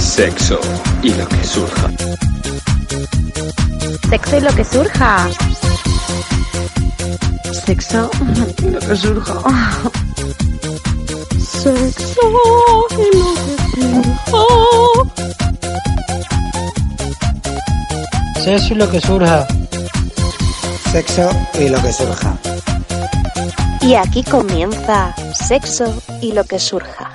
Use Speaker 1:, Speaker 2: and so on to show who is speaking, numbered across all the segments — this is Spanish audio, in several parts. Speaker 1: Sexo y lo que surja.
Speaker 2: Sexo y lo que surja.
Speaker 3: Sexo y lo que surja.
Speaker 4: Sexo y lo que surja.
Speaker 5: Sexo y lo que surja.
Speaker 6: Sexo y lo que surja.
Speaker 2: Y aquí comienza Sexo y lo que surja.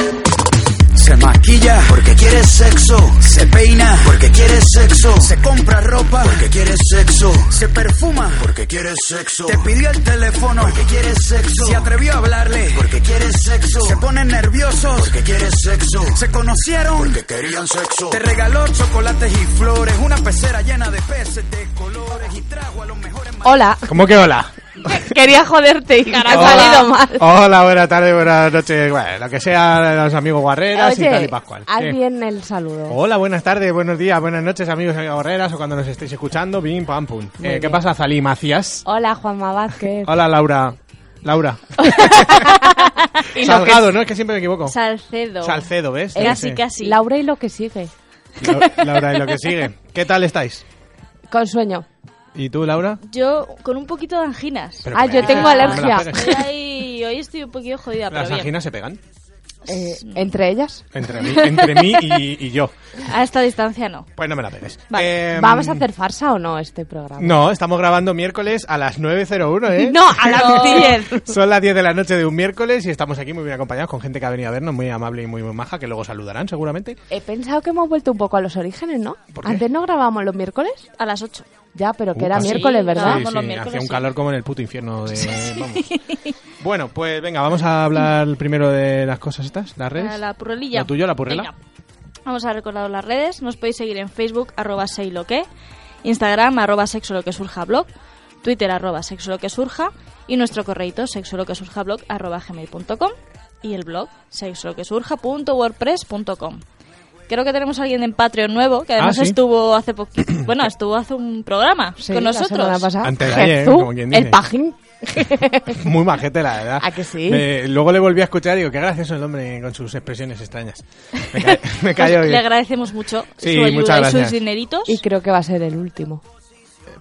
Speaker 7: Se maquilla porque quiere sexo. Se peina porque quiere sexo. Se compra ropa porque quiere sexo. Se perfuma porque quiere sexo. Te pidió el teléfono porque quiere sexo. Se atrevió a hablarle porque quiere sexo. Se ponen nerviosos porque quiere sexo. Se conocieron porque querían sexo. Te regaló chocolates y flores. Una pecera llena de peces de colores. Y trajo a los mejores.
Speaker 8: Hola.
Speaker 5: ¿Cómo que hola?
Speaker 8: Quería joderte, hija, ha salido mal.
Speaker 5: Hola, buenas tardes, buenas noches. Bueno, lo que sea, los amigos guerreras y tal y Pascual.
Speaker 8: Haz
Speaker 5: Sí. Oh.
Speaker 8: bien el saludo.
Speaker 5: Hola, buenas tardes, buenos días, buenas noches, amigos y amigas guerreras o cuando nos estéis escuchando, bim, pam, pum. Eh,
Speaker 8: bien.
Speaker 5: ¿Qué pasa, Zalí Macías?
Speaker 8: Hola, Juanma Vázquez.
Speaker 5: Hola, Laura. Laura.
Speaker 9: Y lo que-
Speaker 5: Salgado, ¿no? Es que siempre me equivoco.
Speaker 9: Salcedo.
Speaker 5: Salcedo, ¿ves?
Speaker 8: Eh,
Speaker 5: Sí, sí.
Speaker 9: casi.
Speaker 8: Laura y lo que sigue.
Speaker 5: Lau- Laura, y lo que sigue. ¿Qué tal estáis?
Speaker 8: Con sueño.
Speaker 5: ¿Y tú, Laura?
Speaker 9: Yo con un poquito de anginas.
Speaker 5: Pero
Speaker 8: Ah,
Speaker 5: que
Speaker 8: yo
Speaker 5: me-
Speaker 8: tengo
Speaker 5: me
Speaker 8: alergia.
Speaker 5: las pegas.
Speaker 9: Estoy ahí- hoy estoy un poquillo jodida,
Speaker 5: Las
Speaker 9: pero bien.
Speaker 5: anginas se pegan.
Speaker 8: Eh, entre ellas.
Speaker 5: Entre mí, entre mí y, y yo.
Speaker 9: A esta distancia no.
Speaker 5: Pues no me la pegues. Em,
Speaker 8: ¿Vamos a hacer farsa o no este programa?
Speaker 5: No, estamos grabando miércoles a las 9.01, ¿eh?
Speaker 8: No, a las 10.
Speaker 5: Son las 10 de la noche de un miércoles y estamos aquí muy bien acompañados con gente que ha venido a vernos, muy amable y muy, muy maja, que luego saludarán seguramente.
Speaker 8: He pensado que hemos vuelto un poco a los orígenes, ¿no?
Speaker 5: ¿Por qué?
Speaker 8: Antes no grabábamos los miércoles.
Speaker 9: A las 8.
Speaker 8: Ya, pero que
Speaker 5: Uh,
Speaker 8: era
Speaker 5: así.
Speaker 8: miércoles, ¿verdad?
Speaker 5: Sí,
Speaker 9: Grabamos los
Speaker 5: sí,
Speaker 9: miércoles,
Speaker 5: hacía un
Speaker 9: sí.
Speaker 5: calor como en el puto infierno de... vamos. Bueno, pues venga, vamos a hablar primero de las cosas estas, las redes.
Speaker 9: A Eh, la purrelilla.
Speaker 5: ¿Lo tuyo, la purrela?
Speaker 9: Venga. Vamos a recordar las redes. Nos podéis seguir en Facebook, arroba sei lo que, Instagram, arroba sexo lo que surja blog, Twitter, arroba sexo lo que surja, y nuestro correito, sexo lo que surja blog, arroba gmail.com, y el blog, sexo lo que surja punto wordpress punto com. Creo que tenemos a alguien en Patreon nuevo, que además
Speaker 5: Ah, sí.
Speaker 9: estuvo hace poquito, bueno, estuvo hace un programa
Speaker 8: Sí,
Speaker 9: con
Speaker 8: la
Speaker 9: nosotros.
Speaker 8: semana pasada.
Speaker 5: Antes de ayer,
Speaker 8: Jesús,
Speaker 5: como quien dice.
Speaker 8: El pajín.
Speaker 5: Muy majete, la verdad.
Speaker 8: ¿A que sí?
Speaker 5: Eh, luego le volví a escuchar y digo, qué gracioso el hombre con sus expresiones extrañas. Me, ca- me
Speaker 9: Pues
Speaker 5: cayó
Speaker 9: le
Speaker 5: bien.
Speaker 9: agradecemos mucho
Speaker 5: Sí,
Speaker 9: su ayuda
Speaker 5: muchas
Speaker 9: y sus
Speaker 5: gracias.
Speaker 9: dineritos.
Speaker 8: Y creo que va a ser el último.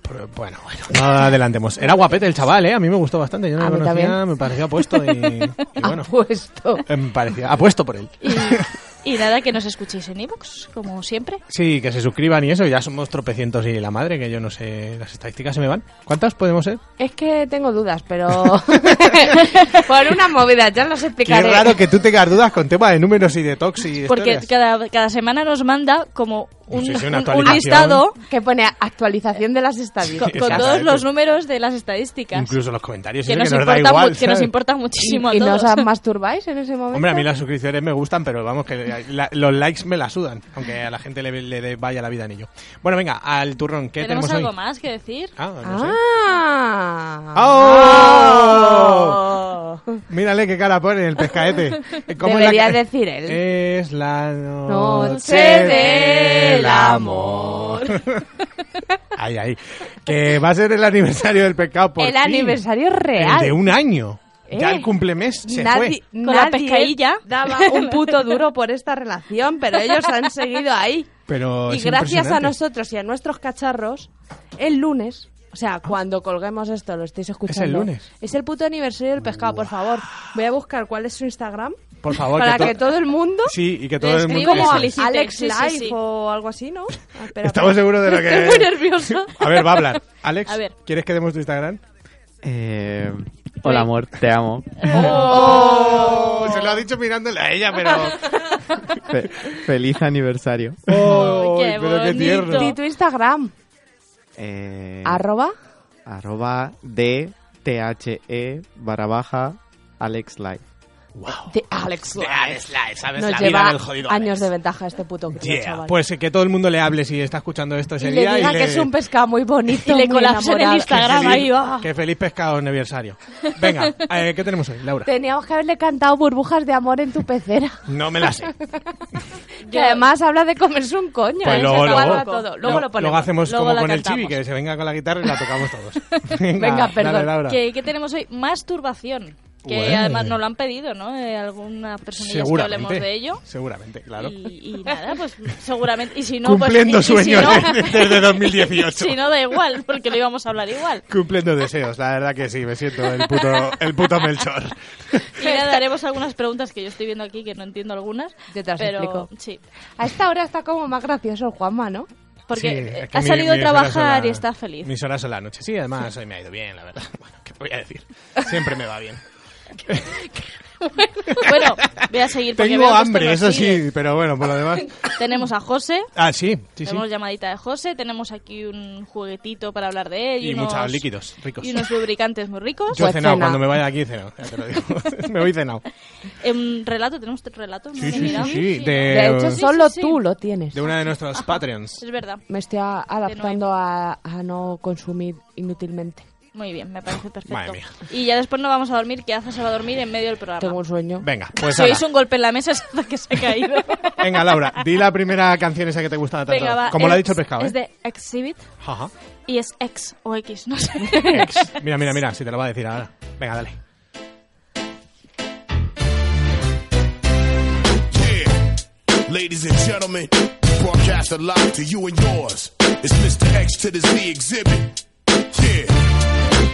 Speaker 5: Pero, Bueno, bueno, no adelantemos. Era guapete el chaval, ¿eh? A mí me gustó bastante. Yo no
Speaker 8: A
Speaker 5: lo
Speaker 8: mí
Speaker 5: conocía,
Speaker 8: también.
Speaker 5: me parecía apuesto y, y bueno.
Speaker 8: Apuesto.
Speaker 5: eh, Me parecía apuesto por él.
Speaker 9: Y, y nada, que nos escuchéis en iVoox, como siempre.
Speaker 5: Sí, que se suscriban y eso. Ya somos tropecientos y la madre, que yo no sé. Las estadísticas se me van. ¿Cuántas podemos ser?
Speaker 8: Es que tengo dudas, pero. Por una movida, ya los
Speaker 5: Qué
Speaker 8: explicaré.
Speaker 5: raro que tú tengas dudas con temas de números y de tox y
Speaker 9: Porque
Speaker 5: historias.
Speaker 9: cada, cada semana nos manda como un,
Speaker 5: Sí, sí, una
Speaker 9: un- un
Speaker 5: actualización.
Speaker 9: listado
Speaker 8: Que pone actualización de las
Speaker 9: con,
Speaker 8: estadísticas.
Speaker 5: Sí,
Speaker 9: con todos
Speaker 5: exactamente.
Speaker 9: los números de las estadísticas.
Speaker 5: Incluso los comentarios.
Speaker 9: que,
Speaker 5: eso
Speaker 9: nos
Speaker 5: que nos da
Speaker 9: importa
Speaker 5: igual.
Speaker 9: mu- que nos
Speaker 5: ¿sabes?
Speaker 9: importa muchísimo
Speaker 8: ¿Y
Speaker 9: a
Speaker 8: no os
Speaker 9: todos.
Speaker 8: masturbáis en ese momento?
Speaker 5: Hombre, a mí las suscripciones me gustan, pero vamos, que la- los likes me la sudan. Aunque a la gente le, le dé- vaya la vida en ello. Bueno, venga, al turrón. ¿Qué
Speaker 9: ¿Tenemos,
Speaker 5: tenemos,
Speaker 9: algo
Speaker 5: hoy?
Speaker 9: más que decir?
Speaker 5: Ah, no sé.
Speaker 8: ¡Ah!
Speaker 5: ¡Oh! Mírale qué cara pone el pescaete. es la
Speaker 8: Debería
Speaker 5: ca-
Speaker 8: decir él.
Speaker 5: Es la noche
Speaker 8: Noche
Speaker 5: del
Speaker 8: del
Speaker 5: amor. ay, ay. Que va a ser el aniversario del pescado por
Speaker 8: el
Speaker 5: fin.
Speaker 8: aniversario
Speaker 5: El
Speaker 8: real.
Speaker 5: de un año. Ya
Speaker 8: Eh.
Speaker 5: el cumplemes se fue.
Speaker 8: nadie,
Speaker 9: Con la
Speaker 8: nadie
Speaker 9: pescadilla.
Speaker 8: daba un puto duro por esta relación, pero ellos han seguido ahí.
Speaker 5: Pero
Speaker 8: y
Speaker 5: es
Speaker 8: gracias a
Speaker 5: impresionante.
Speaker 8: nosotros y a nuestros cacharros, el lunes, o sea, cuando colguemos esto, lo estáis escuchando.
Speaker 5: ¿Es el lunes?
Speaker 8: Es el puto aniversario del pescado, por favor. Voy a buscar cuál es su Instagram
Speaker 5: Por favor,
Speaker 8: para
Speaker 5: to-
Speaker 8: que todo el mundo,
Speaker 5: Sí, y que
Speaker 9: Le
Speaker 5: todo el mundo...
Speaker 9: escribo
Speaker 8: como
Speaker 5: eso
Speaker 9: a
Speaker 5: es.
Speaker 9: Alicia. felicite.
Speaker 8: Alex
Speaker 9: Sí, sí,
Speaker 8: Life
Speaker 9: sí.
Speaker 8: o algo así, ¿no? Ah, espera,
Speaker 5: Estamos
Speaker 8: espera.
Speaker 5: seguros de lo que...
Speaker 9: Estoy muy nerviosa.
Speaker 5: A ver, va a hablar. Alex,
Speaker 9: A ver.
Speaker 5: ¿quieres que demos tu Instagram?
Speaker 10: Eh, hola amor, te amo.
Speaker 5: Oh, se lo ha dicho mirándole a ella, pero...
Speaker 10: Fe- feliz aniversario.
Speaker 5: Oh,
Speaker 9: qué
Speaker 5: pero qué tierno.
Speaker 8: Di tu Instagram,
Speaker 10: Eh,
Speaker 8: arroba.
Speaker 10: arroba de THE E barra baja Alex Live.
Speaker 8: de Alex Life.
Speaker 5: ¿sabes?
Speaker 8: Nos lleva años de ventaja este puto crío,
Speaker 5: Yeah,
Speaker 8: chaval.
Speaker 5: Pues eh, que todo el mundo le hable si está escuchando esto ese
Speaker 8: y
Speaker 5: día.
Speaker 8: le diga que es un pescado muy bonito.
Speaker 9: Y le
Speaker 8: muy
Speaker 9: colapsen el
Speaker 8: enamorado.
Speaker 9: Instagram. Instagram ahí, va.
Speaker 5: Que feliz pescado aniversario. Venga, eh, ¿qué tenemos hoy, Laura?
Speaker 8: Teníamos que haberle cantado burbujas de amor en tu pecera.
Speaker 5: No me la sé.
Speaker 8: Que además habla de comerse un coño.
Speaker 5: Pues
Speaker 8: ¿eh?
Speaker 5: luego,
Speaker 8: Se acaba
Speaker 5: luego.
Speaker 8: todo. Luego lo ponemos.
Speaker 5: Luego hacemos
Speaker 9: Luego
Speaker 5: como
Speaker 9: la
Speaker 5: con el
Speaker 9: cantamos.
Speaker 5: chibi, que se venga con la guitarra y la tocamos todos.
Speaker 8: Venga, perdón,
Speaker 5: Laura.
Speaker 9: Que, que tenemos hoy masturbación. Que
Speaker 5: Bueno.
Speaker 9: además nos lo han pedido, ¿no? Eh, alguna persona que hablemos
Speaker 5: Seguramente.
Speaker 9: de ello.
Speaker 5: Seguramente, claro.
Speaker 9: Y, y nada, pues seguramente. Y si no,
Speaker 5: Cumpliendo
Speaker 9: pues, y- y si
Speaker 5: sueños
Speaker 9: no-
Speaker 5: de- desde 2018.
Speaker 9: si no, da igual, porque lo íbamos a hablar igual.
Speaker 5: Cumpliendo deseos, la verdad que sí, me siento el puto, el puto Melchor.
Speaker 9: Y le daremos algunas preguntas que yo estoy viendo aquí que no entiendo algunas.
Speaker 8: Yo te las
Speaker 9: pero,
Speaker 8: explico.
Speaker 9: Sí.
Speaker 8: A esta hora está como más gracioso el Juanma, ¿no?
Speaker 9: Porque
Speaker 5: Sí,
Speaker 9: eh,
Speaker 5: es que
Speaker 9: ha
Speaker 5: mi-
Speaker 9: salido de
Speaker 5: mis horas
Speaker 9: trabajar
Speaker 5: son la-
Speaker 9: y está feliz.
Speaker 5: Mis horas son la noche. Sí, además hoy me ha ido bien, la verdad. Bueno, ¿qué voy a decir? Siempre me va bien.
Speaker 9: bueno, voy a seguir porque veo
Speaker 5: Tengo
Speaker 9: que esto
Speaker 5: hambre,
Speaker 9: no
Speaker 5: eso
Speaker 9: sigue.
Speaker 5: sí, pero bueno, por lo demás.
Speaker 9: Tenemos a José.
Speaker 5: Ah, sí, sí, sí.
Speaker 9: tenemos llamadita de José. Tenemos aquí un juguetito para hablar de él.
Speaker 5: Y
Speaker 9: unos-
Speaker 5: muchos líquidos ricos.
Speaker 9: Y unos lubricantes muy ricos.
Speaker 5: Yo he cenado,
Speaker 8: cena.
Speaker 5: cuando me vaya de aquí he cenado, ya te lo digo. me voy cenado.
Speaker 9: Em, relato, tenemos relato.
Speaker 5: Sí,
Speaker 9: ¿No?
Speaker 5: sí,
Speaker 9: Mira.
Speaker 5: sí, sí.
Speaker 8: De
Speaker 5: De,
Speaker 8: hecho,
Speaker 9: sí,
Speaker 8: solo
Speaker 9: sí.
Speaker 8: tú lo
Speaker 5: Eh,
Speaker 8: tienes.
Speaker 5: de una de nuestros Patreons.
Speaker 9: Es verdad.
Speaker 8: Me estoy a- adaptando a, a no consumir inútilmente.
Speaker 9: Muy bien, me parece perfecto.
Speaker 5: Madre mía.
Speaker 9: Y ya después no vamos a dormir, que Aza se va a dormir en medio del programa.
Speaker 8: Tengo un sueño.
Speaker 5: Venga, pues
Speaker 9: si
Speaker 5: ala.
Speaker 9: oís un golpe en la mesa es Aza que se ha caído.
Speaker 5: Venga, Laura, di la primera canción esa que te gusta tanto.
Speaker 9: Venga, va.
Speaker 5: Como lo ha
Speaker 9: es-
Speaker 5: dicho el pescado, ¿eh?
Speaker 9: Es de Exhibit
Speaker 5: Ajá.
Speaker 9: y es X o X, no sé.
Speaker 5: Ex. Mira, mira, mira, si te lo va a decir ahora. Venga, dale.
Speaker 11: Yeah. Ladies and gentlemen, broadcast a live to you and yours. It's Mr. X to the Z exhibit. Yeah.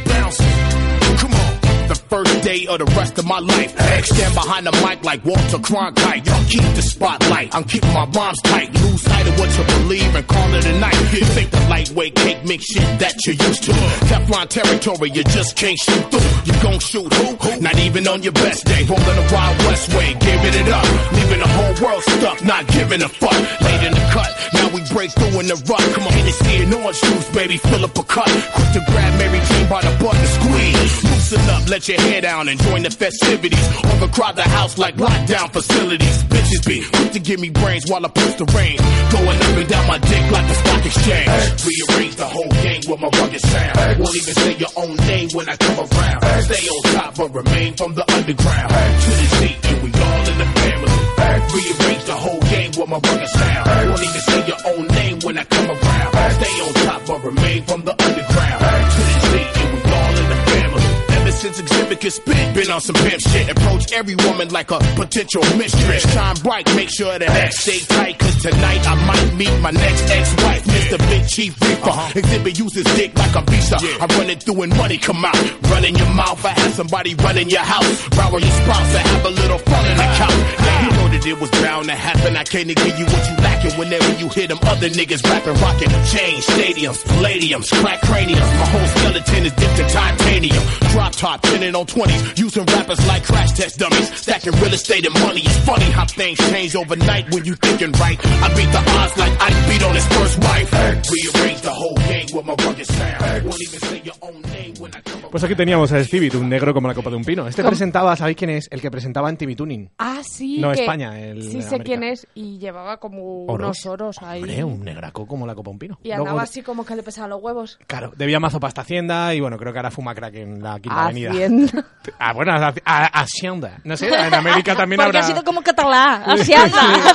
Speaker 11: Bouncing. Come on. The first day of the rest of my life. X stand behind the mic like Walter Cronkite. Y'all keep the spotlight. I'm keeping my bombs tight. Lose sight of what you believe and call it a night. You think the lightweight cake mix shit that you're used to. Teflon territory, you just can't shoot through. You gon' shoot who? Not even on your best day. Rolling the Wild West way, giving it up. Leaving the whole world stuck, not giving a fuck. Late in the cut, now we break through in the rut. Come on, Hennessy and orange juice, baby, fill up a cup. Quick to grab Mary Jane by the butt and squeeze. Loosen up, let your hair down and join the festivities. Overcrowd the house like lockdown facilities. Bitches be quick to give me brains while I push the rain. Going up and down my dick like the stock exchange. Rearrange the whole game with my rugged sound. Won't even say your own name when I come around. Stay on top but remain from the underground. To the seat and we all in the family. Rearrange the whole game with my rugged sound. Won't even say your own name when I come around. Stay on top but remain from the underground. To the seat and we all in the family. Ever since exhibit can spit, been on some pimp shit. Approach every woman like a potential mistress. Shine bright, make sure that X stay tight. Cause tonight I might meet my next ex-wife. Mr. Big Chief Reaper. Exhibit uses dick like a visa. I run it through and money come out. Run in your mouth, I have somebody run in your house. Borrow your spouse, I have a little fun in the couch. Now you know that it was bound to happen. I came to give you what you lacking whenever you hear them other niggas rapping, rocking. Change stadiums, palladiums, crack craniums. My whole skeleton is dipped in titanium. Drop top, pinning on 20s. Using rappers like crash test dummies. Stacking real estate and money. It's funny how things change overnight when you thinking right. I beat the odds like I beat on his first wife. Rearrange the whole game with my rugged sound. Won't even say your own name when I come
Speaker 5: Pues aquí teníamos a Stevie, un negro como la copa de un pino. Este presentaba, ¿sabéis quién es? El que presentaba en TV Tuning.
Speaker 8: Ah, sí.
Speaker 5: No,
Speaker 8: que-
Speaker 5: España, el-
Speaker 8: Sí, sé
Speaker 5: América.
Speaker 8: quién es y llevaba como unos oros ahí.
Speaker 5: Hombre, un negraco como la copa de un pino.
Speaker 8: Y andaba
Speaker 5: Luego-
Speaker 8: así como que le pesaban los huevos.
Speaker 5: Claro, debía mazo pasta Hacienda y bueno, creo que ahora fuma crack en la Quinta Avenida.
Speaker 8: Hacienda.
Speaker 5: Ah, bueno, a- a- Hacienda. No sé, en América también
Speaker 9: Porque
Speaker 5: habrá...
Speaker 9: ha sido como catalán. Así anda.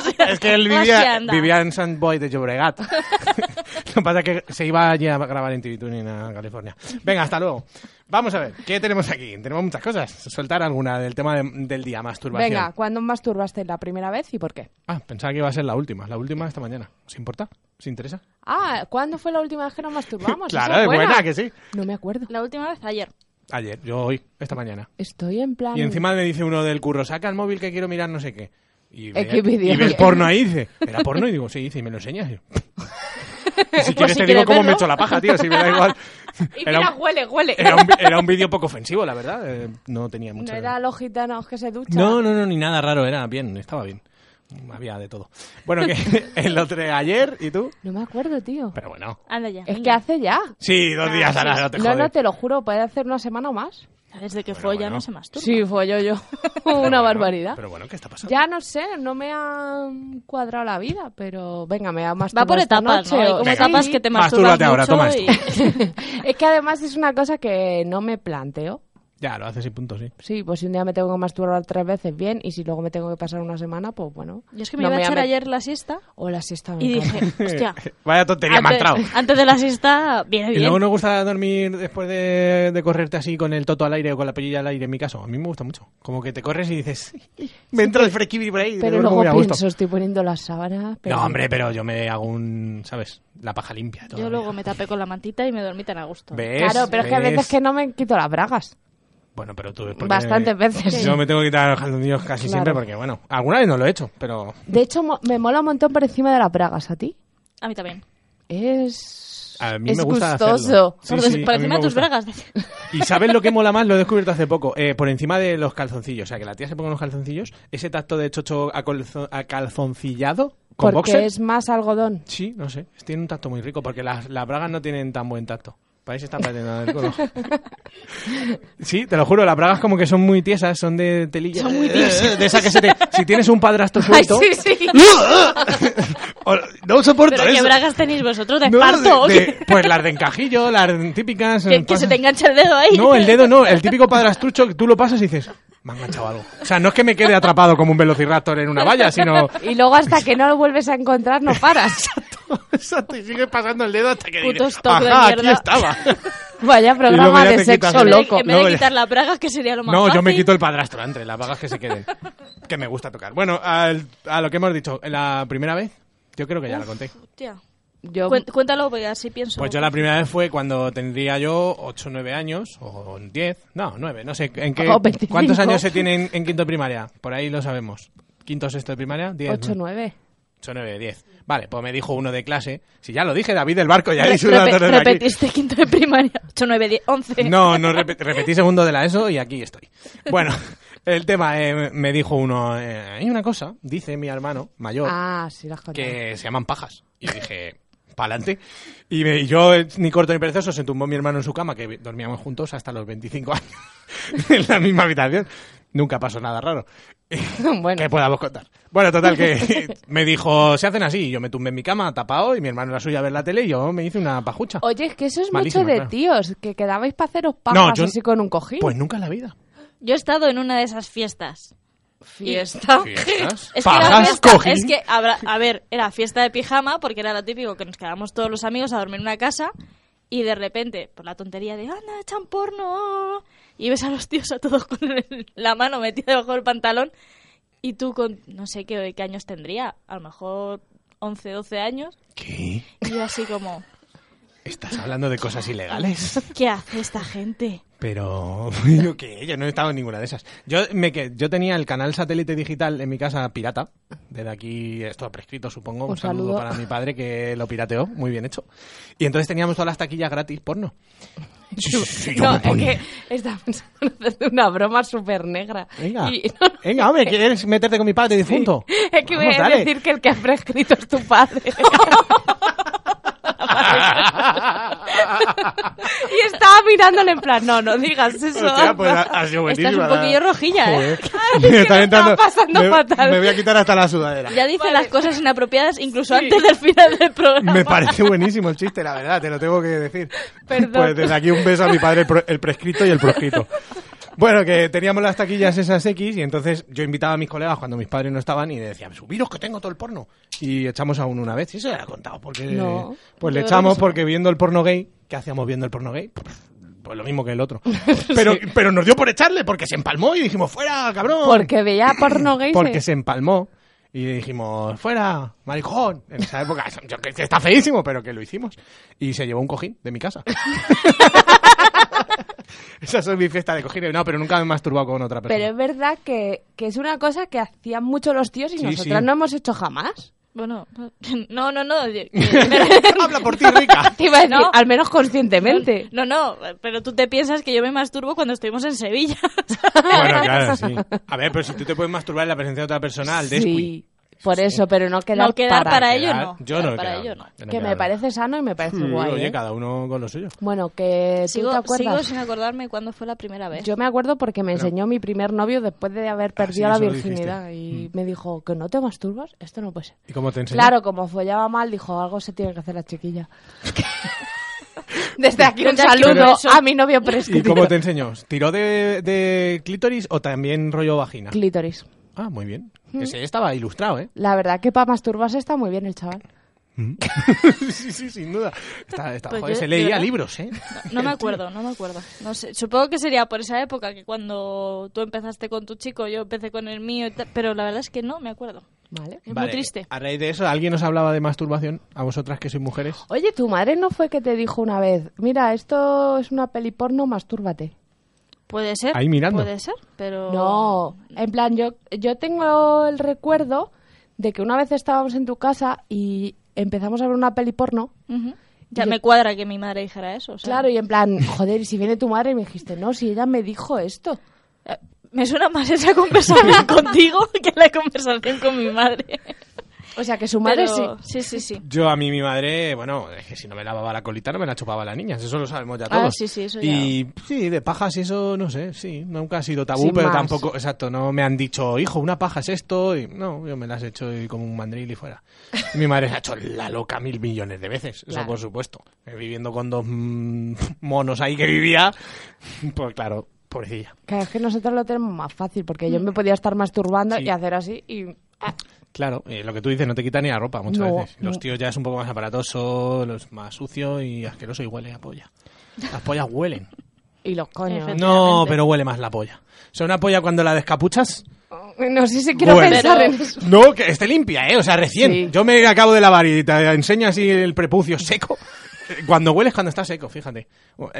Speaker 5: Sí, es que él
Speaker 9: Así
Speaker 5: vivía,
Speaker 9: anda.
Speaker 5: vivía en San Boy de Llobregat. Lo que pasa es que se iba allí a grabar en Tibitunin a California. Venga, hasta luego. Vamos a ver, ¿qué tenemos aquí? Tenemos muchas cosas. Soltar alguna del tema de- del día, masturbación.
Speaker 8: Venga, ¿cuándo masturbaste la primera vez y por qué?
Speaker 5: Ah, pensaba que iba a ser la última. La última esta mañana. ¿Os importa? ¿Os interesa?
Speaker 8: Ah, ¿cuándo fue la última vez que nos masturbamos?
Speaker 5: claro,
Speaker 8: Esa
Speaker 5: es buena. que sí.
Speaker 8: No me acuerdo.
Speaker 9: La última vez ayer.
Speaker 5: Ayer, yo hoy, esta mañana.
Speaker 8: Estoy en plan...
Speaker 5: Y encima me dice uno del curro, saca el móvil que quiero mirar no sé qué. Y, ve- y
Speaker 8: Equivideos.
Speaker 5: ves porno ahí, dice, ¿era porno? Y digo, sí, dice, y me lo enseñas. Y yo, "Y si quieres
Speaker 9: Pues si
Speaker 5: te
Speaker 9: quieres
Speaker 5: digo cómo me
Speaker 9: verlo".
Speaker 5: echo la paja, tío, si me da igual.
Speaker 8: Y
Speaker 5: Era
Speaker 8: mira,
Speaker 5: un-
Speaker 8: huele, huele.
Speaker 5: Era un, era un vídeo poco ofensivo, la verdad. eh, no tenía mucho...
Speaker 8: ¿No era los gitanos que se duchan?
Speaker 5: no, no, no, ni nada raro, era bien, estaba bien. Había de todo. Bueno, que el otro de ayer, ¿y tú?
Speaker 8: No me acuerdo, tío.
Speaker 5: Pero bueno.
Speaker 9: Anda ya.
Speaker 8: Es que
Speaker 9: venga.
Speaker 8: hace ya.
Speaker 5: Sí, dos días, ahora no te
Speaker 8: Ah, No,
Speaker 5: jodes.
Speaker 8: no, te lo juro, puede hacer una semana o más.
Speaker 9: Desde que
Speaker 5: Bueno,
Speaker 9: fue ya
Speaker 5: bueno.
Speaker 9: no se masturba.
Speaker 8: Sí, fue yo, yo.
Speaker 5: Pero
Speaker 8: una
Speaker 5: bueno,
Speaker 8: barbaridad.
Speaker 5: Pero bueno, ¿qué está pasando?
Speaker 8: Ya no sé, no me han cuadrado la vida, pero venga, me ha
Speaker 9: Va por etapas, ¿no? Hay como etapas que te masturbas
Speaker 5: Mastúrbate ahora,
Speaker 9: mucho
Speaker 5: toma
Speaker 9: y-
Speaker 5: esto.
Speaker 8: es que además es una cosa que no me planteo.
Speaker 5: Ya, lo haces y punto, sí.
Speaker 8: Sí, pues si un día me tengo que masturbar tres veces, bien, y si luego me tengo que pasar una semana, pues bueno.
Speaker 9: Yo es que me
Speaker 8: No
Speaker 9: iba a echar
Speaker 8: met-
Speaker 9: ayer la siesta
Speaker 8: O la siesta. me
Speaker 9: y
Speaker 8: encanta.
Speaker 9: dije, hostia,
Speaker 5: Vaya tontería, me ha
Speaker 9: antes,
Speaker 5: entrado.
Speaker 9: antes de la siesta viene
Speaker 5: Y
Speaker 9: bien.
Speaker 5: luego no gusta dormir después de, de correrte así con el toto al aire o con la pollilla al aire, en mi caso. A mí me gusta mucho. Como que te corres y dices, me entra el fresquibri por ahí. y
Speaker 8: Pero
Speaker 5: duermo
Speaker 8: luego
Speaker 5: muy a gusto.
Speaker 8: pienso, estoy poniendo la sábana. Pero
Speaker 5: No, hombre, pero yo me hago un, ¿sabes? La paja limpia. todo.
Speaker 9: Yo luego me tapé con la mantita y me dormí tan a gusto.
Speaker 5: ¿Ves?
Speaker 8: Claro, pero es que a
Speaker 5: ¿Ves?
Speaker 8: veces que no me quito las bragas.
Speaker 5: Bueno, pero tú... porque
Speaker 8: Bastantes veces.
Speaker 5: Yo me tengo que quitar los calzoncillos casi
Speaker 8: Claro.
Speaker 5: siempre porque, bueno, alguna vez no lo he hecho, pero...
Speaker 8: De hecho, mo- me mola un montón por encima de las bragas, ¿a ti?
Speaker 9: A mí también.
Speaker 8: Es...
Speaker 5: A mí
Speaker 8: es
Speaker 5: me gusta hacerlo.
Speaker 8: gustoso.
Speaker 5: Sí, sí, a mí me gusta. ¿Y sabes lo que mola más? Lo he descubierto hace poco. Eh, por encima de los calzoncillos. O sea, que la tía se ponga los calzoncillos. Ese tacto de chocho a, colzo- a calzoncillado con
Speaker 8: Porque
Speaker 5: boxer.
Speaker 8: es más algodón.
Speaker 5: Sí, no sé. Tiene un tacto muy rico porque las, las bragas no tienen tan buen tacto. Parece que están perdiendo el codo. Sí, te lo juro, las bragas como que son muy tiesas, son de telilla. Eh,
Speaker 4: Son muy tiesas.
Speaker 5: De esa que se te... Si tienes un padrastro suelto...
Speaker 4: Ay, sí, sí.
Speaker 5: O- No soporto
Speaker 9: ¿Pero qué
Speaker 5: eso.
Speaker 9: bragas tenéis vosotros? ¿De
Speaker 5: No,
Speaker 9: esparto? o
Speaker 5: de-
Speaker 9: qué?
Speaker 5: de- pues las de encajillo, las típicas...
Speaker 9: ¿Que, que
Speaker 5: pas-
Speaker 9: se te engancha el dedo ahí?
Speaker 5: Mm, No, el dedo no, el típico padrastrucho que tú lo pasas y dices, me ha enganchado algo. O sea, no es que me quede atrapado como un velociraptor en una valla, sino...
Speaker 8: Y luego hasta que no lo vuelves a encontrar no paras.
Speaker 5: Exacto, y sigues pasando el dedo hasta que
Speaker 9: Puto
Speaker 5: dices,
Speaker 9: stock de
Speaker 5: "Ajá, aquí
Speaker 9: mierda".
Speaker 5: estaba.
Speaker 8: Vaya
Speaker 5: Y luego
Speaker 8: programa
Speaker 5: ya
Speaker 8: de
Speaker 5: te
Speaker 8: sexo
Speaker 5: quitas el-
Speaker 8: loco.
Speaker 9: En vez
Speaker 5: Luego
Speaker 9: de
Speaker 5: ya-
Speaker 9: quitar las bragas, que sería lo más
Speaker 5: No,
Speaker 9: fácil.
Speaker 5: yo me quito el padrastro antes, las vagas que se queden. Que me gusta tocar. Bueno, al- a lo que hemos dicho, la primera vez, yo creo que ya la conté.
Speaker 9: Hostia.
Speaker 8: Yo...
Speaker 9: Cuen- Cuéntalo, porque así pienso.
Speaker 5: Pues yo la primera vez fue cuando tendría yo 8 o 9 años, o 10, no, 9, no sé, ¿en qué,
Speaker 8: O 25.
Speaker 5: ¿cuántos años se tienen en quinto de primaria? Por ahí lo sabemos. ¿Quinto, sexto de primaria? 10.
Speaker 8: 8 9.
Speaker 5: 8, 9, 10. Vale, pues me dijo uno de clase, si ya lo dije, David del Barco, ya hizo una
Speaker 9: Repe-
Speaker 5: torre de aquí.
Speaker 9: repetiste quinto de primaria. 8, 9,
Speaker 8: Oh.
Speaker 9: 10, 11.
Speaker 5: No, no repe- repetí segundo de la ESO y aquí estoy. Bueno, el tema, eh, me dijo uno, eh, hay una cosa, dice mi hermano mayor,
Speaker 8: Ah, sí, las contado.
Speaker 5: que se llaman pajas. Y dije, pa'lante. Y, me- y yo, eh, ni corto ni perezoso, se tumbó mi hermano en su cama, que vi- dormíamos juntos hasta los 25 años, en la misma habitación. Nunca pasó nada raro.
Speaker 8: bueno.
Speaker 5: Que podamos contar. Bueno, total, que me dijo, se hacen así. Y Yo me tumbé en mi cama, tapado, y mi hermano en la suya a ver la tele, y yo me hice una pajucha.
Speaker 8: Oye, es que eso es
Speaker 5: Malísimo,
Speaker 8: mucho de
Speaker 5: claro.
Speaker 8: tíos, que quedabais para haceros pajas
Speaker 5: No, yo-
Speaker 8: así con un cojín.
Speaker 5: Pues nunca en la vida.
Speaker 9: Yo he estado en una de esas fiestas.
Speaker 8: Fiesta.
Speaker 5: ¿Fiestas?
Speaker 9: Es que, era
Speaker 5: Pajas,
Speaker 9: fiesta-
Speaker 5: cojín.
Speaker 9: es que, habrá- a ver, era fiesta de pijama porque era lo típico que nos quedábamos todos los amigos a dormir en una casa y de repente, por la tontería de, anda, echan porno, y ves a los tíos a todos con el- la mano metida debajo del pantalón y tú con, no sé qué, qué años tendría, a lo mejor 11, 12 años,
Speaker 5: ¿Qué?
Speaker 9: y yo así como,
Speaker 5: Estás hablando de cosas ilegales.
Speaker 9: ¿qué hace esta gente?
Speaker 5: Pero yo que yo no he estado en ninguna de esas. Yo me que yo tenía el canal satélite digital en mi casa pirata. Desde aquí esto prescrito, supongo. Un,
Speaker 8: Un
Speaker 5: saludo.
Speaker 8: saludo.
Speaker 5: para mi padre que lo pirateó, muy bien hecho. Y entonces teníamos todas las taquillas gratis porno. Sí, sí, sí, yo
Speaker 8: No,
Speaker 5: me
Speaker 8: es
Speaker 5: ponía.
Speaker 8: que está haciendo una broma súper negra.
Speaker 5: Venga,
Speaker 8: Y- no,
Speaker 5: venga, hombre, ¿quieres meterte con mi padre difunto?
Speaker 8: es que voy
Speaker 5: Vamos,
Speaker 8: a
Speaker 5: dale.
Speaker 8: decir que el que ha prescrito es tu padre. y estaba mirándole en plan, no, no digas eso.
Speaker 5: Hostia, pues ha, ha sido
Speaker 9: Estás
Speaker 5: buenísima
Speaker 9: un
Speaker 5: la-
Speaker 9: poquillo rojilla,
Speaker 5: Joder.
Speaker 9: ¿eh?
Speaker 5: Me
Speaker 8: me
Speaker 5: está
Speaker 8: estaba
Speaker 5: entrando-
Speaker 8: pasando
Speaker 5: me-
Speaker 8: fatal.
Speaker 5: Me voy a quitar hasta la sudadera.
Speaker 9: Ya dice las cosas inapropiadas incluso antes del final del programa.
Speaker 5: Me parece buenísimo el chiste, la verdad, te lo tengo que decir.
Speaker 8: Perdón.
Speaker 5: Pues desde aquí un beso a mi padre, el pro- el prescrito y el proscrito. Bueno, que teníamos las taquillas esas X y entonces yo invitaba a mis colegas cuando mis padres no estaban y decían, subiros que tengo todo el porno. Y echamos a uno una vez, y se lo he contado, porque
Speaker 8: No.
Speaker 5: pues le
Speaker 8: Yo creo
Speaker 5: echamos
Speaker 8: que sí.
Speaker 5: porque viendo el porno gay, ¿qué hacíamos viendo el porno gay? Pues lo mismo que el otro. Pero, pero nos dio por echarle porque se empalmó y dijimos, fuera, cabrón.
Speaker 8: Porque veía porno gay.
Speaker 5: Porque se empalmó y dijimos, fuera, maricón. En esa época, yo creo que está feísimo, pero que lo hicimos. Y se llevó un cojín de mi casa. Esa es mi fiesta de cojines. No, pero nunca me he masturbado con otra
Speaker 8: Pero
Speaker 5: persona.
Speaker 8: es verdad que, que es una cosa que hacían mucho los tíos y
Speaker 5: Sí,
Speaker 8: nosotras
Speaker 5: sí.
Speaker 8: no hemos hecho jamás.
Speaker 9: Bueno, no, no, no. que-
Speaker 5: Habla por ti, rica.
Speaker 8: Te iba a decir,
Speaker 9: No.
Speaker 8: al menos conscientemente.
Speaker 9: No, no, pero tú te piensas que yo me masturbo cuando estuvimos en Sevilla.
Speaker 5: Bueno, claro, sí. A ver, pero si tú te puedes masturbar en la presencia de otra persona, al descuido.
Speaker 8: sí, por eso, pero no quedar,
Speaker 9: No quedar para ello. Yo
Speaker 5: Quedar-
Speaker 9: no.
Speaker 5: Yo no. he
Speaker 9: Para
Speaker 5: quedado.
Speaker 9: ello no.
Speaker 5: Yo he
Speaker 8: Que me
Speaker 5: quedado.
Speaker 8: parece sano y me parece
Speaker 5: Sí,
Speaker 8: guay.
Speaker 5: Oye,
Speaker 8: ¿eh?
Speaker 5: cada uno con lo suyo.
Speaker 8: Bueno, que tú te
Speaker 9: sigo, sigo
Speaker 8: acuerdas.
Speaker 9: sin acordarme cuándo fue la primera vez.
Speaker 8: Yo me acuerdo porque me enseñó mi primer novio después de haber perdido
Speaker 5: Ah, sí, eso
Speaker 8: la
Speaker 5: lo Mm.
Speaker 8: virginidad y me dijo que no te masturbas, esto no puede ser.
Speaker 5: ¿Y cómo te enseñó?
Speaker 8: Claro, como follaba mal, dijo algo se tiene que hacer la chiquilla. Desde aquí un
Speaker 9: Ya es que
Speaker 8: saludo
Speaker 9: eso-
Speaker 8: a mi novio
Speaker 5: ¿Y
Speaker 8: prescrito.
Speaker 5: cómo te enseñó? ¿Tiró de, de clítoris o también rollo vagina?
Speaker 8: Clítoris.
Speaker 5: Ah, muy bien.
Speaker 8: Mm.
Speaker 5: Ese estaba ilustrado, ¿eh?
Speaker 8: La verdad que para masturbarse está muy bien el chaval.
Speaker 5: sí, sí, sin duda. Está, está-
Speaker 9: Pues
Speaker 5: joder,
Speaker 9: yo-
Speaker 5: se
Speaker 9: de
Speaker 5: leía
Speaker 9: verdad.
Speaker 5: libros, ¿eh?
Speaker 9: No me acuerdo, no me acuerdo. No sé, supongo que sería por esa época que cuando tú empezaste con tu chico, yo empecé con el mío, y tal, pero la verdad es que no me acuerdo.
Speaker 8: Vale.
Speaker 9: Es
Speaker 5: Vale,
Speaker 9: muy triste.
Speaker 5: A raíz de eso, ¿alguien os hablaba de masturbación? ¿A vosotras que sois mujeres?
Speaker 8: Oye, tu madre no fue que te dijo una vez, mira, esto es una peli porno, mastúrbate.
Speaker 9: Puede ser.
Speaker 5: Ahí mirando.
Speaker 9: Puede ser, pero.
Speaker 8: No, en plan, yo, yo tengo el recuerdo de que una vez estábamos en tu casa y empezamos a ver una peli porno.
Speaker 9: Ujú. Ya
Speaker 8: Y-
Speaker 9: me cuadra que mi madre dijera eso. o sea,
Speaker 8: Claro, y en plan, joder, y si viene tu madre y me dijiste, no, si ella me dijo esto.
Speaker 9: Me suena más esa conversación contigo que la conversación con mi madre.
Speaker 8: O sea, que su madre
Speaker 9: Pero- sí. Sí, sí,
Speaker 5: Yo a mí mi madre, bueno, es que si no me lavaba la colita no me la chupaba la niña, eso lo sabemos ya
Speaker 9: Ah,
Speaker 5: todos.
Speaker 9: sí, sí, eso
Speaker 5: Y sí, de pajas y eso, no sé, sí, nunca ha sido tabú,
Speaker 8: Sin
Speaker 5: pero
Speaker 8: más.
Speaker 5: tampoco, exacto, no me han dicho, hijo, una paja es esto, y no, yo me las he hecho y como un mandril y fuera. Y mi madre se ha hecho la loca mil millones de veces, eso
Speaker 8: Claro.
Speaker 5: por supuesto. Eh, Viviendo con dos mm, monos ahí que vivía, pues claro, pobrecilla.
Speaker 8: Claro, es que nosotros lo tenemos más fácil, porque yo me podía estar masturbando y hacer así y... ah,
Speaker 5: Claro, eh, lo que tú dices, no te quita ni la ropa muchas
Speaker 8: No,
Speaker 5: veces. Los
Speaker 8: no.
Speaker 5: tíos ya es un poco más aparatoso, los más sucio y asqueroso y huele a polla. Las pollas huelen.
Speaker 8: y los coños.
Speaker 5: No, pero huele más la polla. O sea, una polla cuando la descapuchas.
Speaker 8: No sé si quiero
Speaker 5: huele.
Speaker 8: pensar en eso.
Speaker 5: No, que esté limpia, ¿eh? O sea, recién.
Speaker 8: Sí.
Speaker 5: Yo me acabo de lavar y te enseño así el prepucio seco. Eh, Cuando hueles cuando está seco, fíjate.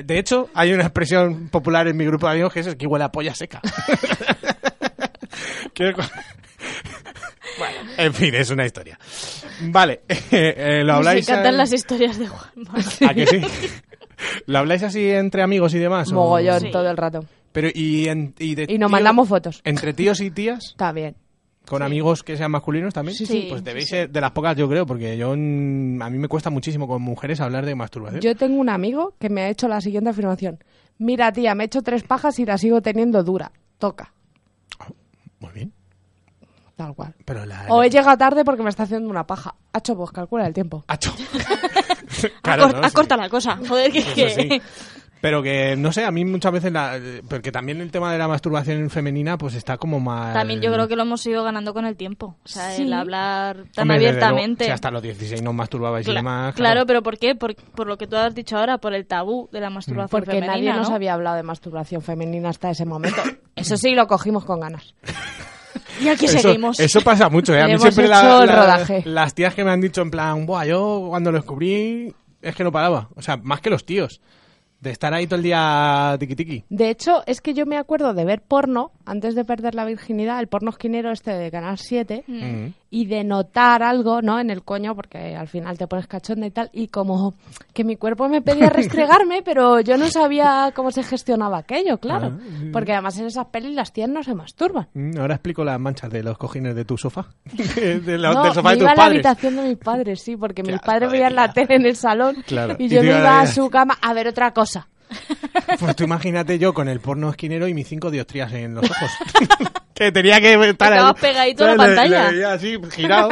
Speaker 5: De hecho, hay una expresión popular en mi grupo de amigos que es el que huele a polla seca. Que cu- bueno, en fin, es una historia. Vale, eh, eh, lo
Speaker 9: Nos
Speaker 5: habláis.
Speaker 9: encantan
Speaker 5: eh,
Speaker 9: las historias de Juanma.
Speaker 5: ¿A que sí? ¿Lo habláis así entre amigos y demás? o-
Speaker 8: Mogollón
Speaker 9: Sí.
Speaker 8: todo el rato.
Speaker 5: Pero, y, en- y, de
Speaker 8: Y nos
Speaker 5: tíos-
Speaker 8: mandamos fotos.
Speaker 5: ¿Entre tíos y tías?
Speaker 8: Está bien.
Speaker 5: ¿Con amigos que sean masculinos también?
Speaker 9: Sí, sí.
Speaker 5: Pues
Speaker 9: Sí,
Speaker 5: debéis
Speaker 9: sí.
Speaker 5: ser de las pocas, yo creo, porque yo mm, a mí me cuesta muchísimo con mujeres hablar de masturbación.
Speaker 8: Yo tengo un amigo que me ha hecho la siguiente afirmación. Mira, tía, me he hecho tres pajas y la sigo teniendo dura. Toca.
Speaker 5: Muy bien.
Speaker 8: Tal cual.
Speaker 5: Pero la...
Speaker 8: O he llegado tarde porque me está haciendo una paja. Hacho, pues calcula el tiempo.
Speaker 5: Acho.
Speaker 9: Acor-
Speaker 5: ¿no? Sí.
Speaker 9: acorta la cosa. Joder, que.
Speaker 5: Eso sí. Pero que, no sé, a mí muchas veces, la, porque también el tema de la masturbación femenina, pues está como más...
Speaker 9: También yo creo que lo hemos ido ganando con el tiempo. O sea,
Speaker 8: Sí.
Speaker 9: el hablar tan
Speaker 5: Hombre, desde luego,
Speaker 9: abiertamente.
Speaker 5: si hasta los 16 no masturbabais
Speaker 9: Cla-
Speaker 5: y demás.
Speaker 9: claro, pero ¿por qué? Por, por lo que tú has dicho ahora, por el tabú de la masturbación
Speaker 8: Porque
Speaker 9: femenina,
Speaker 8: nadie nos
Speaker 9: ¿no?
Speaker 8: había hablado de masturbación femenina hasta ese momento. Eso sí, lo cogimos con ganas.
Speaker 9: Y aquí
Speaker 5: eso,
Speaker 9: seguimos.
Speaker 5: Eso pasa mucho, ¿eh? A
Speaker 8: Le
Speaker 5: mí
Speaker 8: hemos
Speaker 5: siempre la-
Speaker 8: hecho el
Speaker 5: la-
Speaker 8: rodaje.
Speaker 5: las tías que me han dicho en plan, Buah, yo cuando lo descubrí es que no paraba. O sea, más que los tíos. De estar ahí todo el día tiki tiki.
Speaker 8: De hecho, es que yo me acuerdo de ver porno antes de perder la virginidad, el porno esquinero este de Canal 7,
Speaker 5: Mm.
Speaker 8: y de notar algo, ¿no? En el coño, porque al final te pones cachonda y tal, y como que mi cuerpo me pedía restregarme, pero yo no sabía cómo se gestionaba aquello,
Speaker 5: Ah,
Speaker 8: claro. Porque además en esas pelis las tías no se masturban.
Speaker 5: Mm, Ahora explico las manchas de los cojines de tu sofá. de, de la-
Speaker 8: no,
Speaker 5: del sofá de
Speaker 8: me
Speaker 5: tus
Speaker 8: iba a la
Speaker 5: padres.
Speaker 8: habitación de mis padres, sí, porque
Speaker 5: Qué
Speaker 8: mis
Speaker 5: asco
Speaker 8: padres
Speaker 5: de
Speaker 8: veían la
Speaker 5: tía.
Speaker 8: tele en el salón
Speaker 5: Claro.
Speaker 8: y
Speaker 5: Y
Speaker 8: yo
Speaker 5: tú
Speaker 8: me
Speaker 5: ibas
Speaker 8: iba
Speaker 5: a-
Speaker 8: a su cama a ver otra cosa.
Speaker 5: Pues tú imagínate yo con el porno esquinero y mis cinco dioptrías en los ojos. que tenía que estar
Speaker 9: Estabas
Speaker 5: ahí.
Speaker 9: pegadito a la
Speaker 5: Le- le
Speaker 9: pantalla.
Speaker 5: veía así, girado.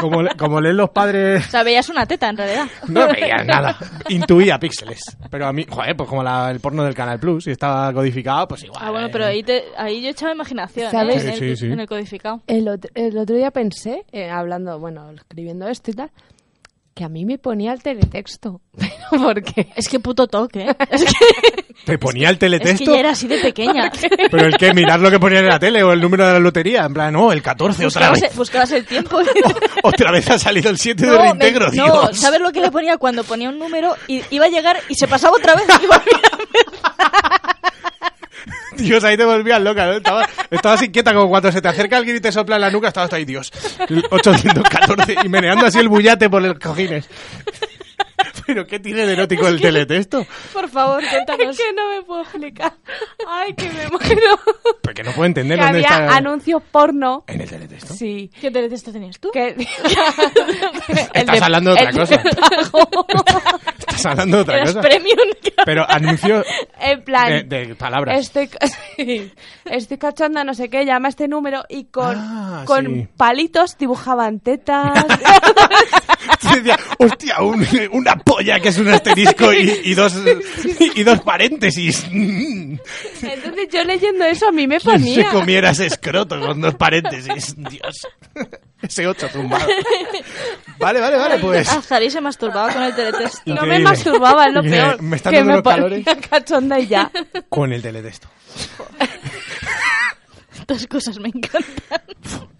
Speaker 5: como, le- como leen los padres
Speaker 9: O sea, veías una teta, en realidad.
Speaker 5: No veía nada. Intuía píxeles. Pero a mí, joder, pues como la- el porno del Canal Plus, si estaba codificado, pues igual.
Speaker 9: Ah, bueno,
Speaker 5: eh.
Speaker 9: pero ahí, te, ahí yo echaba imaginación, ¿eh?
Speaker 8: ¿Sabes?
Speaker 9: En,
Speaker 5: Sí,
Speaker 9: el,
Speaker 5: sí, sí.
Speaker 9: en el codificado.
Speaker 8: El, ot- el otro día pensé, eh, hablando, bueno, escribiendo esto y tal, que a mí me ponía el teletexto. ¿Pero por qué?
Speaker 9: Es que puto toque, ¿eh? Es que,
Speaker 5: Te ponía el
Speaker 9: es que
Speaker 5: teletexto.
Speaker 9: ya era así de pequeña.
Speaker 5: Pero el que mirar lo que ponía en la tele o el número de la lotería. En plan, no, el 14 otra
Speaker 9: Buscabas,
Speaker 5: vez.
Speaker 9: el- buscabas el tiempo.
Speaker 5: Otra vez ha salido el 7 Oh, de
Speaker 9: me-
Speaker 5: reintegro,
Speaker 9: no,
Speaker 5: Dios.
Speaker 9: ¿sabes lo que le ponía cuando ponía un número y iba a llegar y se pasaba otra vez? Y volvía.
Speaker 5: Dios, ahí te volvías loca, ¿no? Estabas, estabas inquieta como cuando se te acerca alguien y te sopla en la nuca, estabas tú ahí, Dios. el 814 y meneando así el bullate por los cojines. Pero ¿qué tiene de erótico el teletexto?
Speaker 9: Por favor, cuéntanos.
Speaker 8: que no me puedo explicar. Ay, que me muero.
Speaker 5: Porque no puedo entender
Speaker 8: que
Speaker 5: dónde
Speaker 8: había
Speaker 5: está...
Speaker 8: anuncios porno.
Speaker 5: En el teletexto.
Speaker 8: Sí.
Speaker 9: ¿Qué teletexto tenías tú?
Speaker 8: Que...
Speaker 5: Estás hablando de otra cosa. Estás hablando de otra
Speaker 9: Eras
Speaker 5: cosa.
Speaker 9: premium.
Speaker 5: Pero anuncio
Speaker 8: En plan,
Speaker 5: de, de palabras.
Speaker 8: estoy, sí, estoy cachonda, no sé qué, llama a este número y con,
Speaker 5: Ah,
Speaker 8: con
Speaker 5: sí.
Speaker 8: palitos dibujaban tetas.
Speaker 5: Y decía, hostia, un- una polla que es un asterisco y, y dos, y dos paréntesis. Mm,
Speaker 8: Entonces yo leyendo eso a mí me
Speaker 5: ¿Quién se
Speaker 8: ponía.
Speaker 5: comiera ese escroto con dos paréntesis? Dios. Ese ocho tumbado. Vale, vale, vale, pues.
Speaker 9: Azari Ah, se masturbaba con el teletexto.
Speaker 8: No me
Speaker 5: Increíble.
Speaker 8: masturbaba, es lo
Speaker 5: Me-
Speaker 8: peor.
Speaker 5: me están
Speaker 8: que
Speaker 5: dando
Speaker 8: me
Speaker 5: unos calores.
Speaker 8: ponía cachonda y ya.
Speaker 5: Con el teletexto.
Speaker 9: Estas cosas me encantan.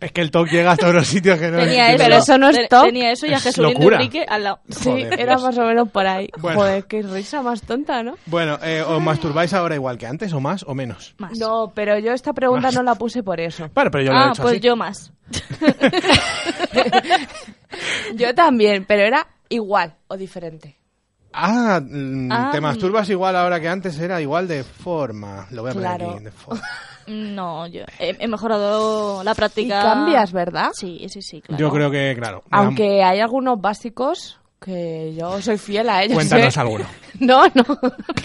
Speaker 5: Es que el top llega hasta unos sitios que no entiendo.
Speaker 9: Tenía eso,
Speaker 8: Pero eso no es
Speaker 9: te-
Speaker 8: top.
Speaker 9: Tenía eso y a
Speaker 5: Es
Speaker 9: Jesús
Speaker 5: locura.
Speaker 9: Enrique al lado.
Speaker 8: Sí,
Speaker 5: Joder,
Speaker 8: era
Speaker 5: Dios.
Speaker 8: más o menos por ahí.
Speaker 5: Bueno.
Speaker 8: Joder, qué risa más tonta, ¿no?
Speaker 5: Bueno, eh, ¿os masturbáis ahora igual que antes o más o menos?
Speaker 9: Más.
Speaker 8: No, pero yo esta pregunta
Speaker 5: Más.
Speaker 8: no la puse por eso.
Speaker 5: Bueno, pero yo lo he
Speaker 9: ah,
Speaker 5: hecho
Speaker 9: pues
Speaker 5: así.
Speaker 9: yo más.
Speaker 8: Yo también, pero era igual o diferente.
Speaker 5: Ah, mm,
Speaker 9: Ah,
Speaker 5: te
Speaker 9: mm.
Speaker 5: masturbas igual ahora que antes, era igual de forma. Lo voy a poner
Speaker 8: Claro.
Speaker 5: aquí, de forma.
Speaker 9: No, yo he, he mejorado la
Speaker 8: Y
Speaker 9: práctica.
Speaker 8: cambias, ¿verdad?
Speaker 9: Sí, sí, sí, claro.
Speaker 5: Yo creo que, claro. me da-
Speaker 8: Aunque hay algunos básicos que yo soy fiel a ellos.
Speaker 5: Cuéntanos
Speaker 8: ¿eh?
Speaker 5: alguno.
Speaker 8: No, no.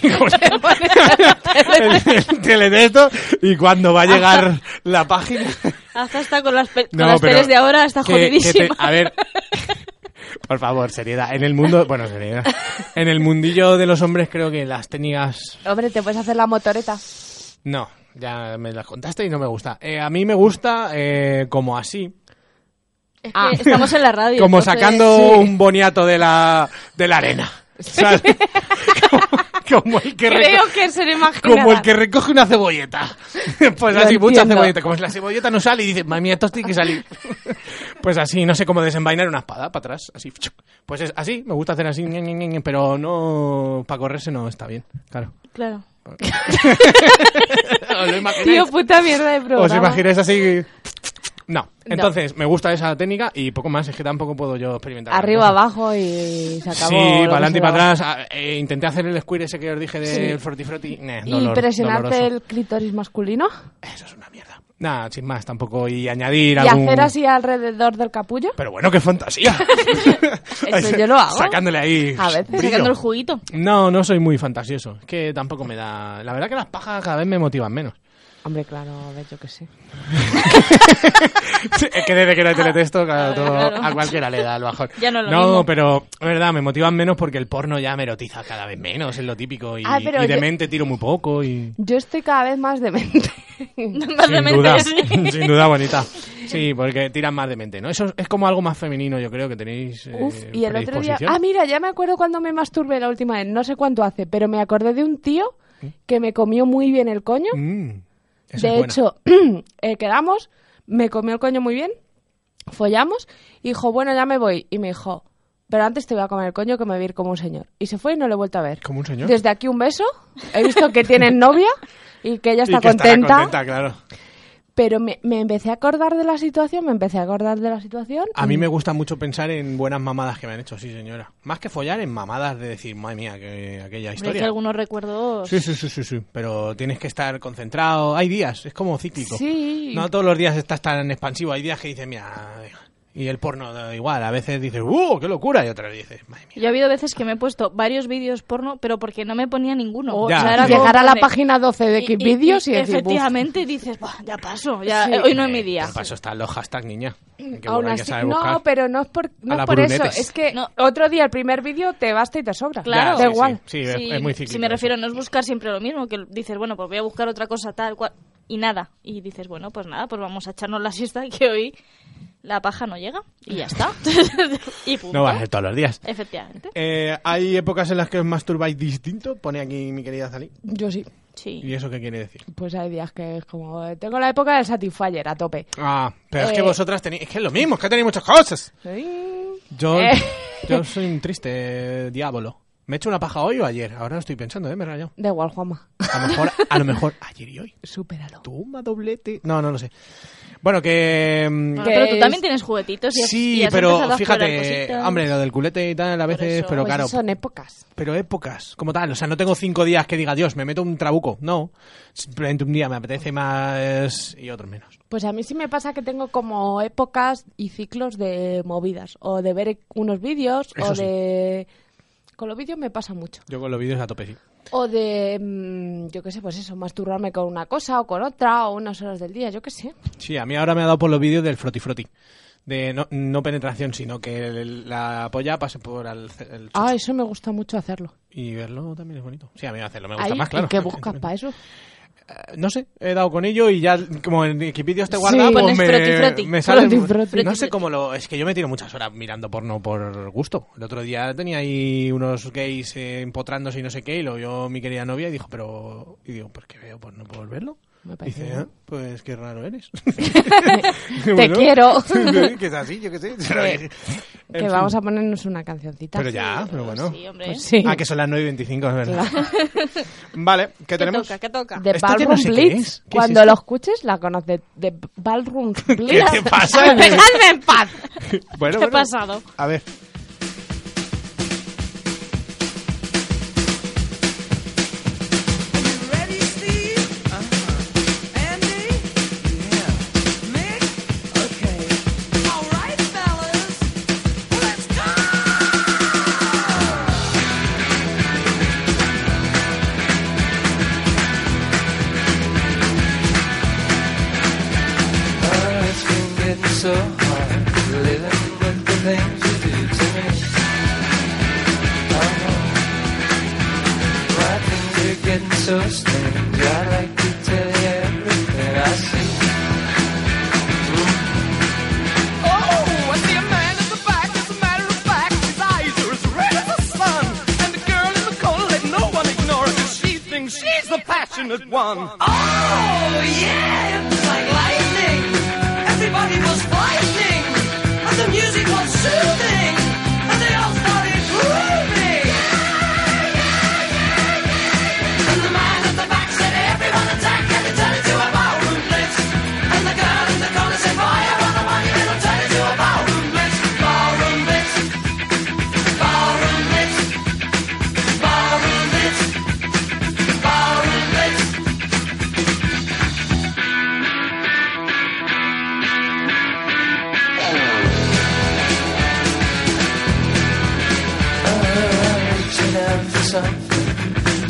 Speaker 5: el, el teletexto y cuando va a llegar la página.
Speaker 9: Hasta está con las, pe- con
Speaker 5: No,
Speaker 9: las
Speaker 5: pero
Speaker 9: peles de ahora, está
Speaker 5: que- que te-
Speaker 9: jodidísima.
Speaker 5: a ver. Por favor, seriedad. En el mundo, bueno, seriedad. En el mundillo de los hombres creo que las técnicas
Speaker 8: Hombre, te puedes hacer la motoreta.
Speaker 5: No, ya me las contaste y no me gusta. Eh, a mí me gusta eh, como así,
Speaker 9: Es que
Speaker 8: Ah.
Speaker 9: estamos en la radio.
Speaker 5: como
Speaker 9: entonces-
Speaker 5: sacando un boniato de la, de la arena. ¿sabes? como, como el que reco-
Speaker 8: Creo que se lo imaginaba.
Speaker 5: como el que recoge una cebolleta. Pues
Speaker 8: Lo
Speaker 5: así, mucha
Speaker 8: entiendo.
Speaker 5: cebolleta. Como si la cebolleta no sale y dice, mami, esto tiene que salir. Pues así, no sé cómo desenvainar una espada para atrás. Así. Pues es así, me gusta hacer así, ñe, ñe, ñe, ñe, pero no, para correrse no está bien. Claro.
Speaker 9: Claro.
Speaker 5: ¿Os lo imagináis?
Speaker 8: Tío, puta mierda de programa.
Speaker 5: ¿Os imagináis así? No. Entonces, me gusta esa técnica y poco más, es que tampoco puedo yo experimentar.
Speaker 8: Arriba,
Speaker 5: más.
Speaker 8: abajo y se acabó.
Speaker 5: Sí,
Speaker 8: lo que
Speaker 5: para adelante y
Speaker 8: se
Speaker 5: para
Speaker 8: daba.
Speaker 5: atrás. Ah, eh, intenté hacer el square ese que os dije del
Speaker 8: Sí.
Speaker 5: froti froti. Nah,
Speaker 8: ¿Y
Speaker 5: dolor-
Speaker 8: presionarte
Speaker 5: doloroso.
Speaker 8: el clítoris masculino?
Speaker 5: Eso es una mierda. Nada, sin más, tampoco. Y añadir
Speaker 8: ¿Y
Speaker 5: algún...
Speaker 8: hacer así alrededor del capullo?
Speaker 5: Pero bueno, qué fantasía.
Speaker 8: Eso yo lo hago.
Speaker 5: Sacándole ahí.
Speaker 8: A veces,
Speaker 5: brillo.
Speaker 9: Sacando el juguito.
Speaker 5: No, no soy muy fantasioso. Es que tampoco me da. La verdad que las pajas cada vez me motivan menos.
Speaker 8: Hombre, claro, a ver, yo qué sé.
Speaker 5: Sí, es que desde que no hay teletexto, claro, todo-
Speaker 9: claro.
Speaker 5: a cualquiera le da el bajón.
Speaker 9: Ya no es lo
Speaker 5: no,
Speaker 9: mismo.
Speaker 5: pero es verdad, me motivan menos porque el porno ya me erotiza cada vez menos, es lo típico. Y,
Speaker 8: Ah, pero
Speaker 5: y de
Speaker 8: yo-
Speaker 5: mente tiro muy poco. y
Speaker 8: Yo estoy cada vez más demente.
Speaker 9: Más
Speaker 5: Sin
Speaker 9: demente,
Speaker 5: duda,
Speaker 9: sí.
Speaker 5: sin duda, bonita. Sí, porque tiran más de mente, ¿no? Eso es como algo más femenino, yo creo, que tenéis. eh,
Speaker 8: Uf, y el otro día...
Speaker 5: predisposición.
Speaker 8: Ah, mira, ya me acuerdo cuando me masturbé la última vez. No sé cuánto hace, pero me acordé de un tío que me comió muy bien el coño.
Speaker 5: ¿Eh? Mm, esa es
Speaker 8: De
Speaker 5: buena.
Speaker 8: hecho, eh, quedamos, me comió el coño muy bien, follamos, y dijo, bueno, ya me voy. Y me dijo, pero antes te voy a comer el coño que me voy a ir como un señor. Y se fue y no lo he vuelto a ver.
Speaker 5: Como un señor.
Speaker 8: Desde aquí un beso. He visto que tienen novia y que ella está
Speaker 5: Y que estará
Speaker 8: contenta.
Speaker 5: contenta, claro.
Speaker 8: Pero me, me empecé a acordar de la situación, me empecé a acordar de la situación.
Speaker 5: A mí me gusta mucho pensar en buenas mamadas que me han hecho, sí, señora. Más que follar, en mamadas de decir, madre mía, que aquella
Speaker 9: Hombre,
Speaker 5: historia.
Speaker 9: que algunos recuerdos.
Speaker 5: Sí, sí, sí, sí, sí. Pero tienes que estar concentrado. Hay días, es como cíclico.
Speaker 8: Sí.
Speaker 5: No todos los días estás tan expansivo. Hay días que dices, mira, y el porno da igual. A veces dices, ¡uh, qué locura! Y otras dices, madre mía.
Speaker 9: Yo ha habido veces que me he puesto varios vídeos porno, pero porque no me ponía ninguno.
Speaker 8: O
Speaker 5: Ya.
Speaker 8: sea,
Speaker 9: era como
Speaker 8: llegar a la
Speaker 9: darle-
Speaker 8: página 12 de Xvideos y, decir, "Buf".
Speaker 9: efectivamente dices, "Buah, ya paso, ya,
Speaker 8: Sí.
Speaker 9: eh, hoy no es mi día. Mm,
Speaker 5: Pero para eso están los hashtags, niña. Que
Speaker 8: Aún
Speaker 5: bueno, hay que
Speaker 8: así-
Speaker 5: saber
Speaker 8: no,
Speaker 5: buscar.
Speaker 8: pero no es por, no
Speaker 5: A
Speaker 8: es
Speaker 5: la
Speaker 8: por eso.
Speaker 5: Brunetes.
Speaker 8: Es que
Speaker 9: No.
Speaker 8: otro día el primer vídeo te basta y te sobra.
Speaker 9: Claro.
Speaker 5: Ya,
Speaker 8: Da
Speaker 5: sí,
Speaker 8: igual.
Speaker 5: Sí, sí, es-
Speaker 9: Sí,
Speaker 5: es muy cíclico.
Speaker 9: Si me refiero,
Speaker 5: eso.
Speaker 9: no es buscar siempre lo mismo, que dices, bueno, pues voy a buscar otra cosa tal cual, y nada. Y dices, bueno, pues nada, pues vamos a echarnos la siesta que hoy la paja no llega. Y ya está. y punto.
Speaker 5: No va a ser todos los días.
Speaker 9: Efectivamente.
Speaker 5: Eh, ¿Hay épocas en las que os masturbáis distinto? Pone aquí mi querida Zali.
Speaker 8: Yo sí.
Speaker 9: Sí.
Speaker 5: ¿Y eso qué quiere decir?
Speaker 8: Pues hay días que es como. eh, Tengo la época del Satisfyer a tope.
Speaker 5: Ah, pero es
Speaker 8: Eh,
Speaker 5: que vosotras tenéis... Es que es lo mismo, es que tenéis muchas cosas.
Speaker 8: Sí.
Speaker 5: Yo,
Speaker 8: Eh.
Speaker 5: yo soy un triste eh, diablo. Me he hecho una paja hoy o ayer. Ahora lo estoy pensando, ¿eh? Me he rayado.
Speaker 8: Da igual, Juanma.
Speaker 5: A lo mejor, a lo mejor ayer y hoy.
Speaker 8: Súperalo.
Speaker 5: Toma doblete. No, no lo sé. Bueno, que. mm,
Speaker 9: Bueno,
Speaker 8: ¿Qué
Speaker 9: Ah, pero tú
Speaker 8: es?
Speaker 9: también tienes juguetitos y has- y
Speaker 5: sí,
Speaker 9: has
Speaker 5: pero
Speaker 9: empezado a explorar
Speaker 5: fíjate,
Speaker 9: cositas.
Speaker 5: hombre, lo del culete y tal a veces,
Speaker 9: eso,
Speaker 5: pero
Speaker 8: Pues
Speaker 5: claro,
Speaker 8: son épocas.
Speaker 5: pero épocas, como tal, o sea, no tengo cinco días que diga, Dios, me meto un trabuco, no, simplemente un día me apetece más y otro menos.
Speaker 8: Pues a mí sí me pasa que tengo como épocas y ciclos de movidas. O de ver unos vídeos,
Speaker 5: Eso
Speaker 8: o
Speaker 5: sí.
Speaker 8: de. Con los vídeos me pasa mucho.
Speaker 5: Yo con los vídeos a tope sí.
Speaker 8: O de, mm, yo qué sé, pues eso, masturbarme con una cosa o con otra, o unas horas del día, yo qué sé.
Speaker 5: Sí, a mí ahora me ha dado por los vídeos del froti froti. de no, no penetración, sino que el- la polla pase por al- el, chocho.
Speaker 8: Ah, eso me gusta mucho hacerlo.
Speaker 5: Y verlo también es bonito. Sí, a mí hacerlo me gusta
Speaker 8: Ahí,
Speaker 5: más, claro.
Speaker 8: ¿Y qué buscas para eso?
Speaker 5: No sé, he dado con ello y ya como en Wikipedia te guarda,
Speaker 8: Sí.
Speaker 5: pues
Speaker 8: Pones
Speaker 5: me,
Speaker 8: froti, froti.
Speaker 5: me sale...
Speaker 8: Froti, froti.
Speaker 5: No sé cómo lo... Es que yo me tiro muchas horas mirando porno por gusto. El otro día tenía ahí unos gays eh, empotrándose y no sé qué y lo vio mi querida novia y dijo, pero... Y digo, ¿por qué veo porno por verlo?
Speaker 8: Me parece
Speaker 5: Dice,
Speaker 8: bien.
Speaker 5: "Ah, pues qué raro eres.
Speaker 8: Te quiero.
Speaker 5: que es así, yo qué sé. Se lo
Speaker 8: Que-
Speaker 5: dije. En
Speaker 8: Que
Speaker 5: fin.
Speaker 8: vamos a ponernos una cancioncita.
Speaker 5: Pero ya, pero bueno.
Speaker 9: sí, hombre.
Speaker 8: Pues sí.
Speaker 5: Ah, que son las 9 y 25, es verdad.
Speaker 8: Claro.
Speaker 5: Vale, ¿qué,
Speaker 9: ¿Qué
Speaker 5: tenemos?
Speaker 9: toca? ¿Qué toca?
Speaker 8: De
Speaker 5: Esto yo no
Speaker 8: Ballroom
Speaker 5: sé qué es.
Speaker 8: Blitz.
Speaker 5: ¿Qué es
Speaker 8: Cuando
Speaker 5: esto?
Speaker 8: lo escuches, la conoces. De Ballroom
Speaker 5: ¿Qué
Speaker 8: Blitz.
Speaker 5: te pasa?
Speaker 9: ¡Dejadme en paz!
Speaker 5: bueno,
Speaker 9: ¿Qué
Speaker 5: bueno,
Speaker 9: pasado?
Speaker 5: A ver.
Speaker 3: it's been getting so hard living with the things you do to me. I know my things are getting so strange. I like to tell you everything I see. Oh, I see a man in the back. As a matter of fact, his eyes are as red as the sun. And the girl in the corner, let no one ignore her. 'cause She thinks she's the passionate one. Oh yeah, it's like lightning. Everybody was frightening, and the music was soothing, and they all started grooving. And the man at the back said, "Everyone attack! Let me turn into a ballroom blitz." And the girl in the corner said, "Boy, I run away, it'll turn into a ballroom blitz, ballroom blitz, ballroom blitz, ballroom blitz, ballroom blitz." reaching out for something,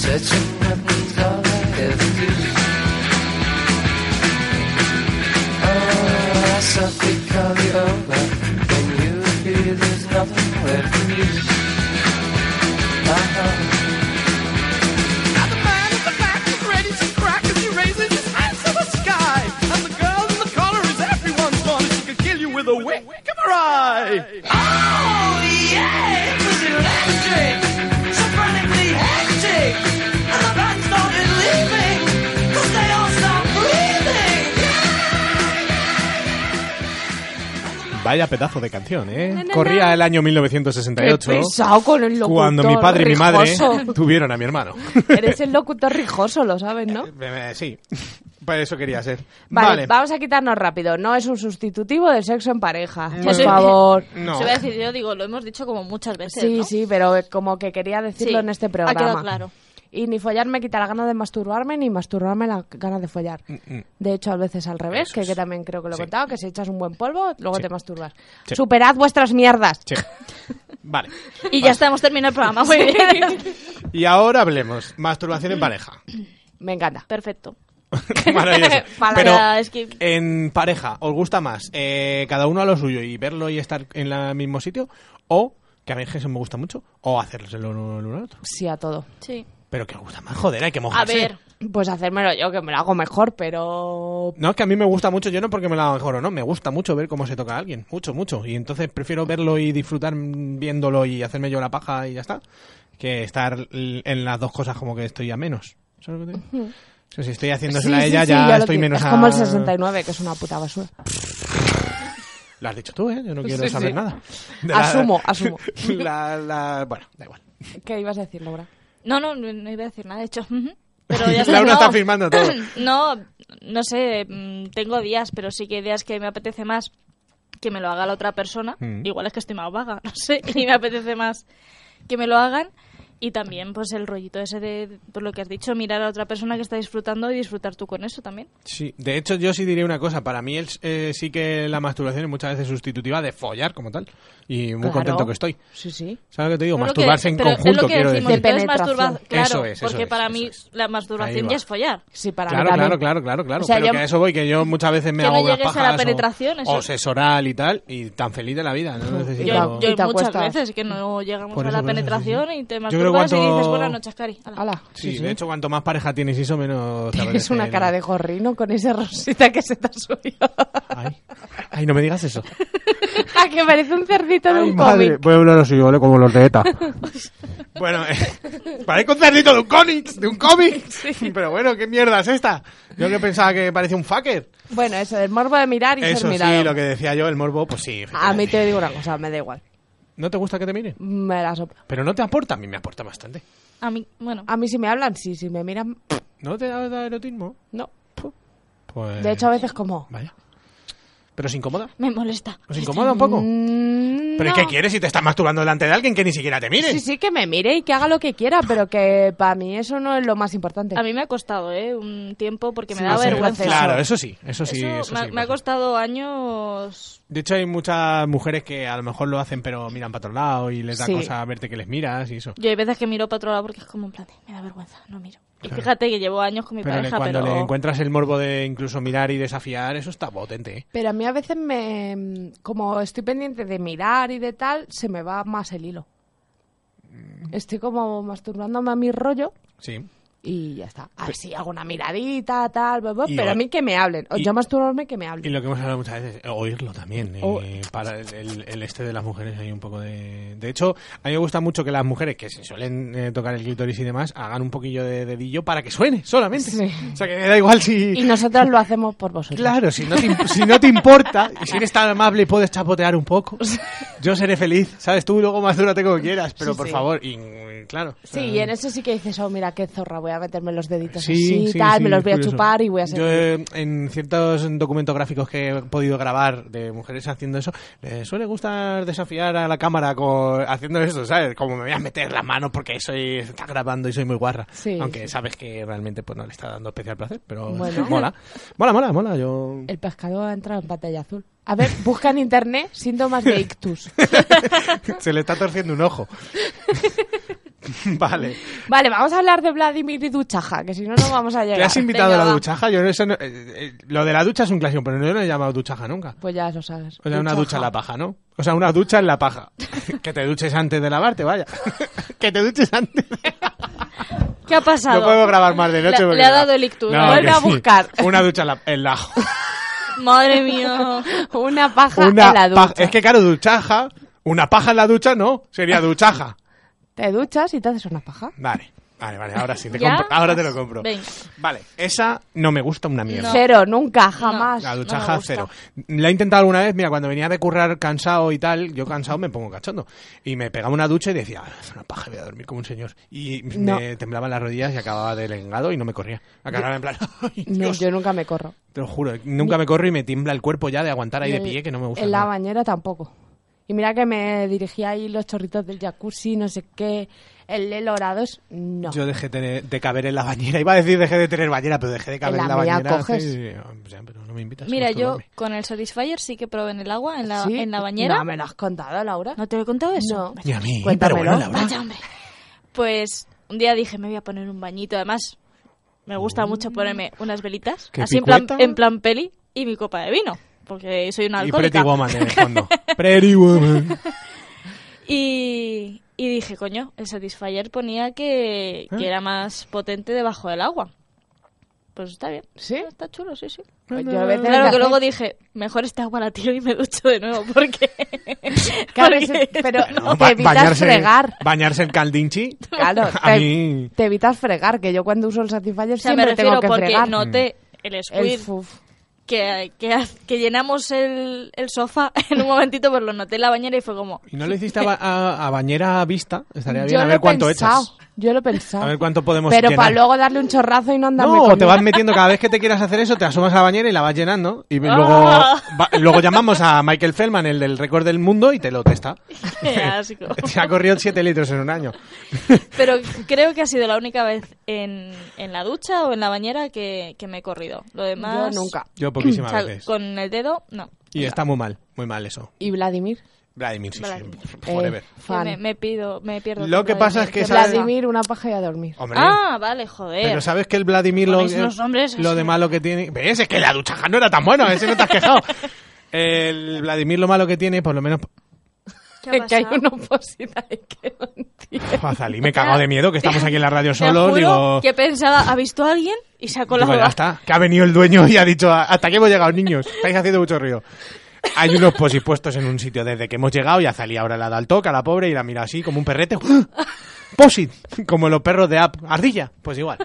Speaker 3: touching nothing's all I ever do. Oh, I softly call you over, and you appear there's nothing left in you. Uh-huh. Now the man at the back is ready to crack as he raises his hands to the sky, and the girl in the corner is everyone's one, and she could kill you with a wink of her eye. Oh yeah, it was electric frantically hectic, and the band started leaving, 'cause they all stopped breathing.
Speaker 5: Vaya pedazo de canción, ¿eh? Corría el año
Speaker 8: Qué
Speaker 5: 1968
Speaker 8: pesado con el locutor.
Speaker 5: cuando mi padre y mi madre ¿eh?
Speaker 8: rijoso.
Speaker 5: tuvieron a mi hermano.
Speaker 8: Eres el locutor rijoso, lo sabes, ¿no?
Speaker 5: Eh, sí, para eso quería ser.
Speaker 8: Vale,
Speaker 5: Vale,
Speaker 8: vamos a quitarnos rápido. No es un sustitutivo del sexo en pareja.
Speaker 5: Ah.
Speaker 9: Yo
Speaker 8: Por
Speaker 9: soy-
Speaker 8: favor.
Speaker 5: No.
Speaker 9: Se va a decir, yo digo, lo hemos dicho como muchas veces.
Speaker 8: Sí,
Speaker 9: ¿no?
Speaker 8: sí, pero como que quería decirlo
Speaker 9: Sí,
Speaker 8: en
Speaker 9: ha
Speaker 8: este
Speaker 9: quedado
Speaker 8: programa.
Speaker 9: claro.
Speaker 8: Y ni follar me quita la gana de masturbarme, ni masturbarme la gana de follar.
Speaker 5: mm.
Speaker 8: De hecho, a veces al revés,
Speaker 5: Eso
Speaker 8: que,
Speaker 5: es.
Speaker 8: que también creo que lo he
Speaker 5: Sí.
Speaker 8: contado, que si echas un buen polvo, luego
Speaker 5: Sí.
Speaker 8: te masturbas.
Speaker 5: Sí.
Speaker 8: Superad vuestras mierdas.
Speaker 5: Sí. Vale.
Speaker 9: Y ya está, hemos terminado el programa. Muy bien.
Speaker 5: Y ahora hablemos. Masturbación en pareja.
Speaker 8: Me encanta.
Speaker 9: Perfecto.
Speaker 5: Maravilloso.
Speaker 8: Para-
Speaker 5: Pero
Speaker 9: es que-
Speaker 5: en pareja, ¿os gusta más eh, cada uno a lo suyo y verlo y estar en el mismo sitio? ¿O, que a mí eso me gusta mucho, o hacérselo el uno el uno al otro?
Speaker 8: Sí a todo.
Speaker 9: Sí.
Speaker 5: Pero que gusta más, joder, hay que
Speaker 9: A
Speaker 5: mojarse.
Speaker 9: ver,
Speaker 8: Pues hacérmelo yo, que me lo hago mejor, pero...
Speaker 5: No, es que a mí me gusta mucho, yo no porque me la mejoro, no, me gusta mucho ver cómo se toca a alguien, mucho, mucho. Y entonces prefiero verlo y disfrutar viéndolo y hacerme yo la paja y ya está, que estar l- en las dos cosas como que estoy a menos. ¿Sabes lo que te digo? O sea, si estoy haciéndosela a
Speaker 8: Sí, sí,
Speaker 5: ella,
Speaker 8: sí,
Speaker 5: ya
Speaker 8: yo lo
Speaker 5: estoy
Speaker 8: entiendo.
Speaker 5: menos
Speaker 8: Es
Speaker 5: a...
Speaker 8: como el 69, que es una puta basura.
Speaker 5: Lo has dicho tú, ¿eh? Yo no quiero
Speaker 8: Sí,
Speaker 5: saber
Speaker 8: sí.
Speaker 5: nada.
Speaker 8: Asumo, asumo.
Speaker 5: La, la- Bueno, da igual.
Speaker 8: ¿Qué ibas a decir, Laura?
Speaker 9: no, no, no no iba a decir nada, de hecho. ujú. Pero ya está,
Speaker 5: Laura
Speaker 9: no.
Speaker 5: está firmando todo.
Speaker 9: No, no sé, mm, tengo días, pero sí que hay días que me apetece más que me lo haga la otra persona.
Speaker 5: Mm.
Speaker 9: Igual es que estoy más vaga, no sé, y me apetece más que me lo hagan. Y también, pues el rollito ese de, por lo que has dicho, mirar a otra persona que está disfrutando y disfrutar tú con eso también.
Speaker 5: Sí, de hecho yo sí diría una cosa, para mí el- eh, sí que la masturbación es muchas veces sustitutiva de follar como tal, y muy
Speaker 9: Claro.
Speaker 5: contento que estoy.
Speaker 8: Sí, sí.
Speaker 5: ¿Sabes lo que te digo?
Speaker 9: Pero lo que-
Speaker 5: Masturbarse en
Speaker 9: pero
Speaker 5: conjunto,
Speaker 9: es lo que
Speaker 5: quiero
Speaker 9: decimos,
Speaker 5: decir.
Speaker 9: entonces masturba- claro,
Speaker 5: Eso es, eso
Speaker 9: porque
Speaker 5: es,
Speaker 9: para
Speaker 5: eso
Speaker 9: mí la
Speaker 5: Ahí
Speaker 9: masturbación
Speaker 5: va.
Speaker 9: ya es follar.
Speaker 8: Sí, para
Speaker 5: Claro, claro, claro, claro, claro.
Speaker 9: O sea,
Speaker 5: pero
Speaker 9: yo-
Speaker 5: que a eso voy, que yo muchas veces me
Speaker 9: que no
Speaker 5: hago unas
Speaker 9: llegues a la
Speaker 5: pajas o-
Speaker 9: penetración, eso-
Speaker 5: o, sesoral y tal, y tan feliz de la vida. No necesito...
Speaker 9: Yo, yo
Speaker 8: y te
Speaker 9: muchas
Speaker 8: acuestas.
Speaker 9: veces que no llegamos
Speaker 5: Por
Speaker 9: a
Speaker 5: eso,
Speaker 9: la
Speaker 5: por eso, sí,
Speaker 9: penetración y te
Speaker 5: creo que
Speaker 9: masturbas y
Speaker 5: cuanto-
Speaker 9: dices buenas noches, Cari. Hala.
Speaker 5: Sí, de hecho, cuanto más pareja tienes eso, menos... te
Speaker 8: Tienes
Speaker 5: apetece
Speaker 8: una
Speaker 5: el-
Speaker 8: cara de gorrino con esa rosita que se te ha subido.
Speaker 5: Ay, no me digas eso.
Speaker 8: Ah, que parece un cerdito de un
Speaker 5: Madre,
Speaker 8: cómic.
Speaker 5: voy a hablar así, ¿vale? Como los de ETA. bueno, eh, parezco un cerdito de un cómic, de un cómic. Pero bueno, ¿qué mierda es esta? Yo que pensaba que parecía un fucker.
Speaker 8: Bueno, eso, el morbo de mirar y ser
Speaker 5: Eso
Speaker 8: mirado.
Speaker 5: sí, lo que decía yo, el morbo, pues sí.
Speaker 8: A mí te digo una cosa, me da igual.
Speaker 5: ¿No te gusta que te mire?
Speaker 8: Me la sopla.
Speaker 5: Pero no te aporta, a mí me aporta bastante.
Speaker 9: A mí, bueno.
Speaker 8: A mí si me hablan, sí, si me miran,
Speaker 5: ¿No te da erotismo?
Speaker 8: no.
Speaker 5: Pues...
Speaker 8: De hecho, a veces como...
Speaker 5: Vaya. ¿Pero se incomoda?
Speaker 9: Me molesta.
Speaker 5: ¿Os incomoda un poco?
Speaker 9: mm,
Speaker 5: ¿Pero y
Speaker 8: no.
Speaker 5: qué quieres si te estás masturbando delante de alguien que ni siquiera te mire?
Speaker 8: Sí, sí, que me mire y que haga lo que quiera, pero que para mí eso no es lo más importante.
Speaker 9: A mí me ha costado, ¿eh? Un tiempo porque me
Speaker 8: Sí,
Speaker 9: da
Speaker 8: sí,
Speaker 9: vergüenza.
Speaker 5: Claro, eso sí, eso sí,
Speaker 9: Eso
Speaker 5: eso
Speaker 9: me, ha-
Speaker 5: sí
Speaker 9: me ha
Speaker 5: pasa.
Speaker 9: costado años.
Speaker 5: De hecho, hay muchas mujeres que a lo mejor lo hacen, pero miran para otro lado y les da
Speaker 9: Sí.
Speaker 5: cosa verte que les miras y eso.
Speaker 9: Yo hay veces que miro para otro lado porque es como en plan, de, me da vergüenza, no miro. Y
Speaker 5: Claro.
Speaker 9: fíjate que llevo años con mi
Speaker 5: Pero le-
Speaker 9: pareja,
Speaker 5: cuando
Speaker 9: pero.
Speaker 5: le encuentras el morbo de incluso mirar y desafiar, eso está potente. ¿eh?
Speaker 8: Pero a mí a veces me... Como estoy pendiente de mirar y de tal, se me va más el hilo.
Speaker 5: Mm.
Speaker 8: Estoy como masturbándome a mi rollo
Speaker 5: Sí.
Speaker 8: y ya está. A ver si hago una miradita, tal, bla, bla,
Speaker 5: Y
Speaker 8: pero
Speaker 5: o-
Speaker 8: a mí que me hablen. O
Speaker 5: y-
Speaker 8: yo masturbarme que me
Speaker 5: Y
Speaker 8: hablen.
Speaker 5: lo que hemos hablado muchas veces, oírlo también. eh,
Speaker 8: O-
Speaker 5: para el, el- el este de las mujeres hay un poco de... De hecho, a mí me gusta mucho que las mujeres que se suelen eh, tocar el clítoris y demás hagan un poquillo de dedillo para que suene solamente. O sea, que me da igual si...
Speaker 8: Y nosotras lo hacemos por vosotros.
Speaker 5: Claro, si no, te, imp- si no te importa, y si eres tan amable y puedes chapotear un poco, yo seré feliz, ¿sabes? Tú luego mastúrate como quieras, pero
Speaker 8: Sí,
Speaker 5: por
Speaker 8: sí.
Speaker 5: favor, y, mm, claro.
Speaker 8: Sí, y en eso sí que dices, oh, mira qué zorra, voy a meterme los deditos
Speaker 5: Sí,
Speaker 8: así,
Speaker 5: sí,
Speaker 8: tal,
Speaker 5: sí,
Speaker 8: me los
Speaker 5: es
Speaker 8: voy a
Speaker 5: curioso.
Speaker 8: chupar y voy a ser...
Speaker 5: Yo, eh, en ciertos documentos gráficos que he podido grabar de mujeres haciendo eso, les suele gustar desafiar a la cámara con- haciendo eso, ¿sabes? Como me voy a meter las manos porque soy está grabando y soy muy guarra.
Speaker 8: Sí,
Speaker 5: Aunque
Speaker 8: sí.
Speaker 5: sabes que realmente pues no le está dando especial placer, pero
Speaker 8: Bueno.
Speaker 5: mola. Mola, mola, mola. Yo...
Speaker 8: El pescado ha entrado en pantalla azul. A ver, busca en internet síntomas de ictus.
Speaker 5: Se le está torciendo un ojo. vale.
Speaker 8: Vale, vamos a hablar de Vladimir y Duchaja, que si no, no vamos a llegar.
Speaker 5: ¿Te has invitado
Speaker 8: Venga,
Speaker 5: a la
Speaker 8: va.
Speaker 5: duchaja? Yo no- eso no- eh, eh, lo de la ducha es un clásico, pero no lo he llamado duchaja nunca.
Speaker 8: Pues ya lo sabes.
Speaker 5: O sea, una ducha en la paja, ¿no? O sea, una ducha en la paja. que te duches antes de lavarte, vaya. que te duches antes.
Speaker 9: ¿Qué ha pasado?
Speaker 5: No podemos grabar más de noche.
Speaker 9: Le,
Speaker 5: porque
Speaker 9: le ha
Speaker 5: no.
Speaker 9: dado el ictus.
Speaker 5: No,
Speaker 9: Vuelve
Speaker 5: que
Speaker 9: a
Speaker 5: sí.
Speaker 9: buscar.
Speaker 5: Una ducha en la, en la-
Speaker 9: Madre mía.
Speaker 8: Una paja
Speaker 5: una
Speaker 8: en la ducha.
Speaker 5: paja- Es que claro, duchaja. Una paja en la ducha no. Sería duchaja.
Speaker 8: Te duchas y te haces una paja.
Speaker 5: Vale. Vale, vale, ahora sí, te
Speaker 8: ¿Ya?
Speaker 5: compro. Ahora te lo compro.
Speaker 8: Venga.
Speaker 5: Vale, esa no me gusta una mierda.
Speaker 8: Cero, nunca, jamás.
Speaker 5: La duchaja cero. La he intentado alguna vez, mira, cuando venía de currar cansado y tal, yo cansado me pongo cachondo. Y me pegaba una ducha y decía, "Ah, es una paja, voy a dormir como un señor. Y
Speaker 8: No.
Speaker 5: me temblaban las rodillas y acababa de delengado y no me corría. Acababa en plan, "Ay,
Speaker 8: No,
Speaker 5: Dios".
Speaker 8: yo nunca me corro.
Speaker 5: te lo juro, nunca me corro y me tiembla el cuerpo ya de aguantar ahí
Speaker 8: Y
Speaker 5: de
Speaker 8: el-
Speaker 5: pie, que no me gusta.
Speaker 8: En la
Speaker 5: nada.
Speaker 8: bañera tampoco. Y mira que me dirigía ahí los chorritos del jacuzzi, no sé qué, el Lelo Dorados, no.
Speaker 5: Yo dejé tener- de caber en la bañera. Iba a decir dejé de tener bañera, pero dejé de caber
Speaker 8: la
Speaker 5: en la
Speaker 8: mía
Speaker 5: bañera.
Speaker 8: coges.
Speaker 5: sí, "Ah, pues ya, pero no me invitas. a
Speaker 9: Mira, yo
Speaker 5: masturbarme.
Speaker 9: con el Satisfyer sí que probé en el agua, en la,
Speaker 8: ¿Sí?
Speaker 9: en la bañera.
Speaker 8: No, me lo has contado, Laura.
Speaker 9: ¿No te lo he contado
Speaker 8: No.
Speaker 9: eso?
Speaker 5: Y a mí,
Speaker 8: Cuéntamelo.
Speaker 5: pero bueno, Laura.
Speaker 8: Ah.
Speaker 9: Vaya, hombre. Pues un día dije, me voy a poner un bañito. Además, me
Speaker 8: Mm.
Speaker 9: gusta mucho ponerme unas velitas,
Speaker 5: ¿Qué
Speaker 9: así en plan,
Speaker 5: picueta?
Speaker 9: en plan peli, y mi copa de vino, porque soy una
Speaker 5: Y Pretty
Speaker 9: alcohólica.
Speaker 5: Woman en el fondo. Pretty Woman.
Speaker 9: Y, y dije, coño, el Satisfyer ponía que,
Speaker 5: ¿Eh?
Speaker 9: que era más potente debajo del agua. Pues está bien.
Speaker 8: ¿Sí?
Speaker 9: Está chulo, sí, sí.
Speaker 8: Pues yo a veces
Speaker 9: claro
Speaker 8: las
Speaker 9: que luego
Speaker 8: haces-
Speaker 9: dije, mejor este agua la tiro y me ducho de nuevo, porque...
Speaker 8: Claro,
Speaker 9: porque-
Speaker 8: ese- pero
Speaker 5: No,
Speaker 8: te
Speaker 5: ba-
Speaker 8: evitas fregar.
Speaker 5: Bañarse en caldinchi.
Speaker 8: Claro,
Speaker 5: a
Speaker 8: te-
Speaker 5: mí.
Speaker 8: Te evitas fregar, que yo cuando uso el Satisfyer
Speaker 9: O sea, me
Speaker 8: siempre
Speaker 9: refiero
Speaker 8: tengo que
Speaker 9: porque
Speaker 8: fregar.
Speaker 9: noté el
Speaker 8: El
Speaker 9: squid
Speaker 8: fuf.
Speaker 9: que, que, que llenamos el, el sofá en un momentito, pues lo noté en la bañera y fue como...
Speaker 5: ¿Y no lo hiciste a, ba- a- a bañera a vista? Estaría bien
Speaker 8: Yo
Speaker 5: a
Speaker 8: lo
Speaker 5: ver
Speaker 8: he
Speaker 5: cuánto
Speaker 8: pensado.
Speaker 5: echas.
Speaker 8: Yo lo pensaba.
Speaker 5: A ver cuánto podemos
Speaker 8: Pero
Speaker 5: llenar.
Speaker 8: para luego darle un chorrazo y no andar
Speaker 5: No, te vas metiendo cada vez que te quieras hacer eso, te asomas a la bañera y la vas llenando. Y luego,
Speaker 8: Ah.
Speaker 5: va- luego llamamos a Michael Feldman, el del récord del mundo, y te lo testa.
Speaker 9: Qué asco.
Speaker 5: Se ha corrido 7 litros en un año.
Speaker 9: Pero creo que ha sido la única vez en, en la ducha o en la bañera que, que me he corrido. Lo demás.
Speaker 8: Yo nunca.
Speaker 5: Yo poquísimas
Speaker 9: O sea,
Speaker 5: veces.
Speaker 9: Con el dedo, no.
Speaker 5: Y está muy mal, muy mal eso.
Speaker 8: ¿Y Vladimir? eh,
Speaker 5: Vladimir, sí, sí,
Speaker 9: Vladimir.
Speaker 5: forever.
Speaker 8: fan.
Speaker 9: Me, me pido, me pierdo.
Speaker 5: Lo
Speaker 9: con
Speaker 5: que pasa es que esa-
Speaker 8: Vladimir, una paja y a dormir.
Speaker 5: Hombre,
Speaker 9: Ah, vale, joder.
Speaker 5: Pero sabes que el Vladimir lo, eh,
Speaker 9: Ponéis unos nombres,
Speaker 5: lo
Speaker 9: es-
Speaker 5: de malo que tiene. ¿Ves? Es que la ducha no era tan buena, ese no te has quejado. El Vladimir lo malo que tiene, por lo menos.
Speaker 8: Que, hay una oposita ahí que no entiendo.
Speaker 5: Fazalí, me he cagado de miedo que estamos aquí en la radio
Speaker 9: Te
Speaker 5: solos.
Speaker 9: juro
Speaker 5: Digo,
Speaker 9: que pensaba, ¿ha visto a alguien? Y sacó la
Speaker 5: digo, ya
Speaker 9: ropa.
Speaker 5: está. Que ha venido el dueño y ha dicho, hasta aquí hemos llegado, niños. Estáis haciendo mucho río. Hay unos posis puestos en un sitio desde que hemos llegado y a Zalí ahora la da al toque a la pobre y la mira así como un perrete. ¡Ah! Posit, como los perros de app. Ardilla, pues igual.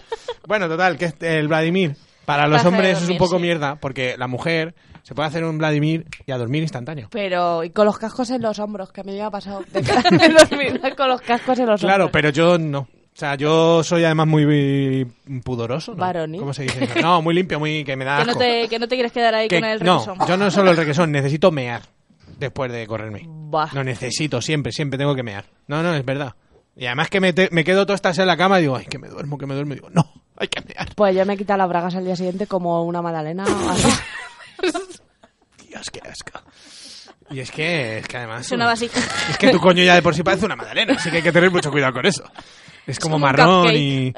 Speaker 5: Bueno, total, que este- el Vladimir. Para los
Speaker 8: Baja de
Speaker 5: hombres es un
Speaker 8: dormir,
Speaker 5: poco
Speaker 8: sí.
Speaker 5: mierda, porque la mujer se puede hacer un Vladimir y a dormir instantáneo.
Speaker 8: Pero, y con los cascos en los hombros, que a mí me ha pasado de de dormir con los cascos en los
Speaker 5: Claro,
Speaker 8: hombros.
Speaker 5: pero yo no. O sea, yo soy además muy pudoroso. ¿no?
Speaker 8: Varonil.
Speaker 5: ¿Cómo se dice? eso? No, muy limpio, muy que me da
Speaker 9: Que no,
Speaker 5: asco.
Speaker 9: te, que no te quieres quedar ahí
Speaker 5: Que-
Speaker 9: con el Ah,
Speaker 5: no,
Speaker 9: requesón.
Speaker 5: yo no solo el requesón, necesito mear después de correrme.
Speaker 8: Buah.
Speaker 5: Lo necesito, siempre, siempre tengo que mear. No, no, es verdad. Y además que me, te- me quedo toda esta en la cama y digo, ay, que me duermo, que me duermo. Y digo, no, hay que mear.
Speaker 8: Pues yo me he quitado las bragas al día siguiente como una magdalena. o así.
Speaker 5: Dios, qué asco. Y es que, es que además...
Speaker 9: Sonaba así.
Speaker 5: Es que tu coño ya de por sí parece una magdalena, así que hay que tener mucho cuidado con eso. Es como
Speaker 8: como un
Speaker 5: marrón y...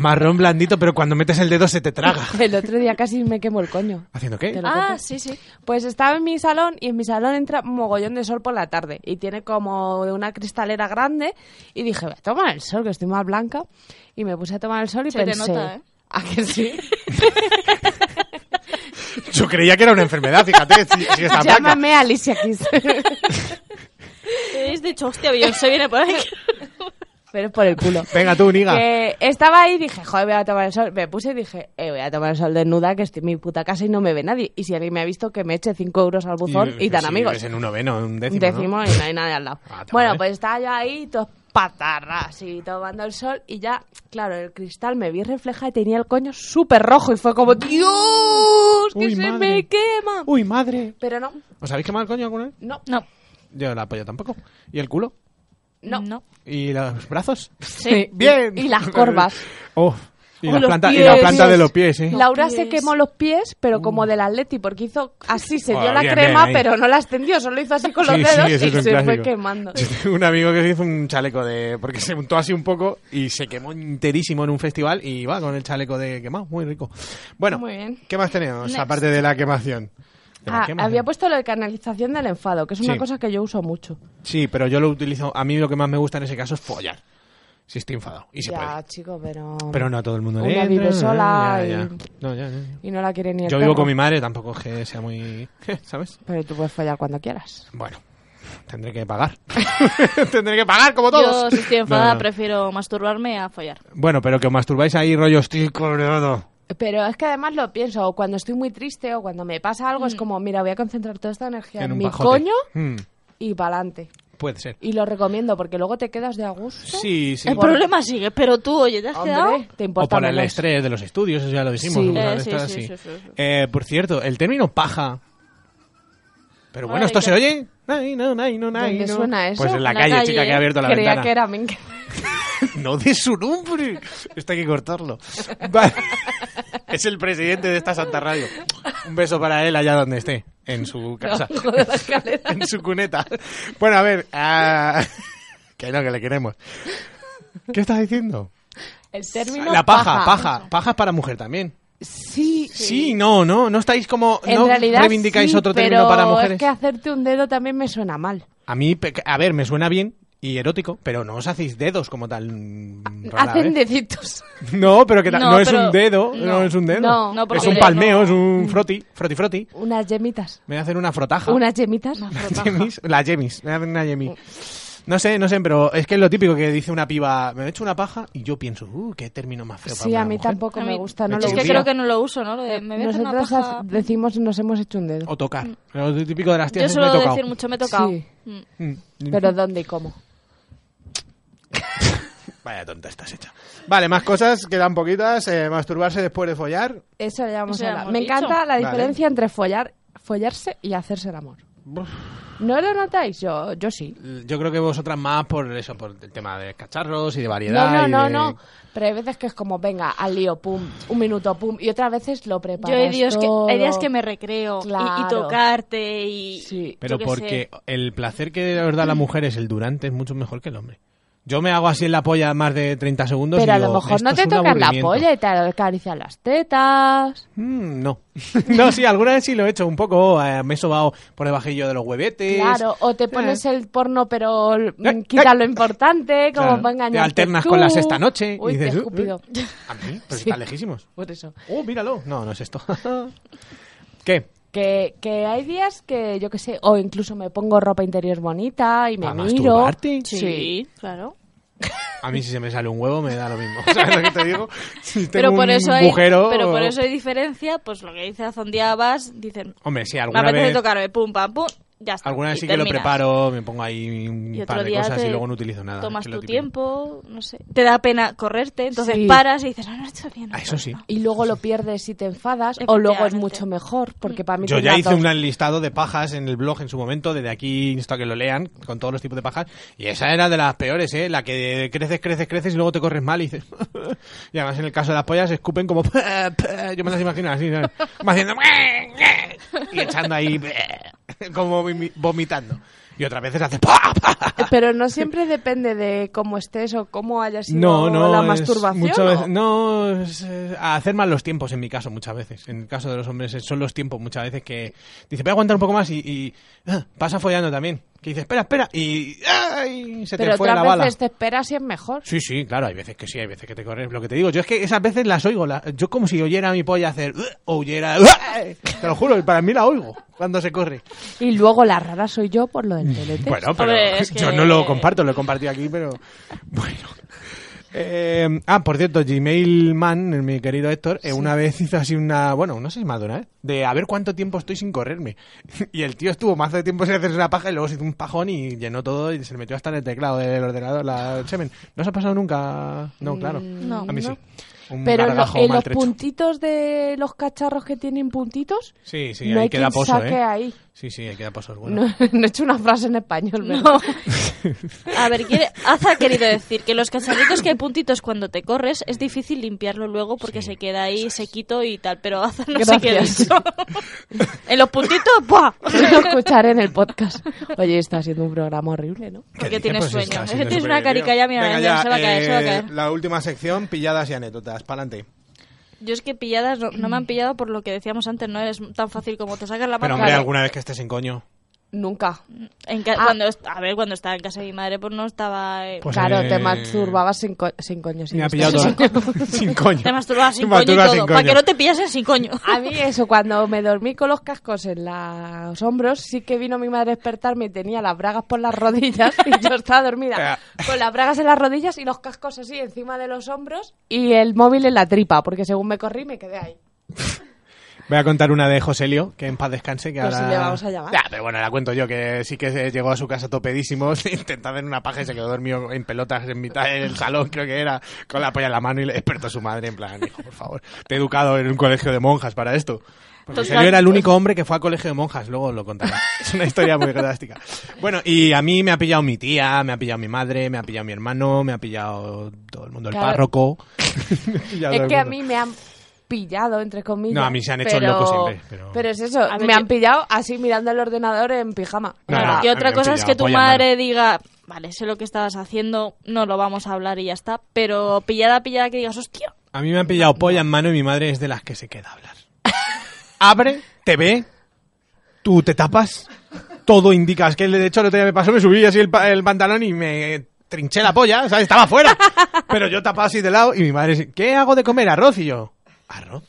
Speaker 5: Marrón blandito, pero cuando metes el dedo se te traga.
Speaker 8: El otro día casi me quemo el coño.
Speaker 5: ¿Haciendo qué?
Speaker 8: Te lo cuento.
Speaker 9: sí, sí.
Speaker 8: Pues estaba en mi salón y en mi salón entra un mogollón de sol por la tarde y tiene como una cristalera grande y dije, voy a tomar el sol, que estoy más blanca. Y me puse a tomar el sol y
Speaker 9: Se te
Speaker 8: pensé...
Speaker 9: nota, ¿eh?
Speaker 8: ¿A que sí?
Speaker 5: Yo creía que era una enfermedad, fíjate, si, si está blanca.
Speaker 8: Llámame Alicia Keys.
Speaker 9: Es de hecho, hostia, Beyoncé viene por aquí.
Speaker 8: Pero es por el culo.
Speaker 5: Venga tú, niga.
Speaker 8: Que estaba ahí y dije, joder, voy a tomar el sol. Me puse y dije, eh, voy a tomar el sol desnuda, que estoy en mi puta casa y no me ve nadie. Y si alguien me ha visto, que me eche 5 euros al buzón y, tan
Speaker 5: sí,
Speaker 8: amigos.
Speaker 5: Es en un noveno, en un décimo.
Speaker 8: décimo,
Speaker 5: ¿no?
Speaker 8: y no hay nadie al lado.
Speaker 5: Ah, te
Speaker 8: bueno,
Speaker 5: joder.
Speaker 8: pues estaba yo ahí, todos patarras y tomando el sol y ya, claro, el cristal me vi reflejada y tenía el coño súper rojo y fue como, Dios, que
Speaker 5: Uy,
Speaker 8: se
Speaker 5: madre.
Speaker 8: me quema.
Speaker 5: Uy, madre.
Speaker 8: Pero no,
Speaker 5: ¿Os habéis quemado el coño alguna vez?
Speaker 8: no,
Speaker 9: No,
Speaker 5: Yo la apoyo tampoco. ¿Y el culo?
Speaker 8: no.
Speaker 9: no.
Speaker 5: ¿Y los brazos?
Speaker 8: Sí.
Speaker 5: Bien.
Speaker 8: Y, y las corvas.
Speaker 5: Oh, y,
Speaker 9: O
Speaker 5: la
Speaker 9: los
Speaker 5: planta, y
Speaker 9: pies.
Speaker 5: la planta de los pies, ¿eh?
Speaker 8: Laura se
Speaker 9: pies.
Speaker 8: quemó los pies, pero como del Atleti, porque hizo así, se dio
Speaker 5: Joder,
Speaker 8: la
Speaker 5: bien,
Speaker 8: crema,
Speaker 5: bien ahí.
Speaker 8: pero no la extendió, solo hizo así con los
Speaker 5: Sí, sí,
Speaker 8: dedos
Speaker 5: eso
Speaker 8: y
Speaker 5: es un
Speaker 8: se fue
Speaker 5: clásico.
Speaker 8: quemando.
Speaker 5: Yo tengo un amigo que se hizo un chaleco de... Porque se untó así un poco y se quemó enterísimo en un festival y va con el chaleco de quemado, muy rico. Bueno,
Speaker 8: Muy bien.
Speaker 5: ¿qué más tenemos
Speaker 9: Next.
Speaker 5: aparte de la quemación? De la
Speaker 8: Ah,
Speaker 5: quemación.
Speaker 8: había puesto lo de canalización del enfado, que es una
Speaker 5: Sí.
Speaker 8: cosa que yo uso mucho.
Speaker 5: Sí, pero yo lo utilizo... A mí lo que más me gusta en ese caso es follar. Si estoy enfadado. Y se
Speaker 8: ya,
Speaker 5: puede.
Speaker 8: chico, pero...
Speaker 5: Pero no a todo el mundo. le
Speaker 8: Una
Speaker 5: entra,
Speaker 8: vive
Speaker 5: no,
Speaker 8: sola
Speaker 5: ya, ya.
Speaker 8: y-
Speaker 5: No, ya, ya, ya.
Speaker 8: Y no la quiere ni el
Speaker 5: Yo vivo
Speaker 8: perro.
Speaker 5: con mi madre, tampoco es que sea muy... ¿Sabes?
Speaker 8: Pero tú puedes fallar cuando quieras.
Speaker 5: Bueno, tendré que pagar. tendré que pagar como todos.
Speaker 9: Yo, si estoy
Speaker 5: No,
Speaker 9: enfadada,
Speaker 5: no.
Speaker 9: prefiero masturbarme a follar.
Speaker 5: Bueno, pero que os masturbáis ahí rollo estoy colorado.
Speaker 8: Pero es que además lo pienso, o cuando estoy muy triste o cuando me pasa algo, es como, mira, voy a concentrar toda esta energía en,
Speaker 5: en un
Speaker 8: mi
Speaker 5: pajote.
Speaker 8: coño
Speaker 5: Mm,
Speaker 8: y pa'lante.
Speaker 5: puede ser.
Speaker 8: Y lo recomiendo porque luego te quedas de a gusto.
Speaker 5: Sí, sí.
Speaker 9: El problema sigue, pero tú, oye, ¿te has
Speaker 8: Hombre,
Speaker 9: quedado?
Speaker 8: te
Speaker 5: o
Speaker 8: importa
Speaker 5: por el
Speaker 8: menos.
Speaker 5: estrés de los estudios, eso ya lo dijimos. o
Speaker 8: Sí.
Speaker 5: sea,
Speaker 9: Eh, sí,
Speaker 5: esto
Speaker 9: sí,
Speaker 5: así.
Speaker 9: sí, sí, sí.
Speaker 5: Eh, por cierto, el término paja. Pero bueno,
Speaker 9: Ay,
Speaker 5: ¿esto
Speaker 9: qué-
Speaker 5: se oye? Ay, no, ay, no, ay,
Speaker 8: ¿Dónde
Speaker 5: no.
Speaker 8: suena eso?
Speaker 5: Pues en la,
Speaker 9: La
Speaker 5: calle,
Speaker 9: calle,
Speaker 5: chica, que ha
Speaker 9: ¿eh?
Speaker 5: abierto la
Speaker 8: Creía
Speaker 5: ventana.
Speaker 8: que era Mink.
Speaker 5: No de su nombre. Esto hay que cortarlo. Vale. Es el presidente de esta Santa Radio. Un beso para él allá donde esté, en su casa.
Speaker 8: Abajo de la escalera.
Speaker 5: en su cuneta. Bueno, a ver. ah, que no, que le queremos. ¿Qué estás diciendo?
Speaker 8: El término
Speaker 5: La paja, paja. Paja es para mujer también.
Speaker 8: Sí.
Speaker 5: Sí, no, no. No estáis como.
Speaker 8: En
Speaker 5: no
Speaker 8: realidad
Speaker 5: reivindicáis
Speaker 8: sí,
Speaker 5: otro término
Speaker 8: pero
Speaker 5: para mujeres.
Speaker 8: es que hacerte un dedo también me suena mal.
Speaker 5: A mí, pe- a ver, me suena bien y erótico, pero no os hacéis dedos como tal. mm, rara
Speaker 8: Hacen
Speaker 5: vez.
Speaker 8: deditos.
Speaker 5: No, pero que ta- no,
Speaker 9: No,
Speaker 5: es
Speaker 9: pero-
Speaker 5: un dedo, no,
Speaker 9: no.
Speaker 5: es un dedo.
Speaker 8: No,
Speaker 9: no,
Speaker 5: es
Speaker 9: porque
Speaker 5: un
Speaker 9: no.
Speaker 5: palmeo, es un froti, froti froti.
Speaker 8: Unas yemitas.
Speaker 5: Me hacen una frotaja.
Speaker 8: Unas yemitas.
Speaker 5: Yemis, la yemis, me hacen una yemi. No sé, no sé, pero es que es lo típico que dice una piba, me he hecho una paja y yo pienso, uh, qué término más feo para
Speaker 8: Sí,
Speaker 5: una
Speaker 8: a mí
Speaker 5: mujer".
Speaker 8: tampoco
Speaker 9: A
Speaker 8: me
Speaker 9: mí-
Speaker 8: gusta. No
Speaker 5: Me
Speaker 8: lo
Speaker 9: es que
Speaker 5: chirría.
Speaker 9: creo que no lo uso, ¿no? Lo de, me voy a hacer una
Speaker 8: Nosotras
Speaker 9: paja.
Speaker 8: haz- decimos nos hemos hecho un dedo.
Speaker 5: O tocar, lo típico de las
Speaker 9: Yo
Speaker 5: tías
Speaker 9: suelo
Speaker 5: me he tocado.
Speaker 9: decir Mm. mucho, me he tocado.
Speaker 8: Sí.
Speaker 9: Mm.
Speaker 5: Mm.
Speaker 8: Pero ¿dónde y cómo?
Speaker 5: Vaya tonta estás hecha. Vale, más cosas, quedan poquitas. Eh, masturbarse después de follar.
Speaker 8: Eso ya hemos
Speaker 9: Eso ya
Speaker 8: hablado.
Speaker 9: hemos
Speaker 8: Me
Speaker 9: dicho.
Speaker 8: encanta la
Speaker 5: Vale.
Speaker 8: diferencia entre follar, follarse y hacerse el amor. ¿No lo notáis? Yo, yo sí.
Speaker 5: Yo creo que vosotras más por eso, por el tema de cacharros y de variedad.
Speaker 8: No, no,
Speaker 5: y
Speaker 8: no,
Speaker 5: de-
Speaker 8: no. Pero hay veces que es como, venga, al lío, pum, un minuto, pum. Y otras veces lo preparas
Speaker 9: Yo hay días, que, hay días
Speaker 8: todo.
Speaker 9: que me recreo y- y,
Speaker 8: Claro.
Speaker 9: tocarte y... yo
Speaker 5: Pero
Speaker 9: qué
Speaker 5: porque
Speaker 9: sé.
Speaker 5: el placer que os da la mujer es el durante, es mucho mejor que el hombre. Yo me hago así en la polla más de 30 segundos.
Speaker 8: Pero
Speaker 5: y
Speaker 8: a lo
Speaker 5: digo,
Speaker 8: mejor no
Speaker 5: "Esto
Speaker 8: te
Speaker 5: es un
Speaker 8: tocan la
Speaker 5: aburrimiento".
Speaker 8: polla y te acarician las tetas.
Speaker 5: Mm, no. no, sí, alguna vez sí lo he hecho un poco. eh, me he sobado por el bajillo de los huevetes.
Speaker 8: Claro, o te pones el porno pero mm, quita lo importante, como
Speaker 5: Eh, Claro,
Speaker 8: para
Speaker 5: te
Speaker 8: engañarte
Speaker 5: alternas
Speaker 8: tú.
Speaker 5: con las esta noche y
Speaker 8: Uy, qué
Speaker 5: dices, "Uh, uh".
Speaker 8: escupido.
Speaker 5: ¿A mí? Pero si
Speaker 8: Sí.
Speaker 5: están lejísimos.
Speaker 8: Por eso.
Speaker 5: Oh, míralo. No, no es esto. ¿Qué?
Speaker 8: Que, que hay días que, yo qué sé, o incluso me pongo ropa interior bonita y me
Speaker 5: ¿Para
Speaker 8: miro.
Speaker 5: masturbarte?
Speaker 8: Sí.
Speaker 9: Sí, claro.
Speaker 5: A mí si se me sale un huevo me da lo mismo. ¿Sabes lo que te digo? Si tengo
Speaker 9: Pero por,
Speaker 5: un
Speaker 9: eso hay,
Speaker 5: agujero-
Speaker 9: pero por eso hay diferencia, pues lo que dice Azondía vas, dicen,
Speaker 5: Hombre, sí,
Speaker 9: me
Speaker 5: alguna
Speaker 9: apetece
Speaker 5: vez...
Speaker 9: tocarme, eh, pum, pam, pum, ya está.
Speaker 5: Alguna vez
Speaker 9: y
Speaker 5: sí que lo
Speaker 9: terminas.
Speaker 5: preparo, me pongo ahí un
Speaker 9: Y otro
Speaker 5: par de
Speaker 9: día
Speaker 5: cosas
Speaker 9: te
Speaker 5: y luego no utilizo nada.
Speaker 9: Tomas
Speaker 5: que es lo
Speaker 9: tu
Speaker 5: típico.
Speaker 9: tiempo, no sé. Te da pena correrte, entonces
Speaker 8: Sí.
Speaker 9: paras y dices, no, no, estoy bien.
Speaker 5: Ah, eso sí.
Speaker 8: Y luego lo pierdes y te enfadas, o luego es mucho mejor, porque para mí
Speaker 5: Yo
Speaker 8: son
Speaker 5: ya
Speaker 8: las
Speaker 5: hice
Speaker 8: dos.
Speaker 5: un listado de pajas en el blog en su momento, desde aquí insto a que lo lean, con todos los tipos de pajas. Y esa era de las peores, ¿eh? La que creces, creces, creces y luego te corres mal y dices... y además en el caso de las pollas escupen como... Yo me las imagino así, ¿sabes? Como haciendo... y echando ahí... como vomi- vomitando. Y otras veces haces...
Speaker 8: Eh, Pero no siempre depende de cómo estés o cómo haya sido
Speaker 5: No, no,
Speaker 8: la
Speaker 5: es
Speaker 8: masturbación.
Speaker 5: muchas
Speaker 8: ¿o?
Speaker 5: veces- no, es, eh, a hacer mal los tiempos en mi caso muchas veces. En el caso de los hombres es- son los tiempos muchas veces que dice, voy a aguantar un poco más y, y, ah, pasa follando también. Que dice, espera, espera y ay, se te
Speaker 8: Pero
Speaker 5: fue la
Speaker 8: otras
Speaker 5: bala.
Speaker 8: veces te esperas y es mejor.
Speaker 5: Sí, sí, claro, hay veces que sí, hay veces que te corres, lo que te digo. Yo es que esas veces las oigo, la- yo como si oyera a mi polla hacer, "Ugh", o oyera, "Ugh", te lo juro, para mí la oigo cuando se corre.
Speaker 8: Y luego la rara soy yo por lo del teletext.
Speaker 5: Mm, Bueno, pero yo no lo comparto, lo he compartido aquí, pero bueno. Eh, ah, por cierto, Gmail Man, mi querido Héctor, eh, una vez hizo así una, bueno, no sé si más de una vez, de a ver cuánto tiempo estoy sin correrme. Y el tío estuvo más de tiempo sin hacerse una paja y luego se hizo un pajón y llenó todo y se le metió hasta en el teclado del ordenador la el semen. ¿No os ha pasado nunca? No, claro.
Speaker 8: No.
Speaker 5: a mí
Speaker 8: No.
Speaker 5: sí. Un
Speaker 8: Pero en, lo-
Speaker 5: gargajo
Speaker 8: en los
Speaker 5: maltrecho.
Speaker 8: puntitos de los cacharros que tienen puntitos,
Speaker 5: Sí, sí,
Speaker 8: no
Speaker 5: ahí
Speaker 8: hay
Speaker 5: queda
Speaker 8: quien
Speaker 5: poso,
Speaker 8: saque
Speaker 5: ¿eh?
Speaker 8: ahí.
Speaker 5: Sí, sí, ahí queda poso. es Bueno.
Speaker 8: No, no he hecho una frase en español, ¿verdad?
Speaker 9: A ver, quiere, Aza ha querido decir que los cacharritos que hay puntitos cuando te corres es difícil limpiarlo luego porque se queda ahí sequito y tal, pero Aza no se queda
Speaker 8: Gracias.
Speaker 9: eso. en los puntitos, ¡buah!
Speaker 8: Lo escucharé en el podcast. Oye, está siendo un programa horrible, ¿no?
Speaker 9: Porque
Speaker 5: dice?
Speaker 9: tienes
Speaker 5: Pues está
Speaker 9: sueño. Es que
Speaker 5: siendo
Speaker 9: tienes una
Speaker 5: supervivido.
Speaker 9: carica ya, mira,
Speaker 5: Venga,
Speaker 9: mira,
Speaker 5: ya,
Speaker 9: se va a caer, se va a
Speaker 5: eh,
Speaker 9: caer.
Speaker 5: La última sección, pilladas y anécdotas. Pa'lante.
Speaker 9: Yo es que pilladas no, no me han pillado por lo que decíamos antes, no es tan fácil como te sacas la mano.
Speaker 5: Pero hombre,
Speaker 9: Claro.
Speaker 5: alguna vez que estés en coño.
Speaker 8: Nunca.
Speaker 9: En ca-
Speaker 8: Ah.
Speaker 9: cuando est- a ver, cuando estaba en casa de mi madre, pues no estaba. eh,
Speaker 5: Pues,
Speaker 8: claro,
Speaker 5: eh,
Speaker 8: te masturbabas sin, co- sin coño. sin
Speaker 5: Me ha
Speaker 8: estar-
Speaker 5: pillado todo. sin coño.
Speaker 9: Te masturbabas sin
Speaker 5: Te
Speaker 9: coño y
Speaker 5: masturbas
Speaker 9: todo.
Speaker 5: sin
Speaker 9: Para
Speaker 5: coño.
Speaker 9: que no te pillasen sin coño.
Speaker 8: A mí eso, cuando me dormí con los cascos en la- los hombros, sí que vino mi madre a despertarme y tenía las bragas por las rodillas y yo estaba dormida con las bragas en las rodillas y los cascos así encima de los hombros y el móvil en la tripa, porque según me corrí me quedé ahí.
Speaker 5: Voy a contar una de Joselio, que en paz descanse. Que
Speaker 8: Pues
Speaker 5: ahora...
Speaker 8: sí, le vamos a llamar.
Speaker 5: Ya, pero bueno, la cuento yo, que sí que se llegó a su casa topedísimo, intentó hacer una paja y se quedó dormido en pelotas en mitad del salón, creo que era, con la polla en la mano y le despertó su madre en plan, hijo, por favor, te he educado en un colegio de monjas para esto. Pues
Speaker 9: Total.
Speaker 5: Joselio era el único hombre que fue a colegio de monjas, luego lo contaré. Es una historia muy drástica. Bueno, y a mí me ha pillado mi tía, me ha pillado mi madre, me ha pillado mi hermano, me ha pillado todo el mundo, el
Speaker 8: Claro.
Speaker 5: párroco. Me ha pillado todo
Speaker 8: es
Speaker 5: el
Speaker 8: que a
Speaker 5: mundo.
Speaker 8: mí me han pillado, entre comillas.
Speaker 5: No, a mí se han hecho
Speaker 8: pero-
Speaker 5: locos siempre, pero-
Speaker 8: es eso, me han pillado así mirando el ordenador en pijama.
Speaker 5: No, no,
Speaker 9: Claro, que
Speaker 5: a mí Ah, me
Speaker 9: otra
Speaker 5: han
Speaker 9: cosa es
Speaker 5: pillado,
Speaker 9: que tu
Speaker 5: voy a andar.
Speaker 9: madre diga, vale, sé lo que estabas haciendo, no lo vamos a hablar y ya está. Pero pillada, pillada que digas, hostia.
Speaker 5: A mí me han pillado polla en mano y mi madre es de las que se queda a hablar. Abre, te ve, tú te tapas, todo indica. Es que de hecho el otro día me pasó, me subí así el, pa- el pantalón y me trinché la polla, ¿sabes? Estaba fuera. Pero yo tapaba así de lado y mi madre, así, ¿qué hago de comer? Arroz y yo, ¿arroz?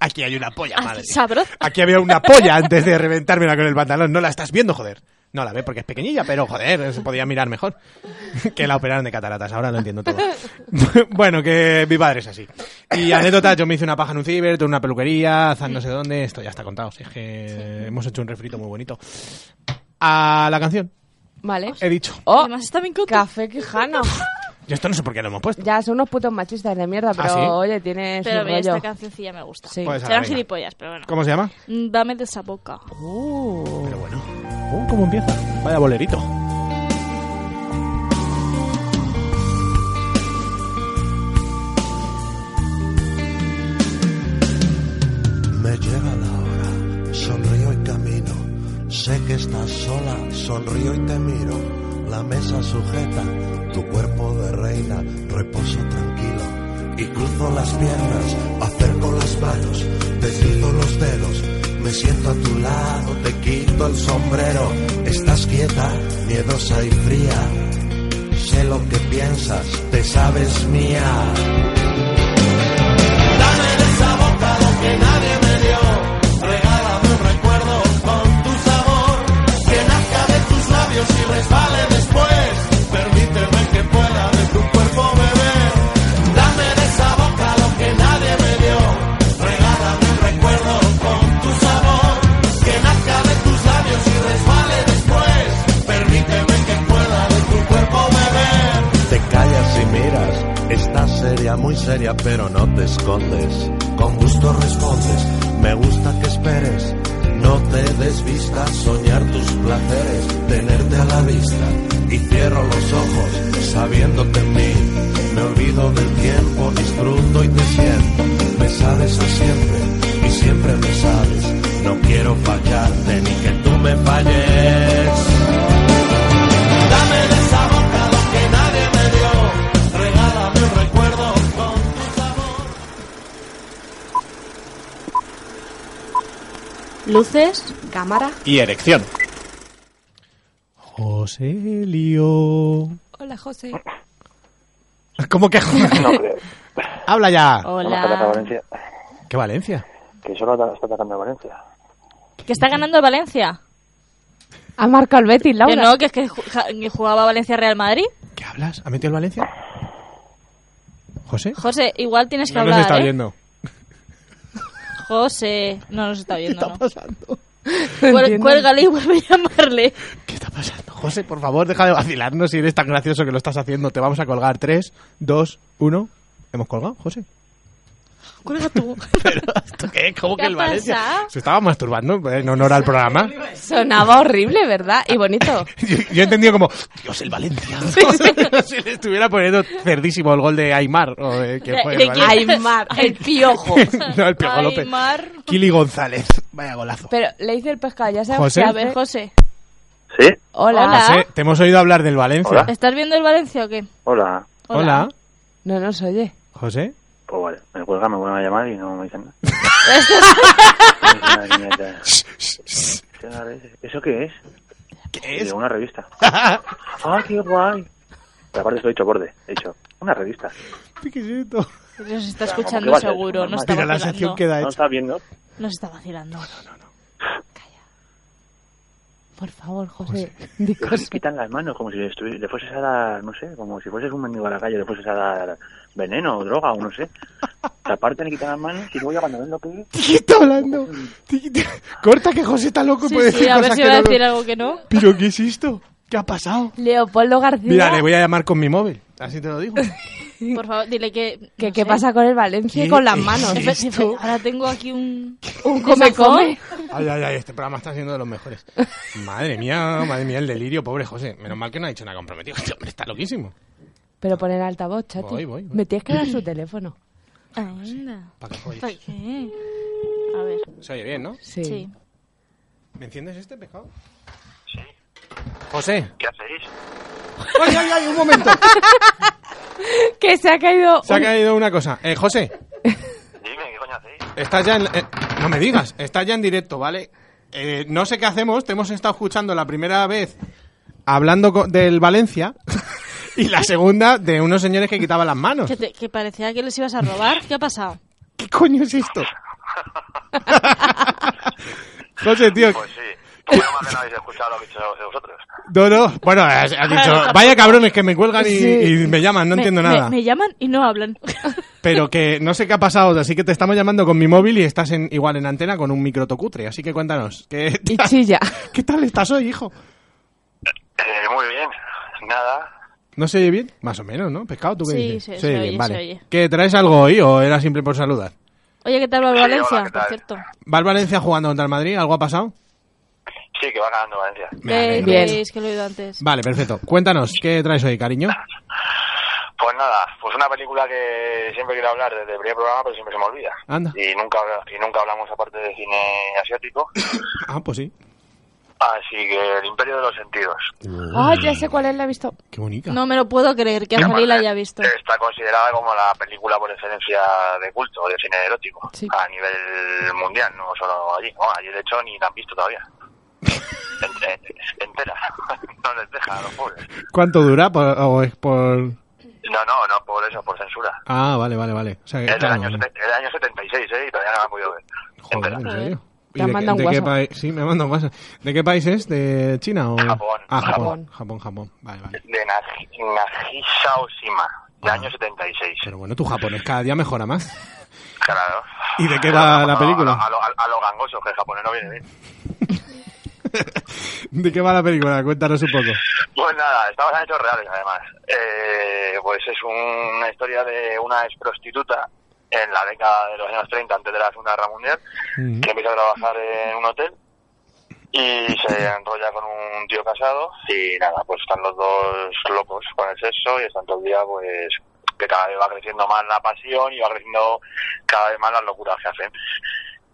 Speaker 5: Aquí hay una polla, madre.
Speaker 9: Sabroz.
Speaker 5: Aquí había una polla antes de reventármela con el pantalón. No la estás viendo, joder. No la ve porque es pequeñilla, pero joder, se podía mirar mejor. que la operaron de cataratas, ahora lo entiendo todo. bueno, que mi padre es así. Y anécdota, yo me hice una paja en un ciber, tuve una peluquería, Zan no sé dónde, esto ya está contado. si es que hemos hecho un refrito muy bonito. A la canción,
Speaker 8: Vale.
Speaker 5: he dicho.
Speaker 8: Oh,
Speaker 9: Además está bien contado.
Speaker 8: café Quijano.
Speaker 5: Yo esto no sé por qué lo hemos puesto.
Speaker 8: Ya, son unos putos machistas de mierda, pero
Speaker 5: ¿Ah, sí?
Speaker 8: oye, tiene
Speaker 9: Pero
Speaker 8: su
Speaker 9: mira,
Speaker 8: rollo.
Speaker 9: esta cancioncilla me gusta.
Speaker 8: Sí.
Speaker 5: Pues,
Speaker 9: Serán
Speaker 5: venga.
Speaker 9: gilipollas, pero bueno.
Speaker 5: ¿Cómo se llama?
Speaker 9: Mm, Dame de esa boca.
Speaker 5: Pero bueno. Uh, ¿Cómo empieza? Vaya bolerito.
Speaker 12: Me llega la hora, sonrío y camino. Sé que estás sola, sonrío y te miro. La mesa sujeta, tu cuerpo de reina, reposo tranquilo. Y cruzo las piernas, acerco las manos, deslizo los dedos. Me siento a tu lado, te quito el sombrero. Estás quieta, miedosa y fría. Sé lo que piensas, te sabes mía.
Speaker 13: Vale después, permíteme que pueda de tu cuerpo beber. Dame de esa boca lo que nadie me dio. Regálame un recuerdo con tu sabor. Que nazca de tus labios y resbale después. Permíteme que pueda de tu cuerpo beber.
Speaker 12: Te callas y miras, estás seria, muy seria, pero no te escondes. Con gusto respondes, me gusta que esperes. No te desvistas, soñar tus placeres, tenerte a la vista. Y cierro los ojos, sabiéndote en mí. Me olvido del tiempo, disfruto y te siento. Me sabes a siempre, y siempre me sabes. No quiero fallarte, ni que tú me falles.
Speaker 13: Dame de esa boca lo que nadie me dio. Regálame un recuerdo con tu sabor.
Speaker 9: Luces, cámara.
Speaker 5: Y erección. José Lío.
Speaker 8: Hola, José.
Speaker 5: ¿Cómo que
Speaker 11: No creo.
Speaker 5: Habla ya.
Speaker 9: Hola.
Speaker 11: Buenas tardes a Valencia.
Speaker 5: ¿Qué Valencia?
Speaker 11: Que solo ta- está atacando a Valencia.
Speaker 9: Que está ganando el Valencia.
Speaker 8: Ha marcado el Betis, Laura.
Speaker 9: Que no, que es que ju- ja- que jugaba Valencia-Real Madrid.
Speaker 5: ¿Qué hablas? ¿Ha metido el Valencia? ¿José?
Speaker 9: José, igual tienes que
Speaker 5: no
Speaker 9: hablar.
Speaker 5: nos está
Speaker 9: ¿eh?
Speaker 5: oyendo.
Speaker 9: José, no nos está viendo. ¿no?
Speaker 5: pasando?
Speaker 9: Cuel-
Speaker 5: entiendo.
Speaker 9: cuélgale y vuelve a llamarle.
Speaker 5: José, por favor, deja de vacilarnos si eres tan gracioso que lo estás haciendo. Te vamos a colgar. 3, 2, 1. ¿Hemos colgado, José?
Speaker 9: Cuelga tú.
Speaker 5: ¿Qué? ¿Cómo
Speaker 9: que el Valencia?
Speaker 5: Se estaba masturbando en honor al programa.
Speaker 8: Sonaba horrible, ¿verdad? Y bonito.
Speaker 5: Yo, yo he entendido como, Dios, el Valencia. Como si le estuviera poniendo cerdísimo el gol de Aymar. O de,
Speaker 9: Eh,
Speaker 5: que fue el Valencia.
Speaker 8: Aymar, el piojo.
Speaker 5: no, el Piojo López.
Speaker 9: Aymar.
Speaker 5: Kili González. Vaya golazo.
Speaker 8: Pero le hice el pescado, ya sabes
Speaker 5: José.
Speaker 8: que a ver, José.
Speaker 11: ¿Sí?
Speaker 8: Hola.
Speaker 5: José, Ah, te hemos oído hablar del Valencia.
Speaker 9: ¿Estás viendo el Valencia o qué?
Speaker 11: Hola.
Speaker 5: Hola.
Speaker 8: No nos oye.
Speaker 5: José.
Speaker 11: Pues vale, me cuelga, me vuelven a llamar y no me dicen nada. Una mierda. ¿Qué nada es? ¿Eso qué es?
Speaker 5: ¿Qué
Speaker 11: es? una revista. ¡Ah, qué guay! Pero aparte se lo he dicho borde. He dicho, una revista.
Speaker 5: Piquisito.
Speaker 9: Nos está
Speaker 11: Pero, ¿cómo
Speaker 9: escuchando
Speaker 11: que va a ser?
Speaker 9: seguro.
Speaker 11: Normal.
Speaker 9: Nos está vacilando.
Speaker 11: ¿No está viendo?
Speaker 9: Nos está vacilando.
Speaker 8: Por favor, José. di
Speaker 11: Es que
Speaker 8: cosas.
Speaker 11: se quitan las manos como si le, estuvi- le fueses a dar, no sé, como si fueses un mendigo a la calle, le fueses a dar veneno o droga o no sé. Se apartan y quitan las manos y luego ya cuando ven lo que es,
Speaker 5: ¿Qué está hablando? Corta que José está loco y
Speaker 9: Sí,
Speaker 5: puede
Speaker 9: sí,
Speaker 5: decir
Speaker 9: a ver
Speaker 5: cosas
Speaker 9: si
Speaker 5: que
Speaker 9: va a
Speaker 5: no-
Speaker 9: decir algo que no.
Speaker 5: ¿Pero qué es esto? ¿Qué ha pasado?
Speaker 8: Leopoldo García.
Speaker 5: Mira, le voy a llamar con mi móvil. Así te lo digo.
Speaker 9: Por favor, dile que.
Speaker 8: ¿Qué, qué pasa con el Valencia y
Speaker 5: ¿Qué
Speaker 8: con las
Speaker 5: es
Speaker 8: manos?
Speaker 5: esto?
Speaker 9: Ahora tengo aquí un.
Speaker 8: Un come, come.
Speaker 5: Ay, ay, ay, este programa está siendo de los mejores. Madre mía, madre mía, el delirio, pobre José. Menos mal que no ha dicho nada comprometido. Este hombre está loquísimo.
Speaker 8: Pero pon el altavoz, chati.
Speaker 5: Voy, voy, voy.
Speaker 8: Me tienes que dar su teléfono.
Speaker 9: Anda.
Speaker 5: ¿Para qué joyas?
Speaker 9: ¿Para Ah, qué? A ver.
Speaker 5: Se oye bien, ¿no?
Speaker 8: Sí.
Speaker 9: Sí.
Speaker 5: ¿Me enciendes este pescado? Sí. José.
Speaker 11: ¿qué hacéis?
Speaker 5: ¡Ay, ay, ay! ¡Un momento!
Speaker 8: que se ha caído.
Speaker 5: Se ha
Speaker 8: un-
Speaker 5: caído una cosa. Eh, José,
Speaker 11: Dime, ¿qué coño hacéis?
Speaker 5: estás ya en... eh, no me digas, estás ya en directo, ¿vale? Eh, no sé qué hacemos, te hemos estado escuchando la primera vez hablando co- del Valencia y la segunda de unos señores que quitaban las manos.
Speaker 9: Que, te- que parecía que les ibas a robar. ¿Qué ha pasado?
Speaker 5: ¿Qué coño es esto? José, tío.
Speaker 11: Pues sí, pues nada más que no habéis escuchado lo que he dicho de vosotros.
Speaker 5: No, no. Bueno, has, has dicho, vaya cabrones que me cuelgan y,
Speaker 9: Sí.
Speaker 5: y me llaman, no
Speaker 9: Me-
Speaker 5: entiendo
Speaker 9: me-
Speaker 5: nada.
Speaker 9: Me, llaman y no hablan.
Speaker 5: Pero que no sé qué ha pasado, así que te estamos llamando con mi móvil y estás en, igual en antena con un microtocutre. Así que cuéntanos. ¿qué,
Speaker 8: Y chilla.
Speaker 5: ¿Qué tal estás hoy, hijo?
Speaker 11: Eh, muy bien, nada,
Speaker 5: ¿No se oye bien? Más o menos, ¿no? Pescado, ¿tú qué
Speaker 9: Sí,
Speaker 5: dices?
Speaker 9: se- se oye, se oye.
Speaker 5: ¿Que traes algo hoy o era simple por saludar?
Speaker 9: Oye, ¿qué tal va el
Speaker 12: Sí, hola,
Speaker 9: Valencia,
Speaker 12: ¿qué
Speaker 9: por
Speaker 12: tal?
Speaker 9: cierto?
Speaker 5: ¿Va el Valencia jugando contra el Madrid? ¿Algo ha pasado?
Speaker 12: Sí, que va ganando Valencia.
Speaker 9: Veis,
Speaker 5: alegro.
Speaker 9: veis que lo he oído antes.
Speaker 5: Vale, perfecto. Cuéntanos, ¿qué traes hoy, cariño?
Speaker 12: Pues nada, pues una película que siempre quiero hablar desde el primer programa, pero siempre se me olvida.
Speaker 5: Anda.
Speaker 12: Y nunca, y nunca hablamos aparte de cine asiático.
Speaker 5: Ah, pues sí.
Speaker 12: Así que El Imperio de los Sentidos.
Speaker 8: Ah, ya sé cuál es, la he visto.
Speaker 5: Qué bonita.
Speaker 9: No me lo puedo creer que a Jalil la haya visto.
Speaker 12: Está considerada como la película por excelencia de culto, de cine erótico, a nivel mundial, no solo allí. No, allí de hecho ni la han visto todavía. Ent- eh, entera. no les deja a los pobres.
Speaker 5: ¿Cuánto dura? Por, o es por...
Speaker 12: No, no, no por eso, por censura.
Speaker 5: Ah, vale, vale, vale. O sea, que,
Speaker 12: Es del
Speaker 5: claro,
Speaker 12: año, seten- es del año 76, ¿eh? Y todavía no la he podido ver.
Speaker 5: joder, ¿en serio?
Speaker 12: Ah, Te
Speaker 5: ¿Y
Speaker 12: han
Speaker 5: de,
Speaker 12: mandado
Speaker 5: qué-
Speaker 12: un
Speaker 5: de qué
Speaker 12: WhatsApp.
Speaker 5: país? Sí, me mandan un WhatsApp. ¿De qué país es? ¿De China o...? Japón. Ah, Japón.
Speaker 12: Japón.
Speaker 5: Japón, Japón. Vale, vale.
Speaker 12: De Nag- Nagisa Oshima, del año 76.
Speaker 5: Pero bueno, tu japonés cada día mejora más.
Speaker 12: Claro.
Speaker 5: ¿Y de qué va la película?
Speaker 12: A, lo- a, lo- a los gangosos, que el japonés no viene bien.
Speaker 5: ¿De qué va la película? Cuéntanos un poco.
Speaker 12: Pues nada, estamos en hechos reales además. Eh, pues es un- una historia de una ex prostituta en la década de los años 30, antes de la Segunda Guerra Mundial, que empieza a trabajar en un hotel y se enrolla con un tío casado y nada, pues están los dos locos con el sexo y están todo el día pues que cada vez va creciendo más la pasión y va creciendo cada vez más las locuras que hacen.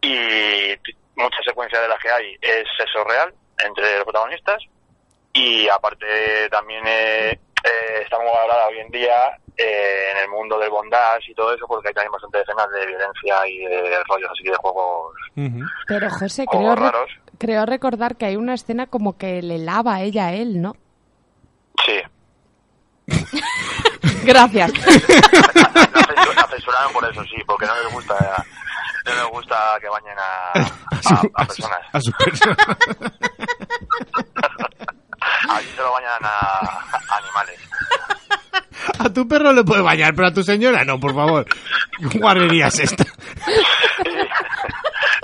Speaker 12: Y t- muchas secuencias de las que hay es sexo real entre los protagonistas y aparte también eh, eh, está muy valorada hoy en día eh, en el mundo del bondage y todo eso porque hay también bastantes escenas de violencia y de rollos así de juegos
Speaker 8: Pero José,
Speaker 12: Como
Speaker 8: creo, re-
Speaker 12: raros.
Speaker 8: creo recordar que hay una escena como que le lava ella a él, ¿no?
Speaker 12: Sí.
Speaker 8: Gracias.
Speaker 12: La, censu- la censuraron por eso, sí, porque no les gusta, no les gusta que bañen a, a- a personas.
Speaker 5: A su persona.
Speaker 12: Allí se lo bañan a, a animales.
Speaker 5: A tu perro le puede bañar, pero a tu señora no, por favor. ¿Qué guardería es esta?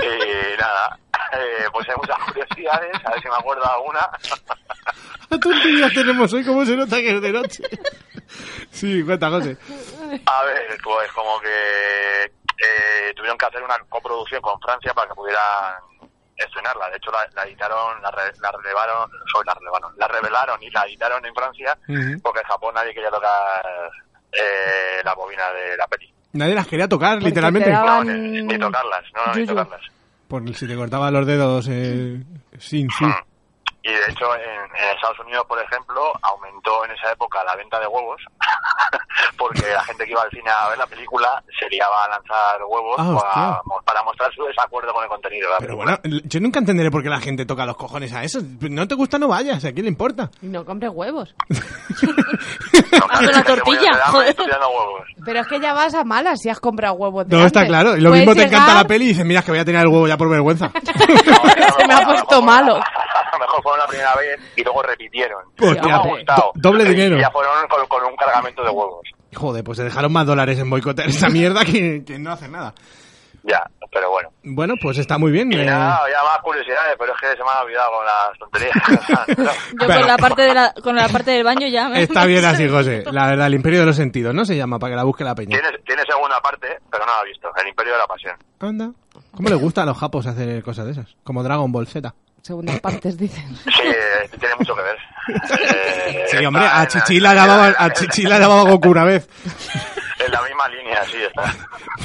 Speaker 12: Y nada, eh, pues hay muchas curiosidades, a ver si me acuerdo alguna.
Speaker 5: ¿A tu día tenemos hoy? ¿Cómo se nota que es de noche? Sí, cuenta, José.
Speaker 12: A ver, pues como que eh, tuvieron que hacer una coproducción con Francia para que pudieran estrenarla. De hecho, la, la editaron, la, re- la relevaron, sorry, la relevaron, la revelaron y la editaron en Francia porque en Japón nadie quería tocar eh, la bobina de la peli.
Speaker 5: Nadie las quería tocar, literalmente.
Speaker 12: No, ni, ni tocarlas, no, no, ni
Speaker 5: Yuyu.
Speaker 12: tocarlas.
Speaker 8: Ah,
Speaker 5: Por si te cortaba los dedos, eh, sin, sí.
Speaker 12: Mm, Y de hecho, en, en Estados Unidos, por ejemplo, aumentó en esa época la venta de huevos, porque la gente que iba al cine a ver la película se liaba a lanzar huevos
Speaker 5: Ah,
Speaker 12: pues, para,
Speaker 5: hostia.
Speaker 12: mo- para mostrar su desacuerdo con el contenido. de la
Speaker 5: Pero
Speaker 12: película.
Speaker 5: bueno, yo nunca entenderé por qué la gente toca los cojones a eso. No te gusta, no vayas. ¿A quién le importa?
Speaker 8: Y no compre huevos.
Speaker 12: Haz
Speaker 8: una tortilla, joder.
Speaker 12: Estoy dando huevos.
Speaker 8: Pero es que ya vas a malas si has comprado huevos. de
Speaker 5: No, está
Speaker 8: antes.
Speaker 5: claro. Y lo mismo te
Speaker 8: Puedes
Speaker 5: encanta la
Speaker 8: llegar-
Speaker 5: peli y dices, mira, es que voy a tener el huevo ya por vergüenza.
Speaker 8: Se me ha puesto malo.
Speaker 12: A lo mejor fueron la primera vez y luego repitieron.
Speaker 5: Hostia,
Speaker 12: No me ha
Speaker 5: do-
Speaker 12: gustado.
Speaker 5: pues, doble
Speaker 12: Y
Speaker 5: dinero.
Speaker 12: Ya fueron con, con un cargamento de huevos.
Speaker 5: Joder, pues se dejaron más dólares en boicotear esa mierda que, que no hacen nada.
Speaker 12: Ya, pero bueno.
Speaker 5: Bueno, pues está muy bien.
Speaker 12: Y
Speaker 5: eh.
Speaker 12: nada, ya más curiosidades, pero es que se me han olvidado con las tonterías.
Speaker 9: Yo
Speaker 5: Pero-
Speaker 9: con, la parte de la, con la parte del baño ya me...
Speaker 5: Está bien así, José. La verdad, el imperio de los sentidos, ¿no? Se llama para que la busque la peña.
Speaker 12: tiene, tiene segunda parte, pero no la he visto. El Imperio de la Pasión.
Speaker 5: Anda. ¿Cómo le gusta a los japos hacer cosas de esas? Como Dragon Ball Z.
Speaker 8: Segundas partes, dicen.
Speaker 12: Sí, eh, tiene mucho que ver. Eh,
Speaker 5: Sí, hombre,
Speaker 12: está
Speaker 5: a
Speaker 12: en-
Speaker 5: Chichi la llamaba, a Chichi la llamaba Goku una vez.
Speaker 12: En la misma línea, sí, está.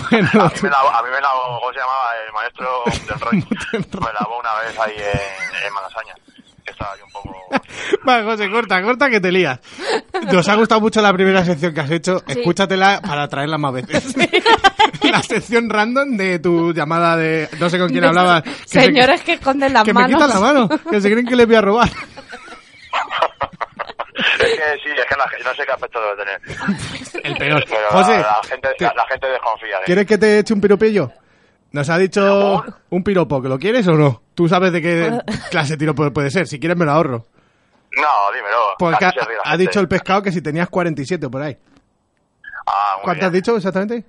Speaker 5: Bueno,
Speaker 12: a, mí me la, a mí me la- ¿cómo se llamaba? El maestro del rey. me lavó una vez ahí en, en Malasaña. que Estaba yo un poco...
Speaker 5: Va, José, corta, corta que te lías. Nos ha gustado mucho la primera sección que has hecho.
Speaker 12: Sí.
Speaker 5: Escúchatela para traerla más veces. la sección random de tu llamada de no sé con quién hablabas. que se-
Speaker 8: Señores que esconden las
Speaker 5: que me
Speaker 8: manos.
Speaker 5: quita la mano, que se creen que les voy a robar.
Speaker 12: Es que sí, es que la, no sé qué aspecto debe tener.
Speaker 5: El peor.
Speaker 12: Pero la-
Speaker 5: José,
Speaker 12: la, gente, la, la gente desconfía. de-
Speaker 5: ¿Quieres que te eche un piropillo? Nos ha dicho un piropo, ¿que lo quieres o no? Tú sabes de qué clase de tiro puede puede ser. Si quieres me lo ahorro.
Speaker 12: No, Ah, dímelo.
Speaker 5: Porque Pues ha,
Speaker 12: Así se ríe la
Speaker 5: ha
Speaker 12: gente.
Speaker 5: dicho el pescado que si tenías 47 por ahí.
Speaker 12: Ah, muy
Speaker 5: ¿Cuánto has dicho exactamente?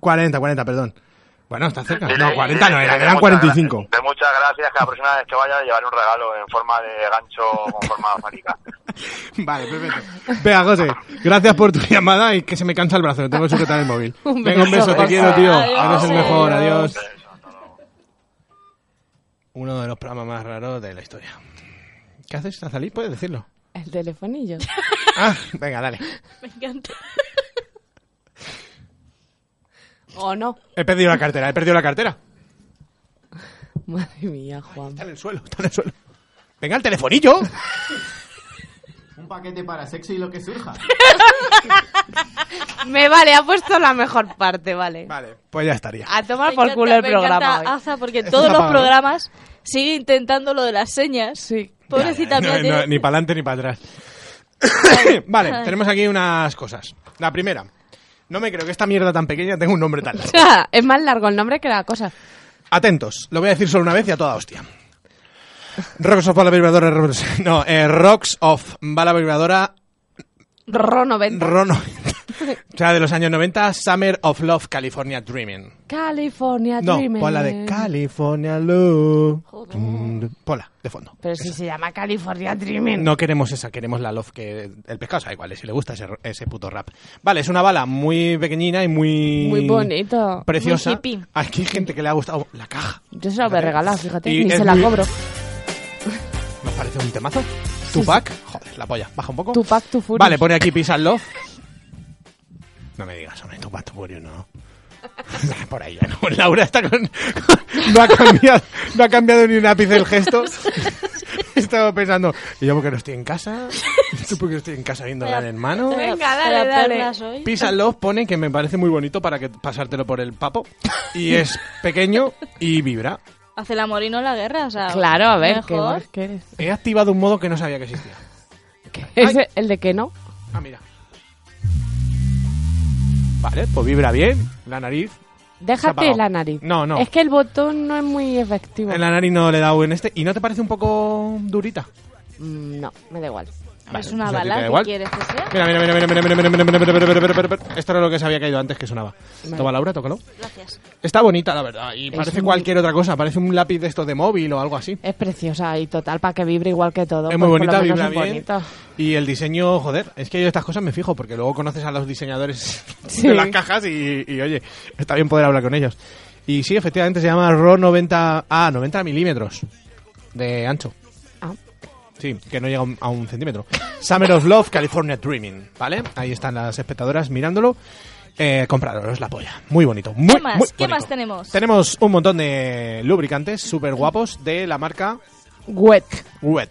Speaker 5: 40, 40, perdón. Bueno, está cerca.
Speaker 12: Dile-
Speaker 5: No, 40 no
Speaker 12: dile
Speaker 5: era,
Speaker 12: que
Speaker 5: eran
Speaker 12: muchas
Speaker 5: 45.
Speaker 12: gra- De muchas gracias, que la próxima vez que vaya llevaré un regalo en forma de gancho con forma fálica.
Speaker 5: Vale, perfecto. Venga, José, gracias por tu llamada y que se me cansa el brazo, lo tengo que sujetar el móvil.
Speaker 12: Un
Speaker 5: Venga, un
Speaker 12: beso,
Speaker 5: beso, te
Speaker 12: José.
Speaker 5: quiero, tío.
Speaker 12: Adiós.
Speaker 5: Eres el mejor, adiós.
Speaker 12: Adiós.
Speaker 5: Uno de los programas más raros de la historia. ¿Qué haces, Nazalí? Puedes decirlo.
Speaker 8: El telefonillo.
Speaker 5: Ah, venga, dale.
Speaker 9: Me encanta.
Speaker 8: ¿O no?
Speaker 5: He perdido la cartera, he perdido la cartera.
Speaker 8: Madre mía, Juan.
Speaker 5: Está en el suelo, está en el suelo. Venga, el telefonillo.
Speaker 10: Un paquete para sexo y lo que surja.
Speaker 8: Me vale, ha puesto la mejor parte, vale.
Speaker 5: Vale. Pues ya estaría.
Speaker 8: A tomar
Speaker 9: Me
Speaker 8: por
Speaker 9: encanta-
Speaker 8: culo el
Speaker 9: me
Speaker 8: programa.
Speaker 9: encanta Aza porque
Speaker 8: Esto
Speaker 9: todos
Speaker 8: está
Speaker 9: los
Speaker 8: pagado.
Speaker 9: programas sigue intentando lo de las señas. Pobrecita
Speaker 5: No,
Speaker 9: mía.
Speaker 5: no,
Speaker 9: tiene-
Speaker 5: ni para adelante ni para atrás. vale,
Speaker 9: Ay.
Speaker 5: tenemos aquí unas cosas. La primera, no me creo que esta mierda tan pequeña tenga un nombre tan
Speaker 8: O
Speaker 5: largo.
Speaker 8: sea, es más largo el nombre que la cosa.
Speaker 5: Atentos, lo voy a decir solo una vez y a toda hostia. Rocks of Bala Vibradora. Rocks- No, eh, Rocks of Bala Vibradora.
Speaker 8: Ro 90.
Speaker 5: Ro 90. O sea, de los años 90, Summer of Love, California Dreaming.
Speaker 8: California
Speaker 5: No,
Speaker 8: Dreaming.
Speaker 5: pon la de California Love. Mm, Ponla, de fondo.
Speaker 8: Pero si se llama California Dreaming.
Speaker 5: No queremos esa, queremos la love que el pescado sabe cuál es, si le gusta ese, ese puto rap. Vale, es una bala muy pequeñina y muy...
Speaker 8: Muy bonito.
Speaker 5: Mm, Preciosa.
Speaker 8: Muy hippie.
Speaker 5: Aquí hay gente que le ha gustado la caja.
Speaker 8: Yo se la voy a regalar, fíjate.
Speaker 5: Y
Speaker 8: Ni
Speaker 5: es
Speaker 8: se la
Speaker 5: muy-
Speaker 8: cobro.
Speaker 5: Nos parece un temazo. Tupac. Joder, la polla. Baja un poco.
Speaker 8: Tupac, tu furio.
Speaker 5: Vale, pone aquí Peace and Love. No me digas, hombre, Tupac, tu furio, no. Por ahí ya no. Laura está con... no, ha cambiado, no ha cambiado ni un ápice el gesto. Estaba pensando, ¿y yo porque no estoy en casa? ¿Yo porque estoy en casa viendo Gran Hermano?
Speaker 8: Venga, dale,
Speaker 9: Para
Speaker 8: dale.
Speaker 9: perlas hoy.
Speaker 5: Peace and Love pone que me parece muy bonito para que pasártelo por el papo. Y es pequeño y vibra.
Speaker 9: Hace el amor y no la guerra, o sea.
Speaker 8: Claro, a ver, qué
Speaker 9: mejor.
Speaker 8: guay que eres.
Speaker 5: He activado un modo que no sabía que existía.
Speaker 8: Es el de que no.
Speaker 5: Ah, mira. Vale, pues vibra bien la nariz. Se ha
Speaker 8: Déjate
Speaker 5: apagado.
Speaker 8: la nariz.
Speaker 5: No, no.
Speaker 8: Es que el botón no es muy efectivo.
Speaker 5: En la nariz no le he dado en este. ¿Y no te parece un poco durita?
Speaker 8: Mm, No, me da igual.
Speaker 5: Vale,
Speaker 9: es una
Speaker 5: pues a ti te
Speaker 9: bala
Speaker 5: da
Speaker 9: que
Speaker 5: igual.
Speaker 9: quieres que sea.
Speaker 5: Mira, mira, mira, mira, mira, mira, mira, mira, mira, mira, mira, mira, mira, mira. Esto era lo que se había caído antes que sonaba.
Speaker 9: Vale.
Speaker 5: Toma, Laura, tócalo.
Speaker 9: Gracias.
Speaker 5: Está bonita, la verdad. Y
Speaker 8: Es
Speaker 5: parece
Speaker 8: muy-
Speaker 5: cualquier otra cosa. Parece un lápiz de estos de móvil o algo así.
Speaker 8: Es preciosa y total, para que vibre igual que todo.
Speaker 5: Es
Speaker 8: pues
Speaker 5: muy
Speaker 8: por lo
Speaker 5: bonita,
Speaker 8: menos
Speaker 5: vibra
Speaker 8: es
Speaker 5: bien.
Speaker 8: bonito.
Speaker 5: Y el diseño, joder, es que yo estas cosas me fijo porque luego conoces a los diseñadores
Speaker 8: Sí.
Speaker 5: de las cajas y, y, oye, está bien poder hablar con ellos. Y sí, efectivamente se llama RO 90, ah, 90 milímetros de ancho.
Speaker 8: Ah.
Speaker 5: Sí, que no llega a un- a un centímetro. Summer of Love, California Dreaming, ¿vale? Ahí están las espectadoras mirándolo. Eh, comprarlo, es la polla. Muy bonito. Muy,
Speaker 9: ¿Qué más?
Speaker 5: muy
Speaker 9: ¿Qué
Speaker 5: bonito.
Speaker 9: más tenemos?
Speaker 5: Tenemos un montón de lubricantes súper guapos de la marca
Speaker 8: Wet.
Speaker 5: Wet.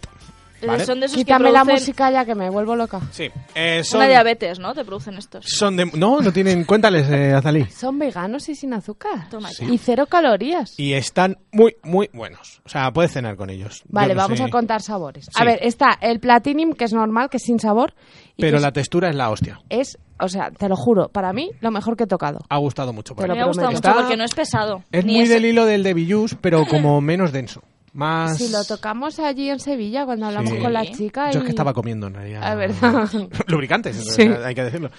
Speaker 5: ¿vale?
Speaker 9: Eh, Son de esos
Speaker 8: Quítame
Speaker 9: que
Speaker 8: la
Speaker 9: producen
Speaker 8: música ya que me vuelvo loca.
Speaker 5: Sí. Eh, son-
Speaker 9: Una diabetes, ¿no? Te producen estos.
Speaker 5: Son de... No, no tienen... Cuéntales, eh, Azalí.
Speaker 8: Son veganos y sin azúcar.
Speaker 9: Toma ya.
Speaker 5: Sí.
Speaker 8: Y cero calorías.
Speaker 5: Y están muy, muy buenos. O sea, puedes cenar con ellos.
Speaker 8: Vale,
Speaker 5: Yo no
Speaker 8: vamos
Speaker 5: sé.
Speaker 8: a contar sabores.
Speaker 5: Sí.
Speaker 8: A ver, está el platinum, que es normal, que es sin sabor. y
Speaker 5: Pero
Speaker 8: que
Speaker 5: la textura es la hostia.
Speaker 8: es, es, o sea, te lo juro, para mí, lo mejor que he tocado.
Speaker 5: Ha gustado mucho. por
Speaker 8: Te lo
Speaker 5: ahí.
Speaker 9: Me ha gustado
Speaker 5: Está-
Speaker 9: mucho porque no es pesado.
Speaker 5: Es
Speaker 9: ni
Speaker 5: muy
Speaker 9: es-
Speaker 5: del hilo del de Billus, pero como menos denso. Más...
Speaker 8: Si lo tocamos allí en Sevilla, cuando hablamos
Speaker 5: Ah, Sí.
Speaker 8: con la chica.
Speaker 5: Yo
Speaker 8: y-
Speaker 5: es que estaba comiendo, en realidad.
Speaker 8: Ah, verdad.
Speaker 5: Lubricantes,
Speaker 8: Sí.
Speaker 5: hay que decirlo.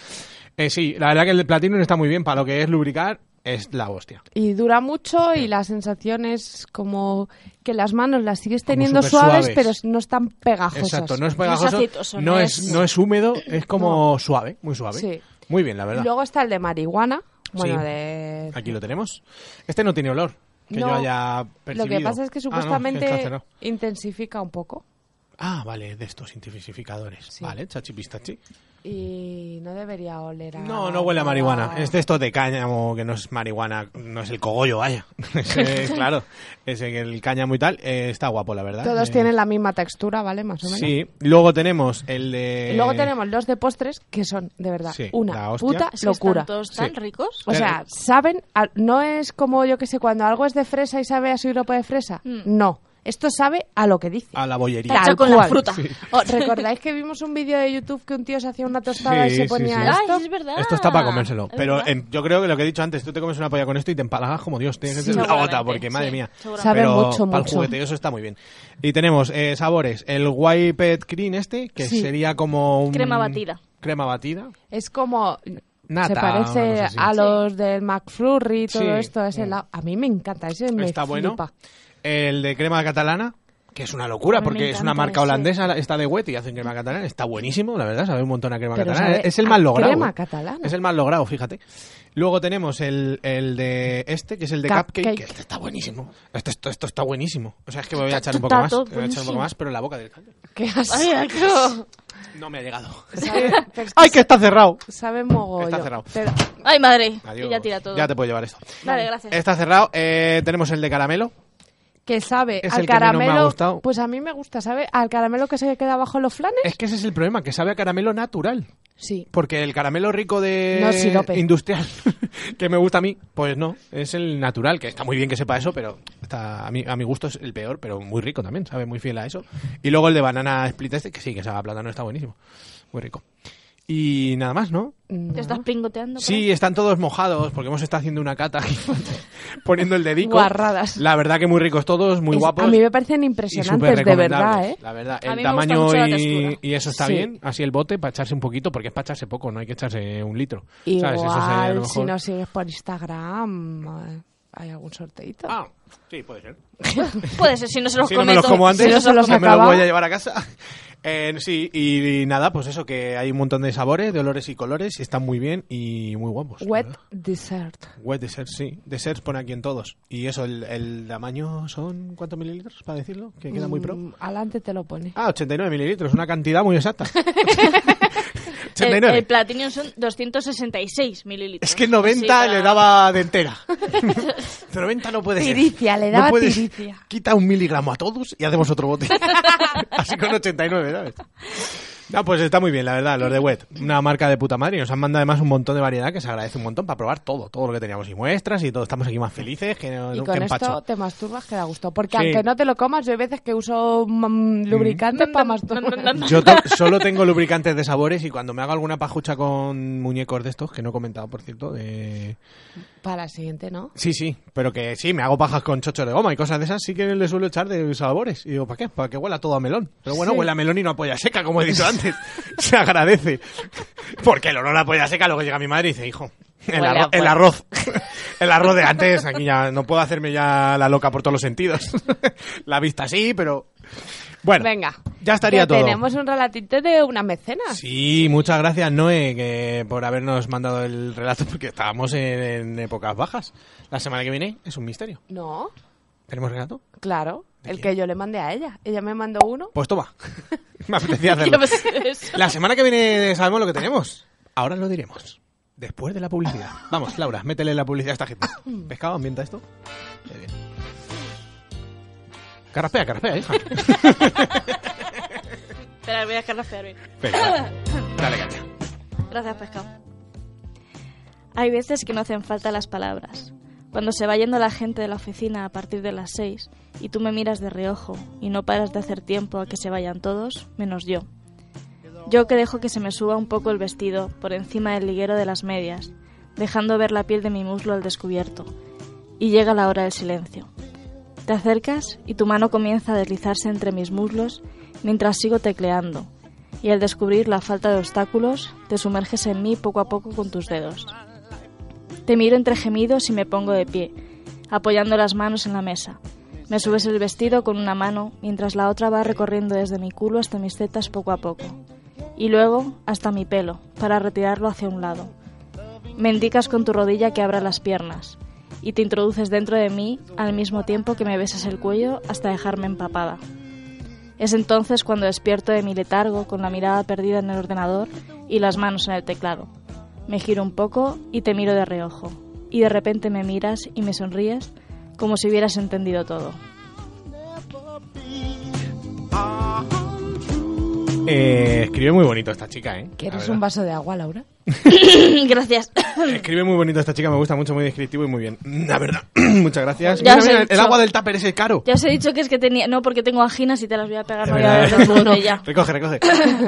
Speaker 5: Eh, sí, la verdad que el Platinum está muy bien. Para lo que es lubricar, es la hostia.
Speaker 8: Y dura mucho y la sensación es como que las manos las sigues teniendo
Speaker 5: súper
Speaker 8: suaves,
Speaker 5: suaves.
Speaker 8: pero no están pegajosas.
Speaker 5: Exacto, no es
Speaker 9: No es
Speaker 5: pegajoso,
Speaker 9: aceitoso,
Speaker 5: no,
Speaker 9: no
Speaker 5: es,
Speaker 9: es-
Speaker 5: no es húmedo, es como suave, muy suave.
Speaker 8: Sí.
Speaker 5: Muy bien, la verdad.
Speaker 8: Y Luego está el de marihuana. Bueno,
Speaker 5: Sí.
Speaker 8: de...
Speaker 5: Aquí lo tenemos. Este no tiene olor. Que
Speaker 8: No,
Speaker 5: yo haya percibido.
Speaker 8: Lo que pasa es que
Speaker 5: Ah, no,
Speaker 8: supuestamente
Speaker 5: está cerrado.
Speaker 8: intensifica un poco.
Speaker 5: Ah, vale, de estos intensificadores. Vale, chachipistachi.
Speaker 8: Y no debería oler a...
Speaker 5: No, no huele a marihuana. Este Es de estos de cáñamo, que no es marihuana, no es el cogollo, vaya. Ese, claro, es el cáñamo y tal. eh, está guapo, la verdad.
Speaker 8: Todos
Speaker 5: Eh,
Speaker 8: tienen la misma textura, ¿vale? Más o menos.
Speaker 5: Sí, luego tenemos el de.
Speaker 8: Y Luego tenemos los de postres que son, de verdad,
Speaker 5: Sí, la
Speaker 8: una
Speaker 5: hostia. Eh,
Speaker 8: puta
Speaker 5: Es que están
Speaker 8: locura.
Speaker 9: todos tan Sí. ricos.
Speaker 8: O sea, saben, a- no es como yo que sé, cuando algo es de fresa y sabe a su hiropo de fresa. No, esto sabe a lo que dice.
Speaker 5: A la bollería.
Speaker 8: Tal cual.
Speaker 5: Sí.
Speaker 9: Oh,
Speaker 8: ¿Os ¿Recordáis que vimos un vídeo de YouTube que un tío se hacía una tostada y
Speaker 5: Sí,
Speaker 8: se
Speaker 5: sí,
Speaker 8: ponía
Speaker 5: sí.
Speaker 8: esto?
Speaker 9: es verdad.
Speaker 5: Esto está para comérselo.
Speaker 9: Es
Speaker 5: Pero
Speaker 9: verdad.
Speaker 5: em, yo creo que lo que he dicho antes, tú te comes una polla con esto y te empalagas como Dios. Tienes que
Speaker 9: Sí,
Speaker 5: tener una
Speaker 9: seguramente,
Speaker 5: gota, porque madre
Speaker 9: sí,
Speaker 5: mía.
Speaker 9: seguramente. Sabe
Speaker 5: Pero
Speaker 9: mucho,
Speaker 5: Para el
Speaker 9: mucho.
Speaker 5: jugueteo eso está muy bien. Y tenemos eh, sabores. El White Pet Cream este, que
Speaker 8: Sí.
Speaker 5: sería como un...
Speaker 9: Crema batida.
Speaker 5: Crema batida.
Speaker 8: Es como
Speaker 5: Nata,
Speaker 8: Se parece
Speaker 5: una cosa así.
Speaker 8: a los del McFlurry, todo
Speaker 5: Sí, Mm.
Speaker 8: esto, ese lado. A mí me encanta, ese me
Speaker 5: Está bueno.
Speaker 8: flipa.
Speaker 5: El de crema catalana, que es una locura,
Speaker 8: A mí me
Speaker 5: porque es una
Speaker 8: encanta
Speaker 5: marca
Speaker 8: ese.
Speaker 5: holandesa, la- está de wet y hacen crema catalana. Está buenísimo, la verdad, sabe un montón a crema
Speaker 8: Pero
Speaker 5: catalana.
Speaker 8: sabe
Speaker 5: Es el
Speaker 8: a
Speaker 5: más logrado.
Speaker 8: crema
Speaker 5: ¿eh?
Speaker 8: catalana.
Speaker 5: Es el más logrado, fíjate. Luego tenemos el, el de este, que es el de cupcake.
Speaker 8: Cupcake.
Speaker 5: que este está buenísimo. Este- esto, esto está buenísimo. O sea, es que voy a echar un
Speaker 8: está
Speaker 5: poco más.
Speaker 8: todo
Speaker 5: voy a echar un poco
Speaker 8: buenísimo.
Speaker 5: más, pero en la boca del caldo.
Speaker 8: Qué asco.
Speaker 5: pues, No me ha llegado.
Speaker 8: Sabe- pero es
Speaker 5: ¡Ay, que está cerrado!
Speaker 8: pues Sabe mogollón.
Speaker 5: Está cerrado.
Speaker 8: Pero-
Speaker 9: Ay, madre.
Speaker 5: Adiós.
Speaker 9: Y ya tira todo.
Speaker 5: Ya te puedo llevar esto.
Speaker 9: Vale, gracias.
Speaker 5: Está cerrado. Eh, tenemos el de caramelo.
Speaker 8: que sabe
Speaker 5: Es
Speaker 8: al
Speaker 5: el que menos me ha
Speaker 8: caramelo.
Speaker 5: gustado. Eh.
Speaker 8: Pues a mí me gusta, ¿sabe? Al caramelo que se queda bajo los flanes.
Speaker 5: Es que ese es el problema, que sabe a caramelo natural.
Speaker 8: Sí.
Speaker 5: Porque el caramelo rico de
Speaker 8: No, sirope.
Speaker 5: industrial que me gusta a mí, pues no, es el natural, que está muy bien que sepa eso, pero está, a, mi, a mi gusto es el peor, pero muy rico también, sabe muy fiel a eso. Y luego el de banana split este, que sí, que sabe a plátano, está buenísimo, muy rico. Y nada más, ¿no?
Speaker 8: Mm,
Speaker 9: Te estás pingoteando. por ahí?
Speaker 5: Sí, están todos mojados porque hemos estado haciendo una cata poniendo el dedico.
Speaker 8: Guarradas.
Speaker 5: La verdad que muy ricos todos, muy
Speaker 8: Es-
Speaker 5: guapos.
Speaker 8: A mí me parecen
Speaker 5: y
Speaker 8: impresionantes, de
Speaker 5: superrecomendables,
Speaker 8: verdad, ¿eh?
Speaker 5: La verdad,
Speaker 8: A mí
Speaker 5: el
Speaker 8: me gusta
Speaker 5: tamaño
Speaker 8: mucho la
Speaker 5: y,
Speaker 8: textura.
Speaker 5: y eso está
Speaker 8: Sí.
Speaker 5: bien, así el bote para echarse un poquito, porque es para echarse poco, no hay que echarse un litro.
Speaker 8: Igual,
Speaker 5: ¿sabes? Eso sería lo
Speaker 8: si
Speaker 5: mejor.
Speaker 8: nos sigues por Instagram, eh, hay algún sorteito.
Speaker 5: Ah, sí, puede ser.
Speaker 9: Puede ser, si no se los
Speaker 5: si
Speaker 9: come
Speaker 5: no me los
Speaker 9: todo.
Speaker 5: como antes,
Speaker 9: Si no se los
Speaker 5: que me los
Speaker 9: acaba.
Speaker 5: voy a llevar a casa. Eh, sí, y, y nada, pues eso, que hay un montón de sabores, de olores y colores, y están muy bien y muy guapos. la
Speaker 8: Wet
Speaker 5: verdad.
Speaker 8: dessert.
Speaker 5: Wet desserts, sí. Desserts pone aquí en todos. Y eso, el, el tamaño son cuántos mililitros, para decirlo, que queda muy pro.
Speaker 8: Mm, Adelante te lo pone.
Speaker 5: Ah, 89 mililitros, una cantidad muy exacta.
Speaker 9: El,
Speaker 5: 89.
Speaker 9: el Platinum son 266 mililitros.
Speaker 5: Es que 90 le daba de entera. 90 no puede ser.
Speaker 9: Tiricia, le
Speaker 5: No
Speaker 9: daba
Speaker 5: puedes-
Speaker 9: tiricia.
Speaker 5: Quita un miligramo a todos y hacemos otro bote. Así con 89, ¿sabes? No, pues está muy bien, la verdad, los de Wet. Una marca de puta madre. Y nos han mandado además un montón de variedad que se agradece un montón para probar todo, todo lo que teníamos y muestras y todo. Estamos aquí más felices que, no-
Speaker 8: Y
Speaker 5: que
Speaker 8: con
Speaker 5: empacho.
Speaker 8: esto te masturbas que da gusto. Porque
Speaker 5: Sí.
Speaker 8: aunque no te lo comas, yo hay veces que uso mm, lubricantes para masturbar.
Speaker 5: Yo to- solo tengo lubricantes de sabores y cuando me hago alguna pajucha con muñecos de estos, que no he comentado, por cierto, de...
Speaker 8: Para la siguiente, ¿no?
Speaker 5: Sí, sí, pero que sí, me hago pajas con chocho de goma y cosas de esas, sí que le suelo echar de sabores. Y digo, ¿para qué? Para que huela todo a melón. Pero bueno,
Speaker 8: Sí.
Speaker 5: huele a melón y no a polla seca, como he dicho antes. Se agradece. Porque el olor a polla seca luego llega mi madre y dice, hijo, el,
Speaker 3: Huele a
Speaker 5: arro- el
Speaker 3: polla".
Speaker 5: arroz. El arroz de antes, aquí ya no puedo hacerme ya la loca por todos los sentidos. La vista sí, pero... Bueno,
Speaker 8: Venga.
Speaker 5: ya estaría
Speaker 8: Que
Speaker 5: todo.
Speaker 8: Tenemos un relatito de una mecena.
Speaker 5: Sí, muchas gracias, Noé, que por habernos mandado el relato, porque estábamos en, en épocas bajas. La semana que viene es un misterio.
Speaker 8: No,
Speaker 5: ¿Tenemos relato?
Speaker 8: claro. El que yo le mandé a ella. Ella me mandó uno.
Speaker 5: Pues toma. Me apetecía hacerlo. La semana que viene sabemos lo que tenemos. Ahora lo diremos. Después de la publicidad. Vamos, Laura, métele la publicidad a esta gente. ¿Pescado ambienta esto? Muy bien. Carraspea, carraspea, hija.
Speaker 9: Espera, voy a dejarla esperar bien.
Speaker 5: Venga. Dale, caña.
Speaker 9: Gracias, pescado. Hay veces que no hacen falta las palabras. Cuando se va yendo la gente de la oficina a partir de las seis y tú me miras de reojo y no paras de hacer tiempo a que se vayan todos, menos yo. Yo que dejo que se me suba un poco el vestido por encima del liguero de las medias, dejando ver la piel de mi muslo al descubierto. Y llega la hora del silencio. Te acercas y tu mano comienza a deslizarse entre mis muslos mientras sigo tecleando, y al descubrir la falta de obstáculos, te sumerges en mí poco a poco con tus dedos. Te miro entre gemidos y me pongo de pie, apoyando las manos en la mesa. Me subes el vestido con una mano mientras la otra va recorriendo desde mi culo hasta mis tetas poco a poco, y luego hasta mi pelo, para retirarlo hacia un lado. Me indicas con tu rodilla que abra las piernas, y te introduces dentro de mí al mismo tiempo que me besas el cuello hasta dejarme empapada. Es entonces cuando despierto de mi letargo con la mirada perdida en el ordenador y las manos en el teclado. Me giro un poco y te miro de reojo. Y de repente me miras y me sonríes como si hubieras entendido todo.
Speaker 5: Eh, escribe muy bonito esta chica, ¿eh?
Speaker 8: ¿Quieres
Speaker 5: La
Speaker 8: un
Speaker 5: verdad.
Speaker 8: vaso de agua, Laura?
Speaker 9: Gracias.
Speaker 5: Escribe muy bonito esta chica, me gusta mucho, muy descriptivo y muy bien. La verdad, muchas gracias.
Speaker 9: Ya
Speaker 5: Mira,
Speaker 9: os he
Speaker 5: mira, el
Speaker 9: dicho.
Speaker 5: agua del tupper ese es caro.
Speaker 9: Ya os he dicho que es que tenía... No, porque tengo anginas y te las voy a pegar. No voy a
Speaker 5: ¿verdad?
Speaker 9: ver los botes ya.
Speaker 5: Recoge, recoge.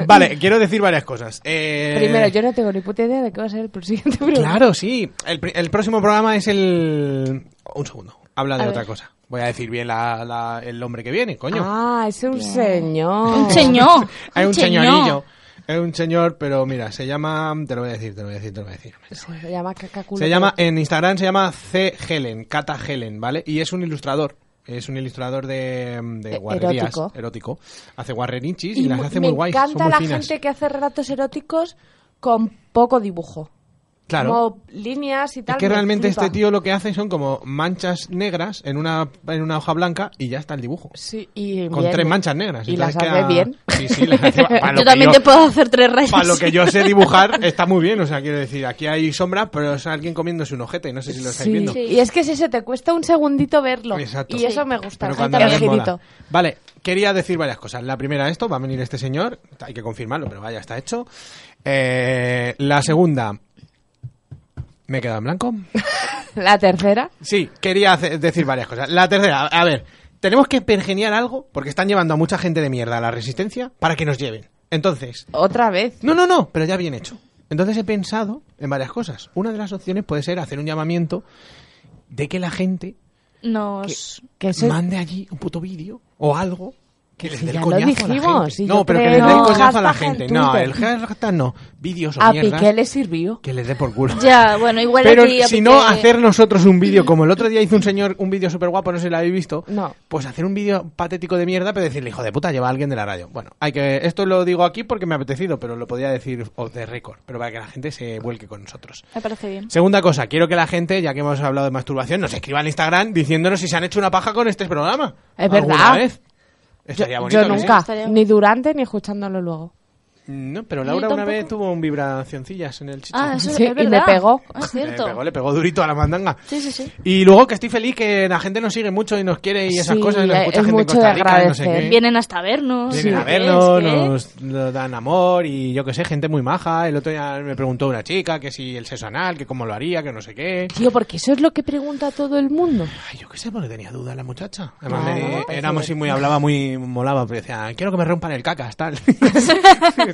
Speaker 5: Vale, quiero decir varias cosas. Eh,
Speaker 8: Primero, yo no tengo ni puta idea de qué va a ser el siguiente programa.
Speaker 5: Claro, sí. El, pri- el próximo programa es el... Un segundo. Habla de
Speaker 8: A
Speaker 5: otra
Speaker 8: ver.
Speaker 5: cosa. Voy a decir bien la- la- el hombre que viene, coño.
Speaker 8: Ah, es un señor.
Speaker 9: Un señor.
Speaker 5: Hay un señorillo. Es un señor, pero mira, se llama. Te lo voy a decir, te lo voy a decir, te lo voy a decir.
Speaker 8: Se llama Cacaculo.
Speaker 5: Se llama, en Instagram se llama C. Helen, Cata Helen, ¿vale? Y es un ilustrador. Es un ilustrador de, de
Speaker 8: Eh,
Speaker 5: guarrerías.
Speaker 8: erótico.
Speaker 5: Hace guarrerinchis y, las hace
Speaker 8: me
Speaker 5: muy guays.
Speaker 8: encanta
Speaker 5: son muy
Speaker 8: la
Speaker 5: finas.
Speaker 8: gente que hace relatos eróticos con poco dibujo.
Speaker 5: Claro.
Speaker 8: Como líneas y
Speaker 5: Es
Speaker 8: tal.
Speaker 5: que
Speaker 8: me
Speaker 5: realmente
Speaker 8: flipa.
Speaker 5: este tío lo que hace son como manchas negras en una, en una hoja blanca y ya está el dibujo.
Speaker 8: Sí, y
Speaker 5: Con
Speaker 8: bien. ¿eh?
Speaker 5: tres manchas negras.
Speaker 8: Y las
Speaker 5: Entonces
Speaker 8: hace bien.
Speaker 5: Sí, sí, las hace. para lo
Speaker 9: yo
Speaker 5: que
Speaker 9: también
Speaker 5: yo-
Speaker 9: te puedo hacer tres rayas.
Speaker 5: Para lo que yo sé dibujar está muy bien, o sea, quiero decir, aquí hay sombra, pero es alguien comiéndose un ojete, no sé si lo estáis
Speaker 8: Sí.
Speaker 5: viendo.
Speaker 8: Sí. Y es que es eso, te cuesta un segundito verlo.
Speaker 5: Exacto.
Speaker 8: Y eso me gusta.
Speaker 5: Pero
Speaker 8: el
Speaker 5: cuando
Speaker 8: gesto
Speaker 5: ves, mola.
Speaker 8: ligerito.
Speaker 5: Vale, quería decir varias cosas. La primera, esto, va a venir este señor, hay que confirmarlo, pero vaya, está hecho. Eh, la segunda, me he quedado en blanco.
Speaker 8: La tercera.
Speaker 5: Sí, quería hace- decir varias cosas. La tercera, a ver, tenemos que pergeniar algo porque están llevando a mucha gente de mierda a la resistencia para que nos lleven. Entonces.
Speaker 8: ¿Otra vez?
Speaker 5: No, no, no, pero ya bien hecho. Entonces he pensado en varias cosas. Una de las opciones puede ser hacer un llamamiento de que la gente
Speaker 9: Nos...
Speaker 8: Que
Speaker 5: se- mande allí un puto vídeo o algo que les
Speaker 8: Si
Speaker 5: dé el
Speaker 8: ya lo
Speaker 5: coñazo a la
Speaker 8: dijimos,
Speaker 5: gente.
Speaker 8: si
Speaker 5: no,
Speaker 8: yo
Speaker 5: pero que
Speaker 8: creo-
Speaker 5: les dé el
Speaker 8: No,
Speaker 5: coñazo a la
Speaker 8: hashtag en
Speaker 5: gente. No,
Speaker 8: Twitter.
Speaker 5: el hashtag no. Vídeos o
Speaker 8: A
Speaker 5: mierdas
Speaker 8: Piqué le sirvió.
Speaker 5: que les dé por culo.
Speaker 9: Ya, bueno, igual
Speaker 5: Pero
Speaker 9: aquí a
Speaker 5: si
Speaker 9: Piqué-
Speaker 5: no, hacer nosotros un vídeo, como el otro día hizo un señor un vídeo súper guapo, no sé si lo habéis visto,
Speaker 8: No.
Speaker 5: pues hacer un vídeo patético de mierda, pero decirle, hijo de puta, lleva a alguien de la radio. Bueno, hay que esto lo digo aquí porque me ha apetecido, pero lo podía decir off the record, pero para que la gente se vuelque con nosotros.
Speaker 9: Me parece bien.
Speaker 5: Segunda cosa, quiero que la gente, ya que hemos hablado de masturbación, nos escriba en Instagram diciéndonos si se han hecho una paja con este programa.
Speaker 8: Es
Speaker 5: ¿Alguna
Speaker 8: verdad.
Speaker 5: vez? Estaría bonito. ¿eh?
Speaker 8: yo
Speaker 5: ¿no?
Speaker 8: nunca. Ni durante ni escuchándolo luego.
Speaker 5: No, pero
Speaker 8: Yo
Speaker 5: Laura una
Speaker 8: tampoco.
Speaker 5: vez tuvo un vibracioncillas en el chicho.
Speaker 9: Ah, eso
Speaker 8: Sí,
Speaker 9: es
Speaker 8: y me
Speaker 9: verdad.
Speaker 8: pegó.
Speaker 9: Ah, Es cierto.
Speaker 5: Le pegó, le pegó durito a la mandanga.
Speaker 9: Sí, sí, sí.
Speaker 5: Y luego que estoy feliz que la gente nos sigue mucho y nos quiere y esas
Speaker 8: Sí,
Speaker 5: cosas. y Nos
Speaker 8: es
Speaker 5: escucha gente
Speaker 8: mucho
Speaker 5: en Costa
Speaker 8: de
Speaker 5: Rica, y no sé
Speaker 8: agradecer.
Speaker 5: qué.
Speaker 9: Vienen hasta vernos.
Speaker 5: Vienen a
Speaker 9: ¿ves?
Speaker 5: vernos,
Speaker 9: ¿Qué?
Speaker 5: nos nos dan amor y yo que sé, gente muy maja. El otro día me preguntó una chica que si el sexo anal, que cómo lo haría, que no sé qué.
Speaker 8: Tío, porque eso es lo que pregunta todo el mundo.
Speaker 5: Ay, yo qué sé, porque tenía dudas la muchacha. Además,
Speaker 8: Claro,
Speaker 5: me-
Speaker 8: me parece
Speaker 5: éramos y
Speaker 8: bien.
Speaker 5: muy, hablaba muy, molaba, pero decía, quiero que me rompan el cacas, tal.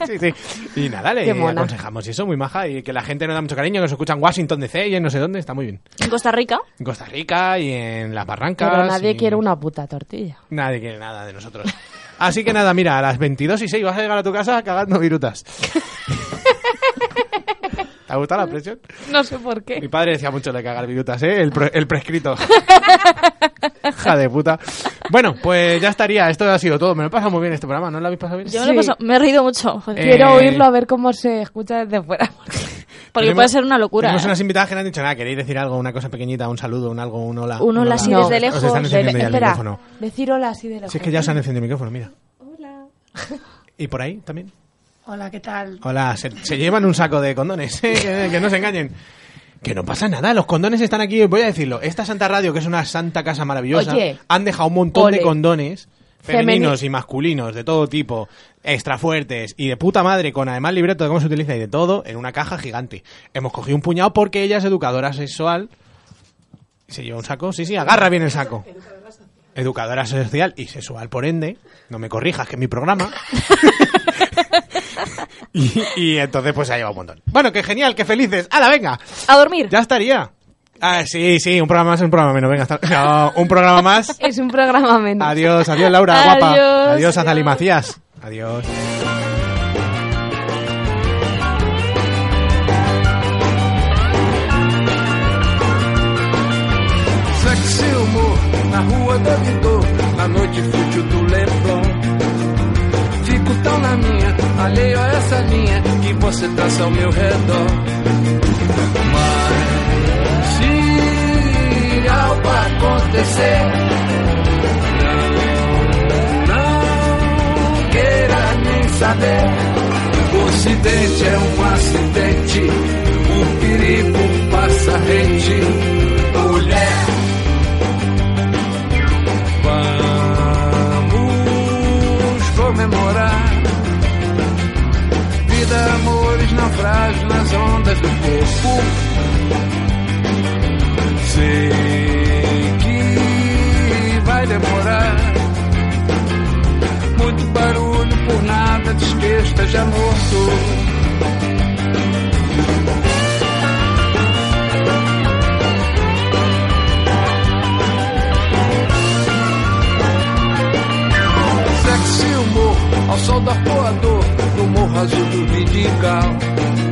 Speaker 5: Sí, sí. Y nada, le
Speaker 8: Qué mona.
Speaker 5: aconsejamos eso, muy maja, y que la gente nos da mucho cariño, que nos escuchan en Washington DC y en no sé dónde, está muy bien.
Speaker 9: En Costa Rica.
Speaker 5: En Costa Rica y en las barrancas.
Speaker 8: Pero nadie
Speaker 5: y-
Speaker 8: quiere una puta tortilla.
Speaker 5: Nadie quiere nada de nosotros. Así que nada, mira, a las 22 y 6 vas a llegar a tu casa cagando virutas. ¿Te ha gustado la presión?
Speaker 8: No sé por
Speaker 5: Mi
Speaker 8: qué.
Speaker 5: padre decía mucho de cagar virutas, ¿eh? El, pre- el prescrito. Hija de puta. Bueno, pues ya estaría. Esto ha sido todo. Me lo he pasado muy bien este programa. ¿No lo habéis pasado bien?
Speaker 9: Yo me, lo he
Speaker 8: Sí.
Speaker 9: pasado- me he reído mucho. joder.
Speaker 5: Eh,
Speaker 8: Quiero oírlo a ver cómo se escucha desde fuera.
Speaker 9: porque
Speaker 5: tenemos-
Speaker 9: puede ser una locura.
Speaker 5: pues Tenemos
Speaker 9: ¿eh?
Speaker 5: unas invitadas que no han dicho nada. ¿Queréis decir algo? Una cosa pequeñita, un saludo, un algo, un hola.
Speaker 9: Un hola
Speaker 5: Os-
Speaker 9: así
Speaker 8: No.
Speaker 9: desde
Speaker 5: Os
Speaker 9: lejos.
Speaker 5: están
Speaker 9: de-
Speaker 5: encendiendo ya el
Speaker 8: Espera,
Speaker 5: micrófono.
Speaker 8: decir hola así de lejos.
Speaker 5: Si es que ya se han encendido el micrófono, mira.
Speaker 8: Hola.
Speaker 5: ¿Y por ahí también?
Speaker 8: Hola, ¿qué tal?
Speaker 5: Hola, se, se llevan un saco de condones, ¿eh? que, que no se engañen. Que no pasa nada, los condones están aquí, voy a decirlo. Esta Santa Radio, que es una santa casa maravillosa,
Speaker 8: Oye.
Speaker 5: han dejado un montón de
Speaker 8: Ole.
Speaker 5: condones
Speaker 8: Femeni-
Speaker 5: femeninos y masculinos de todo tipo, extra fuertes y de puta madre, con además libreto de cómo se utiliza y de todo, en una caja gigante. Hemos cogido un puñado porque ella es educadora sexual. Se lleva un saco, sí, sí, agarra bien el saco. Educadora social y sexual, por ende, no me corrijas, que es mi programa. Y, y entonces pues se ha llevado un montón. Bueno, que genial, que felices. ¡Hala, venga!
Speaker 9: A dormir.
Speaker 5: Ya estaría. Ah, sí, sí, un programa más, un programa menos. Venga, hasta... no, un programa más.
Speaker 8: Es un programa menos.
Speaker 5: Adiós, adiós Laura, guapa.
Speaker 9: Adiós,
Speaker 5: Adiós, Azali
Speaker 9: adiós.
Speaker 5: Macías. Adiós.
Speaker 14: Sexy humor na rua da Vitor, na noite fútil do Leblon. Fico tão na minha, alheio a essa linha que você traça ao meu redor. Mas se algo acontecer, não, não queira nem saber. O ocidente é um acidente, o perigo passa rente, mulher. Vamos comemorar. Vida, amores, naufrágios nas ondas do corpo. Sei que vai demorar. Muito barulho por nada, desquesta já morto. Sexy humor, ao sol do arpoador, no morro relógio do vidigal.